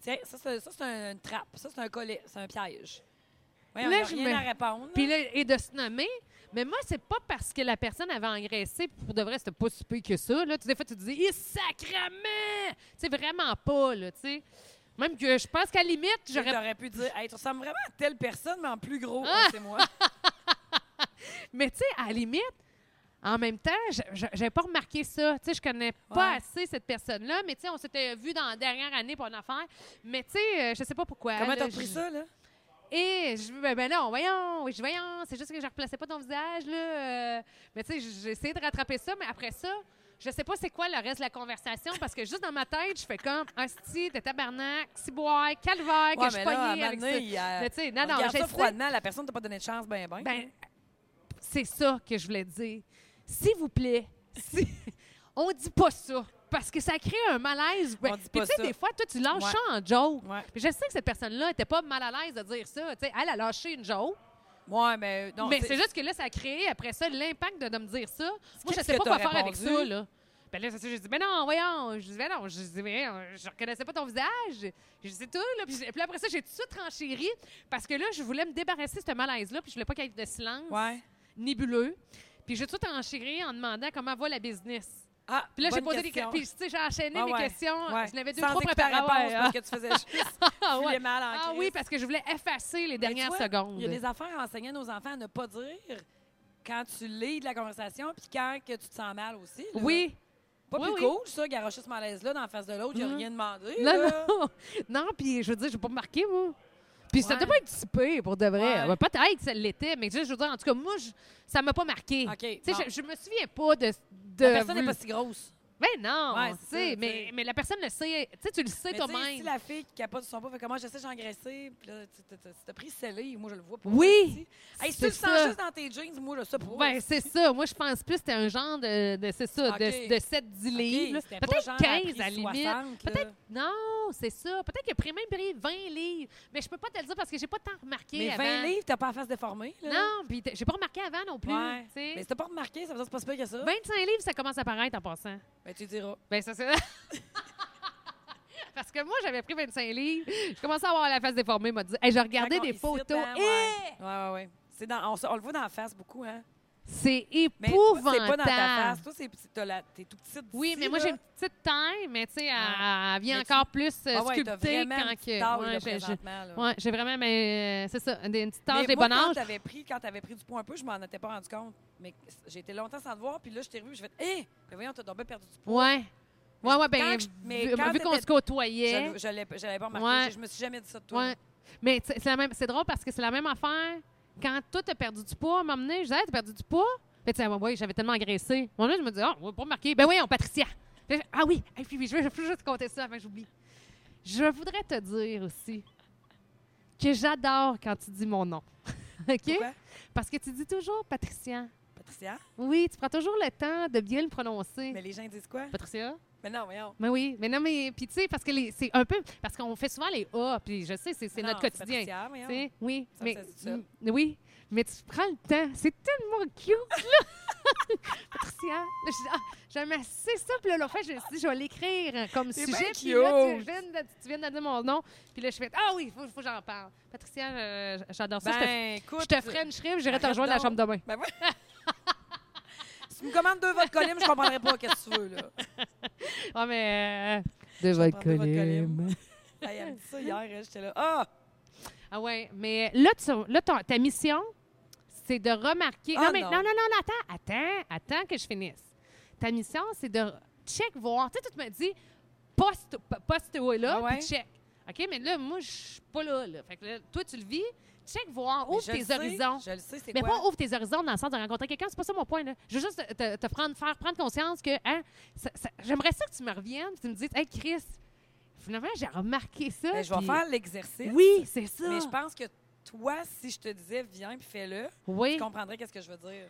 [SPEAKER 1] Tiens, ça, c'est ça, c'est un- une trappe, ça, c'est un collet, c'est un piège. Oui, on
[SPEAKER 2] Là,
[SPEAKER 1] n'a
[SPEAKER 2] je
[SPEAKER 1] rien
[SPEAKER 2] me-
[SPEAKER 1] à répondre.
[SPEAKER 2] Puis là, et de se nommer. Mais moi, c'est pas parce que la personne avait engraissé, puis pour de vrai, c'était pas si pire que ça. Là, Tu- des fois, tu te dis, il sacrement! Tu sais, vraiment pas, là, tu sais. Même que je pense qu'à la limite,
[SPEAKER 1] Tu
[SPEAKER 2] j'aurais.
[SPEAKER 1] aurais pu dire, hey, tu ressembles vraiment à telle personne, mais en plus gros. Ah, c'est moi.
[SPEAKER 2] Mais tu sais, à la limite, en même temps, je- je- j'avais pas remarqué ça. Tu sais, je connais pas
[SPEAKER 1] Ouais.
[SPEAKER 2] assez cette personne-là, mais tu sais, on s'était vu dans la dernière année pour une affaire. Mais tu sais, euh, je sais pas pourquoi.
[SPEAKER 1] Comment
[SPEAKER 2] là,
[SPEAKER 1] t'as pris
[SPEAKER 2] je- Ah,
[SPEAKER 1] ça, là?
[SPEAKER 2] Et je ben, ben non, voyons, oui, je voyons, c'est juste que je replaçais pas ton visage là. euh, mais tu sais, j'ai essayé de rattraper ça, mais après ça, je sais pas c'est quoi le reste de la conversation parce que juste dans ma tête, je fais comme hostie, t'es tabarnak, ciboire, calvaire que
[SPEAKER 1] Ouais,
[SPEAKER 2] je
[SPEAKER 1] mais là, à un
[SPEAKER 2] pognais
[SPEAKER 1] moment
[SPEAKER 2] avec ça.
[SPEAKER 1] donné, il y a-
[SPEAKER 2] Mais tu sais, non,
[SPEAKER 1] on
[SPEAKER 2] non,
[SPEAKER 1] regarde
[SPEAKER 2] je
[SPEAKER 1] ça
[SPEAKER 2] sais.
[SPEAKER 1] froidement, la personne t'a pas donné de chance, ben, ben.
[SPEAKER 2] Ben, c'est ça que je voulais dire. S'il vous plaît, si... on dit pas ça. Parce que ça crée un malaise.
[SPEAKER 1] On dit
[SPEAKER 2] Puis
[SPEAKER 1] pas
[SPEAKER 2] tu sais,
[SPEAKER 1] ça.
[SPEAKER 2] des fois, toi, tu lâches
[SPEAKER 1] Ouais.
[SPEAKER 2] ça en joke.
[SPEAKER 1] Ouais.
[SPEAKER 2] Puis je sais que cette personne-là n'était pas mal à l'aise de dire ça. Tu sais, elle a lâché une joke.
[SPEAKER 1] ouais, mais non,
[SPEAKER 2] mais
[SPEAKER 1] c'est-
[SPEAKER 2] c'est juste que là, ça a créé, après ça, l'impact de, de me dire ça. Moi, je
[SPEAKER 1] qu'est-ce
[SPEAKER 2] sais
[SPEAKER 1] que
[SPEAKER 2] pas quoi
[SPEAKER 1] t'as
[SPEAKER 2] faire avec
[SPEAKER 1] répondu?
[SPEAKER 2] ça, là. Ben là, c'est ça, j'ai dit, mais non, voyons. Je dis, ben non, je dis, mais non, je reconnaissais pas ton visage. Je dis, c'est tout, là. Puis, j'ai- puis après ça, j'ai tout de suite renchéri parce que là, je voulais me débarrasser de ce malaise-là, puis je voulais pas qu'il y ait de silence
[SPEAKER 1] Ouais.
[SPEAKER 2] nébuleux. Puis j'ai tout enchéré en demandant comment va la business.
[SPEAKER 1] Ah,
[SPEAKER 2] Puis là, j'ai
[SPEAKER 1] bonne
[SPEAKER 2] posé des
[SPEAKER 1] question.
[SPEAKER 2] questions. Puis, tu sais, j'ai enchaîné
[SPEAKER 1] Ah
[SPEAKER 2] mes
[SPEAKER 1] ouais,
[SPEAKER 2] questions.
[SPEAKER 1] ouais.
[SPEAKER 2] Je n'avais deux,
[SPEAKER 1] Sans
[SPEAKER 2] trois
[SPEAKER 1] écouter la
[SPEAKER 2] préparées.
[SPEAKER 1] réponse,
[SPEAKER 2] Ah,
[SPEAKER 1] parce que tu faisais juste
[SPEAKER 2] ah,
[SPEAKER 1] tu
[SPEAKER 2] ouais.
[SPEAKER 1] voulais mal en
[SPEAKER 2] Ah
[SPEAKER 1] crise.
[SPEAKER 2] oui, parce que je voulais effacer les
[SPEAKER 1] Mais tu
[SPEAKER 2] dernières
[SPEAKER 1] vois,
[SPEAKER 2] secondes.
[SPEAKER 1] Il y a des affaires à enseigner à nos enfants à ne pas dire quand tu lis de la conversation puis quand que tu te sens mal aussi. là.
[SPEAKER 2] Oui.
[SPEAKER 1] Pas
[SPEAKER 2] oui,
[SPEAKER 1] plus
[SPEAKER 2] oui.
[SPEAKER 1] cool, ça, garocher ce malaise-là dans la face de l'autre, il a
[SPEAKER 2] Mhm.
[SPEAKER 1] rien demandé.
[SPEAKER 2] Non,
[SPEAKER 1] là.
[SPEAKER 2] non. Non, puis je veux dire, je vais pas me marquer, moi. Puis ça
[SPEAKER 1] Ouais.
[SPEAKER 2] doit pas être si pire, pour de vrai.
[SPEAKER 1] Ouais.
[SPEAKER 2] Ouais, Peut-être que ça l'était, mais juste, je veux dire, en tout cas, moi, je- ça m'a pas marqué.
[SPEAKER 1] OK,
[SPEAKER 2] Tu sais,
[SPEAKER 1] bon.
[SPEAKER 2] je, je me souviens pas de. de
[SPEAKER 1] La personne n'est pas si grosse.
[SPEAKER 2] Ben non,
[SPEAKER 1] Ouais,
[SPEAKER 2] tu
[SPEAKER 1] c'est
[SPEAKER 2] sais,
[SPEAKER 1] ça, tu
[SPEAKER 2] mais,
[SPEAKER 1] sais.
[SPEAKER 2] mais la personne le sait. Tu sais, tu le sais
[SPEAKER 1] Mais tu sais,
[SPEAKER 2] toi-même.
[SPEAKER 1] si la fille qui capote sur son pas fait comment je sais, j'ai engraissé, puis là, tu- tu tu- tu t'as pris scellé, moi je le vois pas.
[SPEAKER 2] Oui,
[SPEAKER 1] Tu sais. Hey, si tu
[SPEAKER 2] c'est
[SPEAKER 1] le sens
[SPEAKER 2] ça.
[SPEAKER 1] juste dans tes jeans, moi je le sais pas.
[SPEAKER 2] Ben, c'est ça. Moi, je pense plus que c'était un genre de, de- c'est ça,
[SPEAKER 1] Ok.
[SPEAKER 2] de, de 7-10 livres. là.
[SPEAKER 1] Ok, c'était pas genre
[SPEAKER 2] Peut-être
[SPEAKER 1] appris
[SPEAKER 2] 15 à la
[SPEAKER 1] 60,
[SPEAKER 2] limite.
[SPEAKER 1] là.
[SPEAKER 2] Peut-être, non, c'est ça. Peut-être qu'il a pris même pris 20 livres. Mais je peux pas te le dire parce que j'ai pas tant remarqué
[SPEAKER 1] Mais 20
[SPEAKER 2] avant.
[SPEAKER 1] livres, t'as pas la face déformée. Là.
[SPEAKER 2] Non, puis t- j'ai pas remarqué avant non plus.
[SPEAKER 1] Ouais.
[SPEAKER 2] tu sais. Ben,
[SPEAKER 1] Mais si t'as pas remarqué, ça veut dire que c'est pas si pire que ça.
[SPEAKER 2] 25 livres, ça commence à paraître en passant.
[SPEAKER 1] Ben, tu diras.
[SPEAKER 2] Ben, ça, c'est. Parce que moi, j'avais pris 25 livres. Je commençais à avoir la face déformée. M'a dit, Hey, j'ai regardé
[SPEAKER 1] Quand on-
[SPEAKER 2] des
[SPEAKER 1] ici,
[SPEAKER 2] photos.
[SPEAKER 1] hein,
[SPEAKER 2] Eh!
[SPEAKER 1] ouais. Ouais, ouais, ouais. C'est dans, on, se- on le voit dans la face beaucoup, hein?
[SPEAKER 2] Eh! C'est
[SPEAKER 1] Mais toi,
[SPEAKER 2] épouvantable.
[SPEAKER 1] c'est pas dans ta face. Toi, c'est, t'as la- t'es tout petite.
[SPEAKER 2] Oui,
[SPEAKER 1] d'ici,
[SPEAKER 2] mais moi, euh,
[SPEAKER 1] là.
[SPEAKER 2] j'ai une petite taille, mais tu sais, elle,
[SPEAKER 1] Ouais.
[SPEAKER 2] elle vient
[SPEAKER 1] Mais tu-
[SPEAKER 2] encore plus euh,
[SPEAKER 1] Ah ouais, t'as
[SPEAKER 2] sculptée
[SPEAKER 1] vraiment
[SPEAKER 2] quand
[SPEAKER 1] une
[SPEAKER 2] que.
[SPEAKER 1] petite tâche,
[SPEAKER 2] ouais,
[SPEAKER 1] là,
[SPEAKER 2] j'ai- j'ai-
[SPEAKER 1] présentement, là.
[SPEAKER 2] ouais, j'ai vraiment, mais euh, c'est ça, des- une petite
[SPEAKER 1] Mais
[SPEAKER 2] tache des
[SPEAKER 1] moi,
[SPEAKER 2] bon ange.
[SPEAKER 1] Quand t'avais pris, quand t'avais pris du poids un peu, je m'en étais pas rendu compte. Mais j'ai été longtemps sans te voir, puis là, je t'ai revu, je fait, hé, mais voyons, t'as donc bien perdu du poids.
[SPEAKER 2] Ouais. Ouais, ouais, ben,
[SPEAKER 1] quand je- mais
[SPEAKER 2] vu,
[SPEAKER 1] quand
[SPEAKER 2] vu qu'on
[SPEAKER 1] t'étais-
[SPEAKER 2] se côtoyait.
[SPEAKER 1] Je, je l'ai, je l'avais pas remarqué.
[SPEAKER 2] Ouais.
[SPEAKER 1] Je, je me suis jamais dit ça de toi.
[SPEAKER 2] Ouais. Mais tu sais, c'est la même- c'est drôle parce que c'est la même affaire. Quand toi, t'as perdu du poids, à un moment donné, je disais, Hey, t'as perdu du poids? Fait que tu sais, Ah, ouais, j'avais tellement engraissé. Moi, là, je me dis, oh, on va pas remarquer. Ben oui, on Patricia. Fait que, ah oui, et puis, oui, je veux je veux juste te compter ça avant que j'oublie. Je voudrais te dire aussi que j'adore quand tu dis mon nom. OK?
[SPEAKER 1] Pourquoi?
[SPEAKER 2] Parce que tu dis toujours Patricia.
[SPEAKER 1] Patricia?
[SPEAKER 2] Oui, tu prends toujours le temps de bien le prononcer.
[SPEAKER 1] Mais les gens disent quoi?
[SPEAKER 2] Patricia?
[SPEAKER 1] Mais non, voyons.
[SPEAKER 2] Mais oui, mais non, mais puis tu sais, parce que les- c'est un peu. Parce qu'on fait souvent les A, puis je sais, c'est c'est
[SPEAKER 1] Non,
[SPEAKER 2] notre quotidien.
[SPEAKER 1] Patricia, voyons.
[SPEAKER 2] Tu sais, oui,
[SPEAKER 1] Ça,
[SPEAKER 2] mais
[SPEAKER 1] ça se dit seul.
[SPEAKER 2] Mm, oui, mais tu prends le temps. C'est tellement cute là. Patricia, là, je dis, ah, j'aime assez ça. Puis là, l'autre fois, je me suis dit, je vais l'écrire comme
[SPEAKER 1] C'est
[SPEAKER 2] sujet.
[SPEAKER 1] bien
[SPEAKER 2] Puis là, tu
[SPEAKER 1] cute.
[SPEAKER 2] viens, de, tu viens de dire mon nom. Puis là, je fais ah oui, faut, faut que j'en parle. Patricia, euh, j'adore ça. je
[SPEAKER 1] Ben,
[SPEAKER 2] te,
[SPEAKER 1] écoute.
[SPEAKER 2] je te ferai une shrimp, j'irai te
[SPEAKER 1] Arrête
[SPEAKER 2] rejoindre à la
[SPEAKER 1] donc.
[SPEAKER 2] chambre demain.
[SPEAKER 1] Ben, ouais. si tu me commandes deux votes colim, je comprendrai pas qu'est-ce que tu veux, là.
[SPEAKER 2] Ah, mais. euh, de
[SPEAKER 1] vais prendre de votre colim. Hey, elle me dit ça hier, hein, j'étais là. Ah!
[SPEAKER 2] Ah ouais, mais là, tu- là, ton- ta mission, c'est de remarquer.
[SPEAKER 1] Ah
[SPEAKER 2] non, mais non,
[SPEAKER 1] non.
[SPEAKER 2] non, non, non, attends, attends, attends que je finisse. Ta mission, c'est de check voir. Tu sais, tu me dis, poste, p- poste où est là,
[SPEAKER 1] Ah ouais?
[SPEAKER 2] puis check. OK, mais là, moi, je suis pas là, là. Fait que là, toi, tu le vis. Check voir,
[SPEAKER 1] Mais
[SPEAKER 2] ouvre
[SPEAKER 1] je
[SPEAKER 2] tes
[SPEAKER 1] le sais,
[SPEAKER 2] horizons.
[SPEAKER 1] Je le sais, c'est
[SPEAKER 2] Mais
[SPEAKER 1] quoi?
[SPEAKER 2] pas ouvre tes horizons dans le sens de rencontrer quelqu'un, c'est pas ça mon point. Là. Je veux juste te, te- te prendre, faire prendre conscience que hein, ça- ça- j'aimerais ça que tu me reviennes et tu me dises Hey Chris, finalement j'ai remarqué ça.
[SPEAKER 1] Ben, je vais
[SPEAKER 2] puis-
[SPEAKER 1] faire l'exercice.
[SPEAKER 2] Oui, c'est ça.
[SPEAKER 1] Mais je pense que toi, si je te disais, viens puis fais-le, tu
[SPEAKER 2] Oui.
[SPEAKER 1] comprendrais qu'est-ce que je veux dire.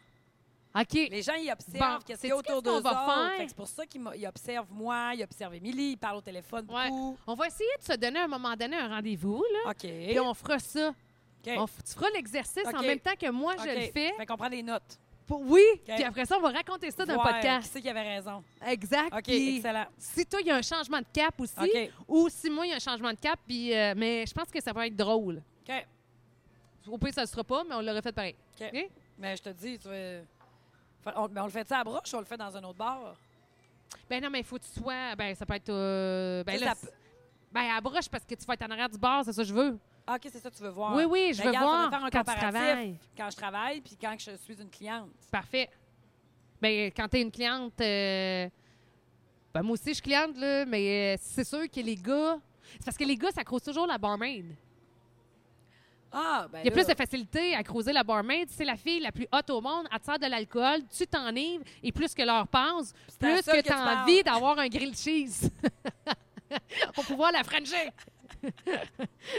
[SPEAKER 2] OK.
[SPEAKER 1] Les gens, ils observent
[SPEAKER 2] Bon,
[SPEAKER 1] qu'est-ce qu'il y
[SPEAKER 2] sais-tu
[SPEAKER 1] a autour
[SPEAKER 2] qu'est-ce qu'on
[SPEAKER 1] d'eux
[SPEAKER 2] va
[SPEAKER 1] autres.
[SPEAKER 2] faire?
[SPEAKER 1] Fait que C'est pour ça qu'ils m'a- ils observent moi, ils observent Émilie, ils parlent au téléphone
[SPEAKER 2] Ouais.
[SPEAKER 1] beaucoup.
[SPEAKER 2] On va essayer de se donner à un moment donné un rendez-vous, là.
[SPEAKER 1] OK.
[SPEAKER 2] Puis on fera ça.
[SPEAKER 1] OK.
[SPEAKER 2] On f- tu feras l'exercice en
[SPEAKER 1] OK.
[SPEAKER 2] même temps que moi, je
[SPEAKER 1] OK.
[SPEAKER 2] le fais.
[SPEAKER 1] Fait qu'on prend des notes.
[SPEAKER 2] Pour- oui.
[SPEAKER 1] OK.
[SPEAKER 2] Puis après ça, on va raconter ça dans
[SPEAKER 1] Voir
[SPEAKER 2] un podcast.
[SPEAKER 1] Qui c'est qui avait raison?
[SPEAKER 2] Exact.
[SPEAKER 1] OK,
[SPEAKER 2] Puis
[SPEAKER 1] excellent.
[SPEAKER 2] si toi, il y a un changement de cap aussi,
[SPEAKER 1] OK.
[SPEAKER 2] ou si moi, il y a un changement de cap, puis, euh, mais je pense que ça va être drôle.
[SPEAKER 1] OK.
[SPEAKER 2] Au pire, ça ne sera pas, mais on l'aurait fait pareil.
[SPEAKER 1] OK.
[SPEAKER 2] OK?
[SPEAKER 1] Mais je te dis, tu veux- Fait- on, mais on le fait ça à broche ou on le fait dans un autre bar?
[SPEAKER 2] Ben non, mais il faut que tu sois. Ben, ça peut être. euh, ben,
[SPEAKER 1] Ça,
[SPEAKER 2] là,
[SPEAKER 1] ça
[SPEAKER 2] c'est- ben, à broche parce que tu vas être en arrière du bar, c'est ça que je veux.
[SPEAKER 1] Ah, OK, c'est ça que tu veux voir.
[SPEAKER 2] Oui, oui, je
[SPEAKER 1] Ben,
[SPEAKER 2] veux
[SPEAKER 1] regarde,
[SPEAKER 2] voir
[SPEAKER 1] on va faire un
[SPEAKER 2] quand tu
[SPEAKER 1] comparatif
[SPEAKER 2] travailles.
[SPEAKER 1] Quand je travaille puis quand je suis une cliente.
[SPEAKER 2] Parfait. Ben, quand tu es une cliente. euh, ben, moi aussi, je suis cliente, là, mais euh, c'est sûr que les gars. C'est parce que les gars, ça croise toujours la barmaid.
[SPEAKER 1] Ah, ben
[SPEAKER 2] Il y a
[SPEAKER 1] là,
[SPEAKER 2] plus de facilité à croiser la barmaid. C'est la fille la plus haute au monde. Elle te sert de l'alcool, tu t'enivres, et plus que l'heure passe,
[SPEAKER 1] C'est à
[SPEAKER 2] plus
[SPEAKER 1] ça
[SPEAKER 2] que
[SPEAKER 1] que
[SPEAKER 2] tu
[SPEAKER 1] tu parles.
[SPEAKER 2] as envie d'avoir un grilled cheese. Pour pouvoir la franchir.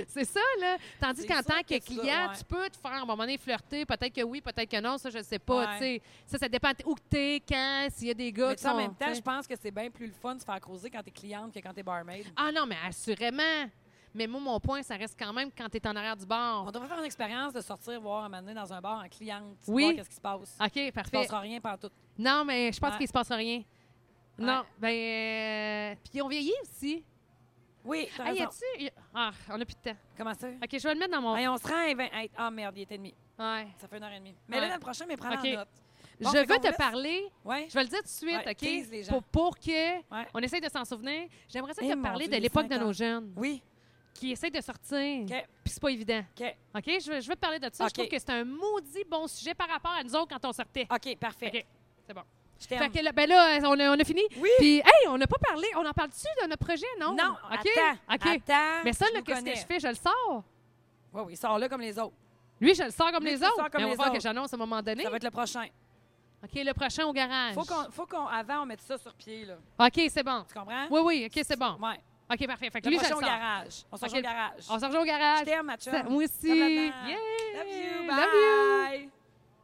[SPEAKER 2] c'est ça, là. Tandis
[SPEAKER 1] C'est
[SPEAKER 2] qu'en
[SPEAKER 1] sûr
[SPEAKER 2] tant que,
[SPEAKER 1] que ça,
[SPEAKER 2] client,
[SPEAKER 1] ouais.
[SPEAKER 2] tu peux te faire à un moment donné flirter. Peut-être que oui, peut-être que non. Ça, je ne sais pas.
[SPEAKER 1] Ouais.
[SPEAKER 2] tu sais. Ça, ça dépend où que t'es, quand, s'il y a des gars
[SPEAKER 1] Mais
[SPEAKER 2] qui
[SPEAKER 1] tu sais, en
[SPEAKER 2] sont-
[SPEAKER 1] même temps,
[SPEAKER 2] t'sais.
[SPEAKER 1] je pense que c'est bien plus le fun de se faire croiser quand t'es cliente que quand t'es barmaid.
[SPEAKER 2] Ah non, mais assurément. Mais moi, mon point, ça reste quand même quand tu es en arrière du bar.
[SPEAKER 1] On devrait faire une expérience de sortir voir un moment donné dans un bar en cliente,
[SPEAKER 2] Oui.
[SPEAKER 1] voir qu'est-ce qui se passe.
[SPEAKER 2] OK,
[SPEAKER 1] Il se
[SPEAKER 2] parfait.
[SPEAKER 1] passera rien pantoute.
[SPEAKER 2] Non, mais je pense
[SPEAKER 1] Ouais.
[SPEAKER 2] qu'il se passe rien. Non, ben. euh, Puis on vieillit aussi.
[SPEAKER 1] Oui, t'as
[SPEAKER 2] Ah, y
[SPEAKER 1] raison.
[SPEAKER 2] a-tu. y- Ah, on a plus de temps.
[SPEAKER 1] Comment ça?
[SPEAKER 2] Ok, je vais le mettre dans mon.
[SPEAKER 1] Hey, on se rend à 20. hey, Ah merde, il était demi.
[SPEAKER 2] Ouais.
[SPEAKER 1] Ça fait une heure et demie. Mais
[SPEAKER 2] Ouais.
[SPEAKER 1] là, dans le prochain, mais prends
[SPEAKER 2] Ok.
[SPEAKER 1] la note. Bon,
[SPEAKER 2] je
[SPEAKER 1] fait qu'on
[SPEAKER 2] veux
[SPEAKER 1] vous
[SPEAKER 2] te
[SPEAKER 1] laisse.
[SPEAKER 2] parler.
[SPEAKER 1] Ouais.
[SPEAKER 2] Je vais le dire tout de suite,
[SPEAKER 1] Ouais, tease les
[SPEAKER 2] OK?
[SPEAKER 1] gens.
[SPEAKER 2] Pour, pour que.
[SPEAKER 1] Ouais.
[SPEAKER 2] On essaye de s'en souvenir. J'aimerais ça
[SPEAKER 1] Eh,
[SPEAKER 2] te
[SPEAKER 1] mon
[SPEAKER 2] parler
[SPEAKER 1] Dieu,
[SPEAKER 2] de
[SPEAKER 1] les
[SPEAKER 2] l'époque de
[SPEAKER 1] cinq ans.
[SPEAKER 2] nos jeunes
[SPEAKER 1] Oui.
[SPEAKER 2] qui essayent de sortir.
[SPEAKER 1] OK.
[SPEAKER 2] Puis c'est pas évident.
[SPEAKER 1] OK.
[SPEAKER 2] OK? Je veux, je veux te parler de ça.
[SPEAKER 1] OK.
[SPEAKER 2] Je trouve que c'est un maudit bon sujet par rapport à nous autres quand on sortait.
[SPEAKER 1] Ah, OK, parfait.
[SPEAKER 2] OK. C'est bon.
[SPEAKER 1] Je
[SPEAKER 2] Fait
[SPEAKER 1] t'aime.
[SPEAKER 2] que là, ben là, on a, on a fini.
[SPEAKER 1] Oui.
[SPEAKER 2] Puis, hey, on n'a pas parlé. On en parle-tu de notre projet, non?
[SPEAKER 1] Non,
[SPEAKER 2] OK.
[SPEAKER 1] attends.
[SPEAKER 2] OK.
[SPEAKER 1] Attends.
[SPEAKER 2] Mais ça,
[SPEAKER 1] je
[SPEAKER 2] là,
[SPEAKER 1] vous
[SPEAKER 2] qu'est-ce
[SPEAKER 1] connais.
[SPEAKER 2] que je fais? Je le sors.
[SPEAKER 1] Oui, oui, sors-le comme les autres.
[SPEAKER 2] Lui, je le sors comme
[SPEAKER 1] Lui,
[SPEAKER 2] les
[SPEAKER 1] tu le
[SPEAKER 2] autres.
[SPEAKER 1] sors comme
[SPEAKER 2] Mais on
[SPEAKER 1] les
[SPEAKER 2] va voir que
[SPEAKER 1] autres.
[SPEAKER 2] j'annonce à un moment donné.
[SPEAKER 1] Ça va être le prochain.
[SPEAKER 2] OK, le prochain au garage.
[SPEAKER 1] Faut qu'on, faut qu'on, avant, on mette ça sur pied, là.
[SPEAKER 2] OK, c'est bon.
[SPEAKER 1] Tu comprends?
[SPEAKER 2] Oui, oui, OK, c'est bon.
[SPEAKER 1] Hein? Ouais.
[SPEAKER 2] OK, parfait. Fait que
[SPEAKER 1] Le
[SPEAKER 2] lui, je le
[SPEAKER 1] prochain
[SPEAKER 2] sors.
[SPEAKER 1] au garage. On se rejoint
[SPEAKER 2] Ok.
[SPEAKER 1] au garage.
[SPEAKER 2] On se rejoint au
[SPEAKER 1] Je
[SPEAKER 2] garage.
[SPEAKER 1] t'aime, ma chum.
[SPEAKER 2] Ça- Moi aussi.
[SPEAKER 1] Comme là-dedans.
[SPEAKER 2] Yeah!
[SPEAKER 1] Love you.
[SPEAKER 2] Love you.
[SPEAKER 1] Bye.